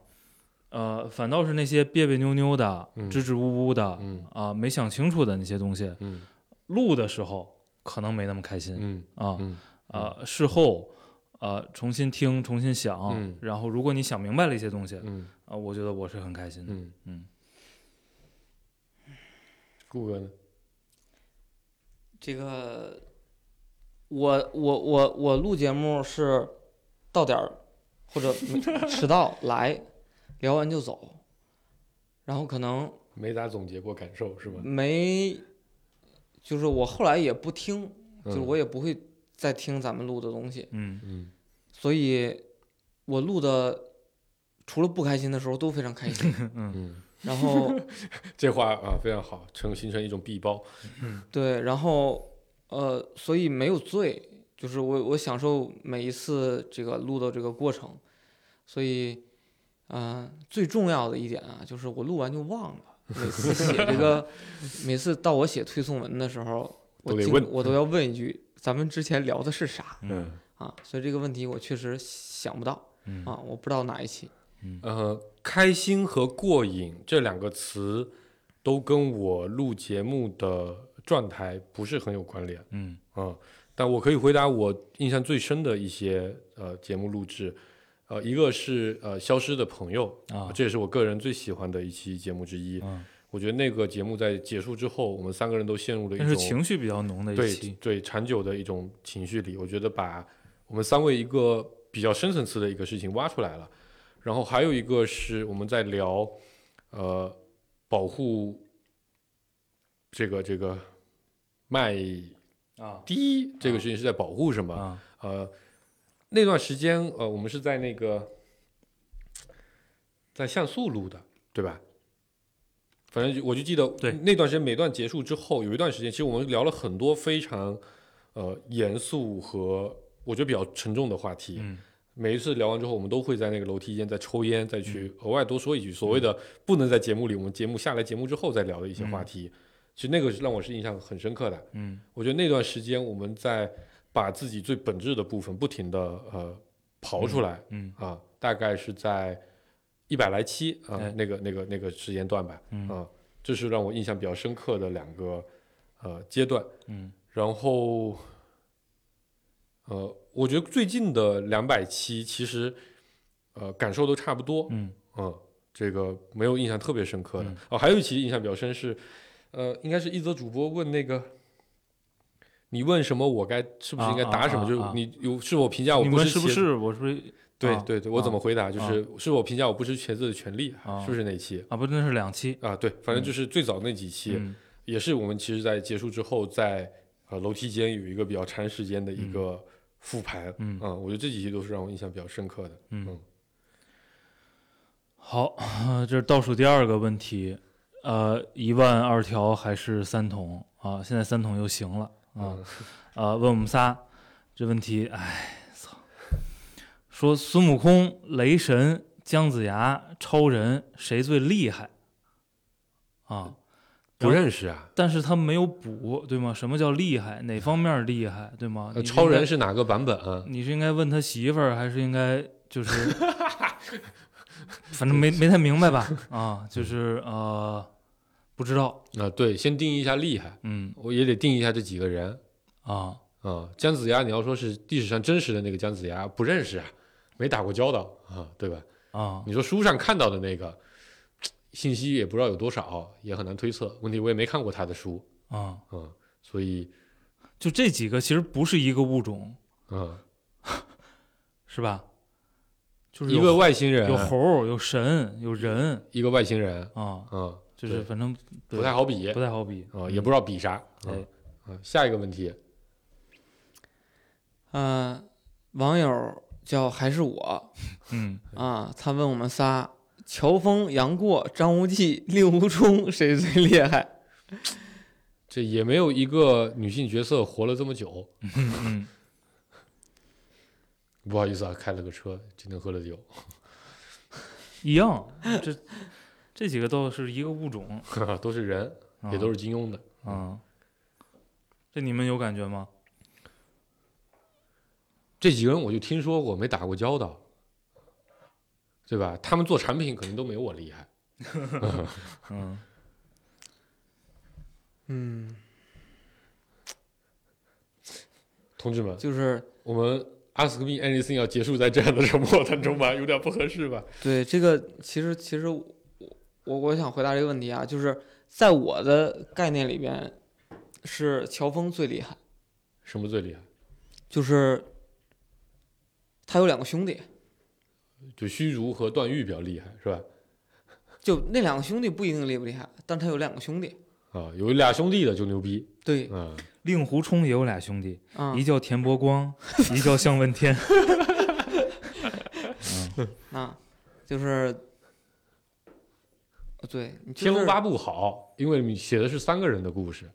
[SPEAKER 4] 呃，反倒是那些别别扭扭的、
[SPEAKER 5] 嗯
[SPEAKER 4] 支支吾吾的、
[SPEAKER 5] 嗯
[SPEAKER 4] 啊，没想清楚的那些东西，
[SPEAKER 5] 嗯
[SPEAKER 4] 录的时候可能没那么开心、
[SPEAKER 5] 嗯
[SPEAKER 4] 啊。
[SPEAKER 5] 嗯
[SPEAKER 4] 呃，事后呃重新听、重新想，
[SPEAKER 5] 嗯
[SPEAKER 4] 然后如果你想明白了一些东西，
[SPEAKER 5] 嗯
[SPEAKER 4] 啊，我觉得我是很开心的。
[SPEAKER 5] 嗯
[SPEAKER 4] 嗯，
[SPEAKER 5] 顾哥呢？
[SPEAKER 3] 这个，我我我我录节目是到点儿或者迟到来，聊完就走，然后可能
[SPEAKER 5] 没咋总结过感受是吧？
[SPEAKER 3] 没，就是我后来也不听，就是
[SPEAKER 5] 嗯
[SPEAKER 3] 我也不会再听咱们录的东西，
[SPEAKER 4] 嗯
[SPEAKER 5] 嗯
[SPEAKER 3] 所以我录的除了不开心的时候都非常开心，
[SPEAKER 5] 嗯，
[SPEAKER 3] 然后
[SPEAKER 5] 这话啊非常好，成形成一种闭包。
[SPEAKER 3] 对，然后呃，所以没有罪，就是我我享受每一次这个录的这个过程，所以啊、呃最重要的一点啊，就是我录完就忘了，每次写这个，每次到我写推送文的时候，我
[SPEAKER 5] 都得
[SPEAKER 3] 经
[SPEAKER 5] 问
[SPEAKER 3] 我都要问一句，咱们之前聊的是啥
[SPEAKER 4] 嗯
[SPEAKER 3] 啊？所以这个问题我确实想不到
[SPEAKER 4] 嗯
[SPEAKER 3] 啊，我不知道哪一期，
[SPEAKER 5] 呃，开心和过瘾这两个词都跟我录节目的状态不是很有关联。
[SPEAKER 4] 嗯
[SPEAKER 5] 嗯，但我可以回答我印象最深的一些呃节目录制，呃，一个是呃消失的朋友
[SPEAKER 4] 啊
[SPEAKER 5] 这也是我个人最喜欢的一期节目之一。
[SPEAKER 4] 嗯
[SPEAKER 5] 我觉得那个节目在结束之后，我们三个人都陷入了一
[SPEAKER 4] 那
[SPEAKER 5] 种
[SPEAKER 4] 是情绪比较浓的一
[SPEAKER 5] 对
[SPEAKER 4] 期。
[SPEAKER 5] 对长久的一种情绪里，我觉得把我们三位一个比较深层次的一个事情挖出来了，然后还有一个是我们在聊呃保护这个这个麦
[SPEAKER 4] 啊
[SPEAKER 5] 低这个事情是在保护什么？
[SPEAKER 4] 啊
[SPEAKER 5] 呃，那段时间呃，我们是在那个在像素录的，对吧？反正就我就记得，
[SPEAKER 4] 对
[SPEAKER 5] 那段时间每段结束之后，有一段时间，其实我们聊了很多非常呃严肃和我觉得比较沉重的话题。
[SPEAKER 4] 嗯
[SPEAKER 5] 每一次聊完之后，我们都会在那个楼梯间再抽烟，再去额外多说一句所谓的不能在节目里，我们节目下来节目之后再聊的一些话题。其实那个是让我是印象很深刻的。
[SPEAKER 4] 嗯
[SPEAKER 5] 我觉得那段时间我们在把自己最本质的部分不停的呃刨出来、
[SPEAKER 4] 嗯
[SPEAKER 5] 啊，大概是在一百来期啊、
[SPEAKER 4] 哎
[SPEAKER 5] 那个那个那个时间段吧，
[SPEAKER 4] 嗯
[SPEAKER 5] 啊，这是让我印象比较深刻的两个呃阶段。
[SPEAKER 4] 嗯
[SPEAKER 5] 然后，呃，我觉得最近的两百期其实呃感受都差不多，
[SPEAKER 4] 嗯
[SPEAKER 5] 嗯，这个没有印象特别深刻的。
[SPEAKER 4] 嗯
[SPEAKER 5] 哦，还有一期印象比较深是，呃，应该是一则主播问那个，你问什么，我该是不是应该
[SPEAKER 4] 啊啊
[SPEAKER 5] 答什么？
[SPEAKER 4] 啊
[SPEAKER 5] 就是
[SPEAKER 4] 啊
[SPEAKER 5] 你有哦是否评价我
[SPEAKER 4] 你们是
[SPEAKER 5] 吃
[SPEAKER 4] 不
[SPEAKER 5] 茄子？
[SPEAKER 4] 是？我是不是
[SPEAKER 5] 对
[SPEAKER 4] 啊
[SPEAKER 5] 对对，我怎么回答？就
[SPEAKER 4] 啊
[SPEAKER 5] 是是否评价我不吃茄子的权利？
[SPEAKER 4] 啊
[SPEAKER 5] 是不是那一期？
[SPEAKER 4] 啊？不，那是两期。
[SPEAKER 5] 啊，对，反正就是最早那几期，
[SPEAKER 4] 嗯
[SPEAKER 5] 也是我们其实在结束之后在，呃楼梯间有一个比较长时间的一个复盘。
[SPEAKER 4] 嗯
[SPEAKER 5] 我觉得这几期都是让我印象比较深刻的。
[SPEAKER 4] 嗯
[SPEAKER 5] 嗯，
[SPEAKER 4] 好， 这是倒数第二个问题，呃，一万二条还是三桶啊？现在三桶又行了啊，
[SPEAKER 5] 嗯
[SPEAKER 4] 啊，问我们仨这问题，哎，操，说孙悟空、雷神、姜子牙、超人谁最厉害啊？
[SPEAKER 5] 不认识啊。
[SPEAKER 4] 但是他没有补，对吗？什么叫厉害？哪方面厉害，对吗？
[SPEAKER 5] 呃
[SPEAKER 4] 你
[SPEAKER 5] 超人
[SPEAKER 4] 应
[SPEAKER 5] 是哪个版本啊
[SPEAKER 4] 该，？你是应该问他媳妇儿，还是应该 就是，反正没没太明白 吧？啊，就是呃，不知道，
[SPEAKER 5] 啊，对，先定义一下厉害，
[SPEAKER 4] 嗯
[SPEAKER 5] 我也得定义一下这几个人
[SPEAKER 4] 啊，
[SPEAKER 5] 啊。姜子牙，你要说是历史上真实的那个姜子牙，不认识啊，没打过交道啊，对吧？
[SPEAKER 4] 啊，
[SPEAKER 5] 你说书上看到的那个，信息也不知道有多少，也很难推测。问题我也没看过他的书
[SPEAKER 4] 啊，
[SPEAKER 5] 啊，所以
[SPEAKER 4] 就这几个其实不是一个物种，
[SPEAKER 5] 啊，
[SPEAKER 4] 是吧？就是
[SPEAKER 5] 一
[SPEAKER 4] 有
[SPEAKER 5] 个外星人，
[SPEAKER 4] 有猴儿，有神，有人
[SPEAKER 5] 一个外星人
[SPEAKER 4] 啊，
[SPEAKER 5] 啊，
[SPEAKER 4] 就是
[SPEAKER 5] 对
[SPEAKER 4] 反正
[SPEAKER 5] 不太好比
[SPEAKER 4] 不太好比
[SPEAKER 5] 啊，也不知道比啥。
[SPEAKER 4] 哎
[SPEAKER 5] 啊啊，下一个问题，
[SPEAKER 3] 呃，网友叫还是我
[SPEAKER 4] 嗯，
[SPEAKER 3] 啊，他问我们仨：乔峰、杨过、张无忌、令狐冲谁最厉害？
[SPEAKER 5] 这也没有一个女性角色活了这么久。
[SPEAKER 4] 嗯
[SPEAKER 5] 不好意思啊，开了个车，今天喝了酒。
[SPEAKER 4] 一样，这这几个都是一个物种，
[SPEAKER 5] 都是人，也都是金庸的。
[SPEAKER 4] 啊。这你们有感觉吗？
[SPEAKER 5] 这几个人我就听说过，没打过交道，对吧？他们做产品肯定都没我厉害。
[SPEAKER 4] 嗯，
[SPEAKER 3] 嗯，
[SPEAKER 5] 同志们，
[SPEAKER 3] 就是
[SPEAKER 5] 我们 Ask Me Anything 要结束在这样的沉默当中吧，有点不合适吧？
[SPEAKER 3] 对这个，其实其实我我我想回答这个问题啊，就是在我的概念里边，是乔峰最厉害，
[SPEAKER 5] 什么最厉害？
[SPEAKER 3] 就是他有两个兄弟，
[SPEAKER 5] 就虚竹和段誉比较厉害，是吧？
[SPEAKER 3] 就那两个兄弟不一定厉不厉害，但他有两个兄弟。
[SPEAKER 5] 啊，有俩兄弟的就牛逼
[SPEAKER 3] 对
[SPEAKER 5] 啊！
[SPEAKER 4] 令狐冲也有俩兄弟，
[SPEAKER 3] 啊，
[SPEAKER 4] 一叫田伯光，一叫向问天。
[SPEAKER 3] 啊，就是，呃对，你就是
[SPEAKER 5] 天龙八部》好，因为你写的是三个人的故事，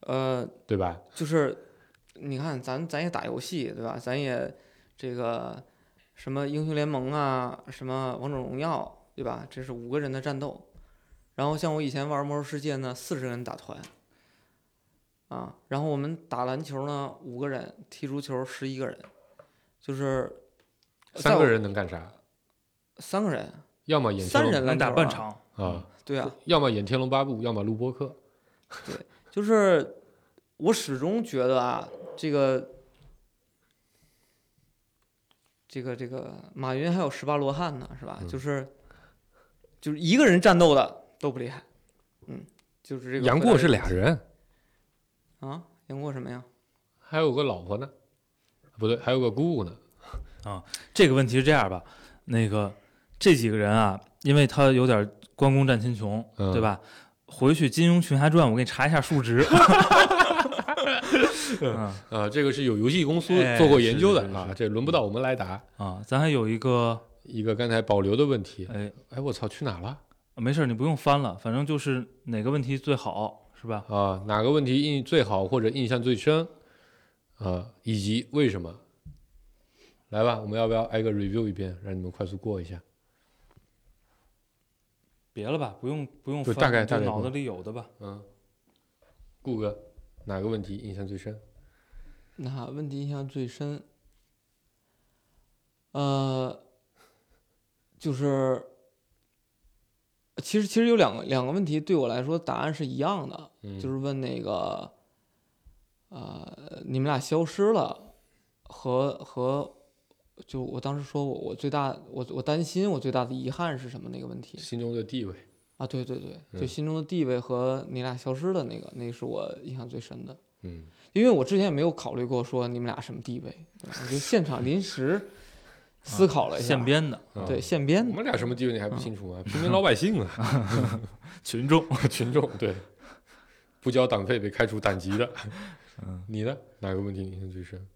[SPEAKER 3] 呃，
[SPEAKER 5] 对吧？
[SPEAKER 3] 就是你看咱咱也打游戏对吧？咱也这个什么英雄联盟啊，什么王者荣耀对吧？这是五个人的战斗。然后像我以前玩魔兽世界呢，四十人打团，啊，然后我们打篮球呢五个人，踢足球十一个人，就是在
[SPEAKER 5] 三
[SPEAKER 3] 我
[SPEAKER 5] 个人能干啥？
[SPEAKER 3] 三个人
[SPEAKER 5] 要么演天
[SPEAKER 3] 三
[SPEAKER 5] 龙
[SPEAKER 3] 人
[SPEAKER 4] 能
[SPEAKER 3] 篮球
[SPEAKER 4] 打半
[SPEAKER 3] 啊，
[SPEAKER 4] 场，
[SPEAKER 5] 啊，
[SPEAKER 3] 对啊，
[SPEAKER 5] 要么演《天龙八部》，要么录播课。
[SPEAKER 3] 就是我始终觉得啊，这个这个这个马云还有十八罗汉呢，是吧？
[SPEAKER 5] 嗯
[SPEAKER 3] 就是就是一个人战斗的都不厉害，嗯，就是这个
[SPEAKER 5] 杨
[SPEAKER 3] 回答
[SPEAKER 5] 过
[SPEAKER 3] 这
[SPEAKER 5] 是
[SPEAKER 3] 个
[SPEAKER 5] 俩人，
[SPEAKER 3] 啊，杨过什么呀？
[SPEAKER 5] 还有个老婆呢，不对，还有个姑姑呢。
[SPEAKER 4] 这个问题是这样吧，那个这几个人啊，因为他有点关公战秦琼，
[SPEAKER 5] 嗯
[SPEAKER 4] 对吧？回去《金庸群侠传》，我给你查一下数值。 嗯
[SPEAKER 5] 啊，这个是有游戏公司
[SPEAKER 4] 哎
[SPEAKER 5] 做过研究的
[SPEAKER 4] 是是
[SPEAKER 5] 啊
[SPEAKER 4] 是，
[SPEAKER 5] 这轮不到我们来答。
[SPEAKER 4] 啊，咱还有一个，
[SPEAKER 5] 一个刚才保留的问题，
[SPEAKER 4] 哎，
[SPEAKER 5] 哎，我操，去哪了
[SPEAKER 4] 没事儿，你不用翻了，反正就是哪个问题最好，是吧？
[SPEAKER 5] 啊？哪个问题印最好或者印象最深啊？以及为什么？来吧，我们要不要挨个 review 一遍，让你们快速过一下？
[SPEAKER 4] 别了吧，不用不用
[SPEAKER 5] 就
[SPEAKER 4] 翻，
[SPEAKER 5] 大概
[SPEAKER 4] 就
[SPEAKER 5] 大概
[SPEAKER 4] 脑子里有的吧。
[SPEAKER 5] 嗯，顾哥，哪个问题印象最深？
[SPEAKER 3] 那问题印象最深，呃，就是其实其实有两个两个问题对我来说答案是一样的，
[SPEAKER 5] 嗯，
[SPEAKER 3] 就是问那个，呃，你们俩消失了，和和，就我当时说我我最大我我担心我最大的遗憾是什么那个问题
[SPEAKER 5] 心中的地位。
[SPEAKER 3] 啊，对对对，就
[SPEAKER 5] 嗯
[SPEAKER 3] 心中的地位和你俩消失的那个，那是我印象最深的，
[SPEAKER 5] 嗯，
[SPEAKER 3] 因为我之前也没有考虑过说你们俩什么地位，对吧我就现场临时思考了一下，
[SPEAKER 4] 现编的
[SPEAKER 5] 啊
[SPEAKER 3] 对，现
[SPEAKER 5] 我
[SPEAKER 3] 编的
[SPEAKER 5] 们俩什么地位你还不清楚吗？平民老百姓啊，
[SPEAKER 4] 群众，
[SPEAKER 5] 群众对，不交党费被开除党籍的。
[SPEAKER 4] 嗯，
[SPEAKER 5] 你呢？哪个问题印象最深？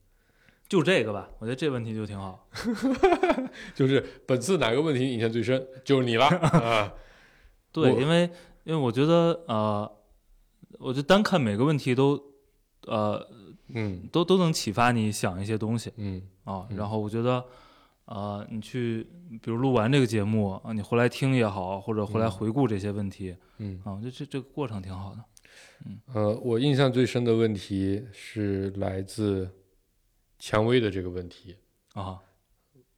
[SPEAKER 4] 就这个吧，我觉得这问题就挺好。
[SPEAKER 5] 就是本次哪个问题印象最深？就是 你了啊！
[SPEAKER 4] 对，
[SPEAKER 5] 我
[SPEAKER 4] 因为因为我觉得呃，我觉得单看每个问题都呃
[SPEAKER 5] 嗯
[SPEAKER 4] 都都能启发你想一些东西
[SPEAKER 5] 嗯
[SPEAKER 4] 啊。
[SPEAKER 5] 嗯
[SPEAKER 4] 然后我觉得，呃，你去比如录完这个节目啊，你回来听也好，或者回来
[SPEAKER 5] 嗯
[SPEAKER 4] 回顾这些问题、
[SPEAKER 5] 嗯，
[SPEAKER 4] 啊，我觉得这这个过程挺好的。
[SPEAKER 5] 呃，我印象最深的问题是来自蔷薇的这个问题：
[SPEAKER 4] 啊，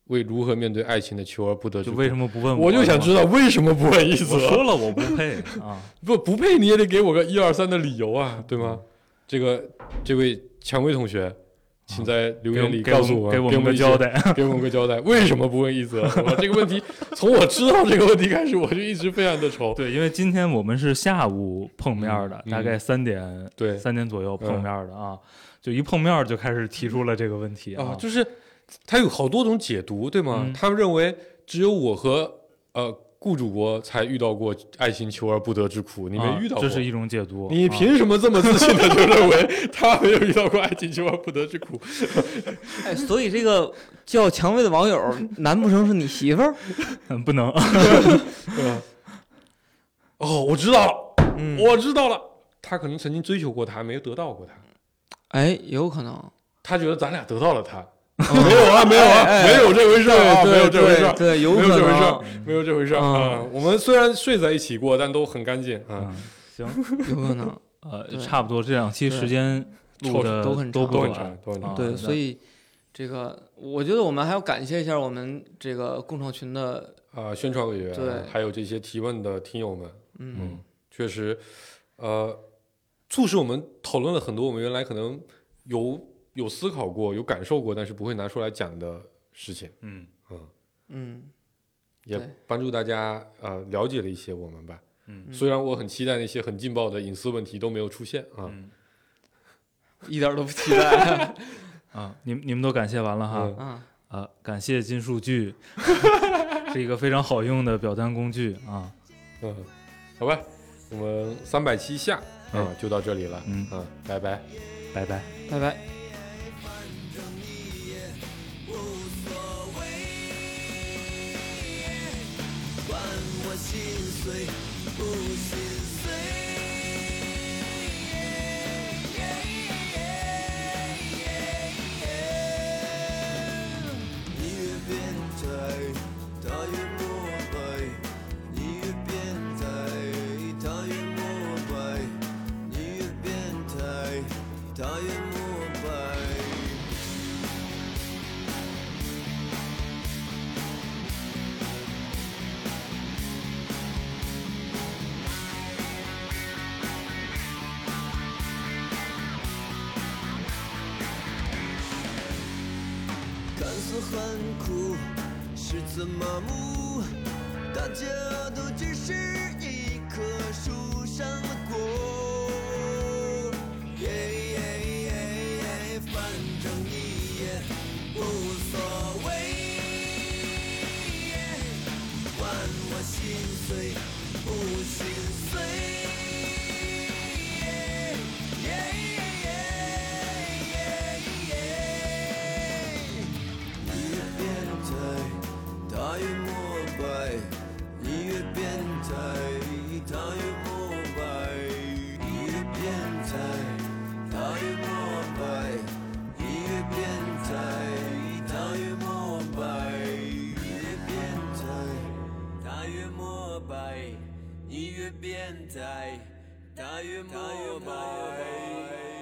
[SPEAKER 5] 为如何面对爱情的求而不得之
[SPEAKER 4] 就
[SPEAKER 5] 苦
[SPEAKER 4] 为什么不问
[SPEAKER 5] 我就想
[SPEAKER 4] 道，
[SPEAKER 5] 知道为什么不问一
[SPEAKER 4] 我
[SPEAKER 5] 泽？
[SPEAKER 4] 说了我不配啊，
[SPEAKER 5] 不不配你也得给我个一二三的理由啊，对吗？
[SPEAKER 4] 嗯
[SPEAKER 5] 这个这位蔷薇同学，请在留
[SPEAKER 4] 给我
[SPEAKER 5] 言
[SPEAKER 4] 们
[SPEAKER 5] 里
[SPEAKER 4] 给
[SPEAKER 5] 告诉
[SPEAKER 4] 我们
[SPEAKER 5] 给
[SPEAKER 4] 给我们个
[SPEAKER 5] 一些
[SPEAKER 4] 交代。
[SPEAKER 5] 给我们个交代，为什么不问一泽？我这个问题从我知道这个问题开始，我就一直非常的愁。
[SPEAKER 4] 对，因为今天我们是下午碰面儿的，
[SPEAKER 5] 嗯
[SPEAKER 4] 大概三点
[SPEAKER 5] 对嗯
[SPEAKER 4] 三点左右碰面儿的啊，就一碰面儿就开始提出了这个问题
[SPEAKER 5] 啊，就是他有好多种解读，对吗？
[SPEAKER 4] 嗯
[SPEAKER 5] 他们认为只有我和呃顾主播才遇到过爱情求而不得之苦，你没遇到
[SPEAKER 4] 啊这
[SPEAKER 5] 过。
[SPEAKER 4] 是一种解读。
[SPEAKER 5] 你
[SPEAKER 4] 啊
[SPEAKER 5] 凭什么这么自信的就认为他没有遇到过爱情求而不得之苦？
[SPEAKER 3] 哎，所以这个叫蔷薇的网友，难不成是你媳妇儿？
[SPEAKER 4] 嗯不能，
[SPEAKER 5] 哦，我知道了，
[SPEAKER 3] 嗯，
[SPEAKER 5] 我知道了，他可能曾经追求过他，没有得到过他，
[SPEAKER 3] 哎，有可能，
[SPEAKER 5] 他觉得咱俩得到了他，
[SPEAKER 3] 嗯
[SPEAKER 5] 没有啊，没有啊，
[SPEAKER 3] 哎哎
[SPEAKER 5] 没有这回事儿啊，没有这回事儿，
[SPEAKER 3] 对，有
[SPEAKER 5] 没有
[SPEAKER 3] 可
[SPEAKER 5] 这回事
[SPEAKER 3] 能
[SPEAKER 5] 儿，，没有这回事儿啊。我们虽然睡在一起过，但都很干净啊，
[SPEAKER 4] 嗯， 行，
[SPEAKER 3] 有可能，
[SPEAKER 4] 呃，
[SPEAKER 3] 对
[SPEAKER 4] 差不多这两期
[SPEAKER 3] 对
[SPEAKER 4] 时间录的
[SPEAKER 3] 都很
[SPEAKER 4] 都
[SPEAKER 3] 长
[SPEAKER 5] 都
[SPEAKER 4] 不短
[SPEAKER 5] 很长，，都很
[SPEAKER 4] 啊
[SPEAKER 5] 长。
[SPEAKER 3] 对，
[SPEAKER 4] 那
[SPEAKER 3] 所以这个我觉得我们还要感谢一下我们这个共创群的，
[SPEAKER 5] 啊，宣传委员，
[SPEAKER 3] 对
[SPEAKER 5] 还有这些提问的听友们，
[SPEAKER 3] 嗯，
[SPEAKER 5] 确实，呃，促使我们讨论了很多我们原来可能有有思考过、有感受过，但是不会拿出来讲的事情，
[SPEAKER 4] 嗯
[SPEAKER 3] 嗯，
[SPEAKER 5] 也
[SPEAKER 3] 对
[SPEAKER 5] 帮助大家呃了解了一些我们吧。
[SPEAKER 4] 嗯
[SPEAKER 5] 虽然我很期待那些很劲爆的隐私问题都没有出现啊，
[SPEAKER 4] 嗯
[SPEAKER 3] 一点儿都不期待，
[SPEAKER 4] 啊，你们你们都感谢完了哈
[SPEAKER 5] 嗯，
[SPEAKER 3] 嗯，
[SPEAKER 4] 啊，感谢金数据， 是一个非常好用的表单工具啊，
[SPEAKER 5] 嗯，好吧，我们三百期下啊、
[SPEAKER 4] 嗯
[SPEAKER 5] 就到这里了，
[SPEAKER 4] 嗯
[SPEAKER 5] 啊，拜拜。
[SPEAKER 4] 拜拜。
[SPEAKER 3] 拜拜。
[SPEAKER 2] 管我心碎不心碎。你越变态，他越膜拜；你越变态，他越膜拜；你越变态，他越膜拜。看似很酷，实则麻木，大家都只是一棵树上的果。耶耶耶耶，反正你也无所谓。耶管我心碎不心碎。耶耶耶耶耶耶。你越变态，他越膜拜；你越变态，他越膜拜；你越变态，他越膜拜；你越变态，他越膜拜；你越变态，他越膜拜；你越变态，他越膜拜。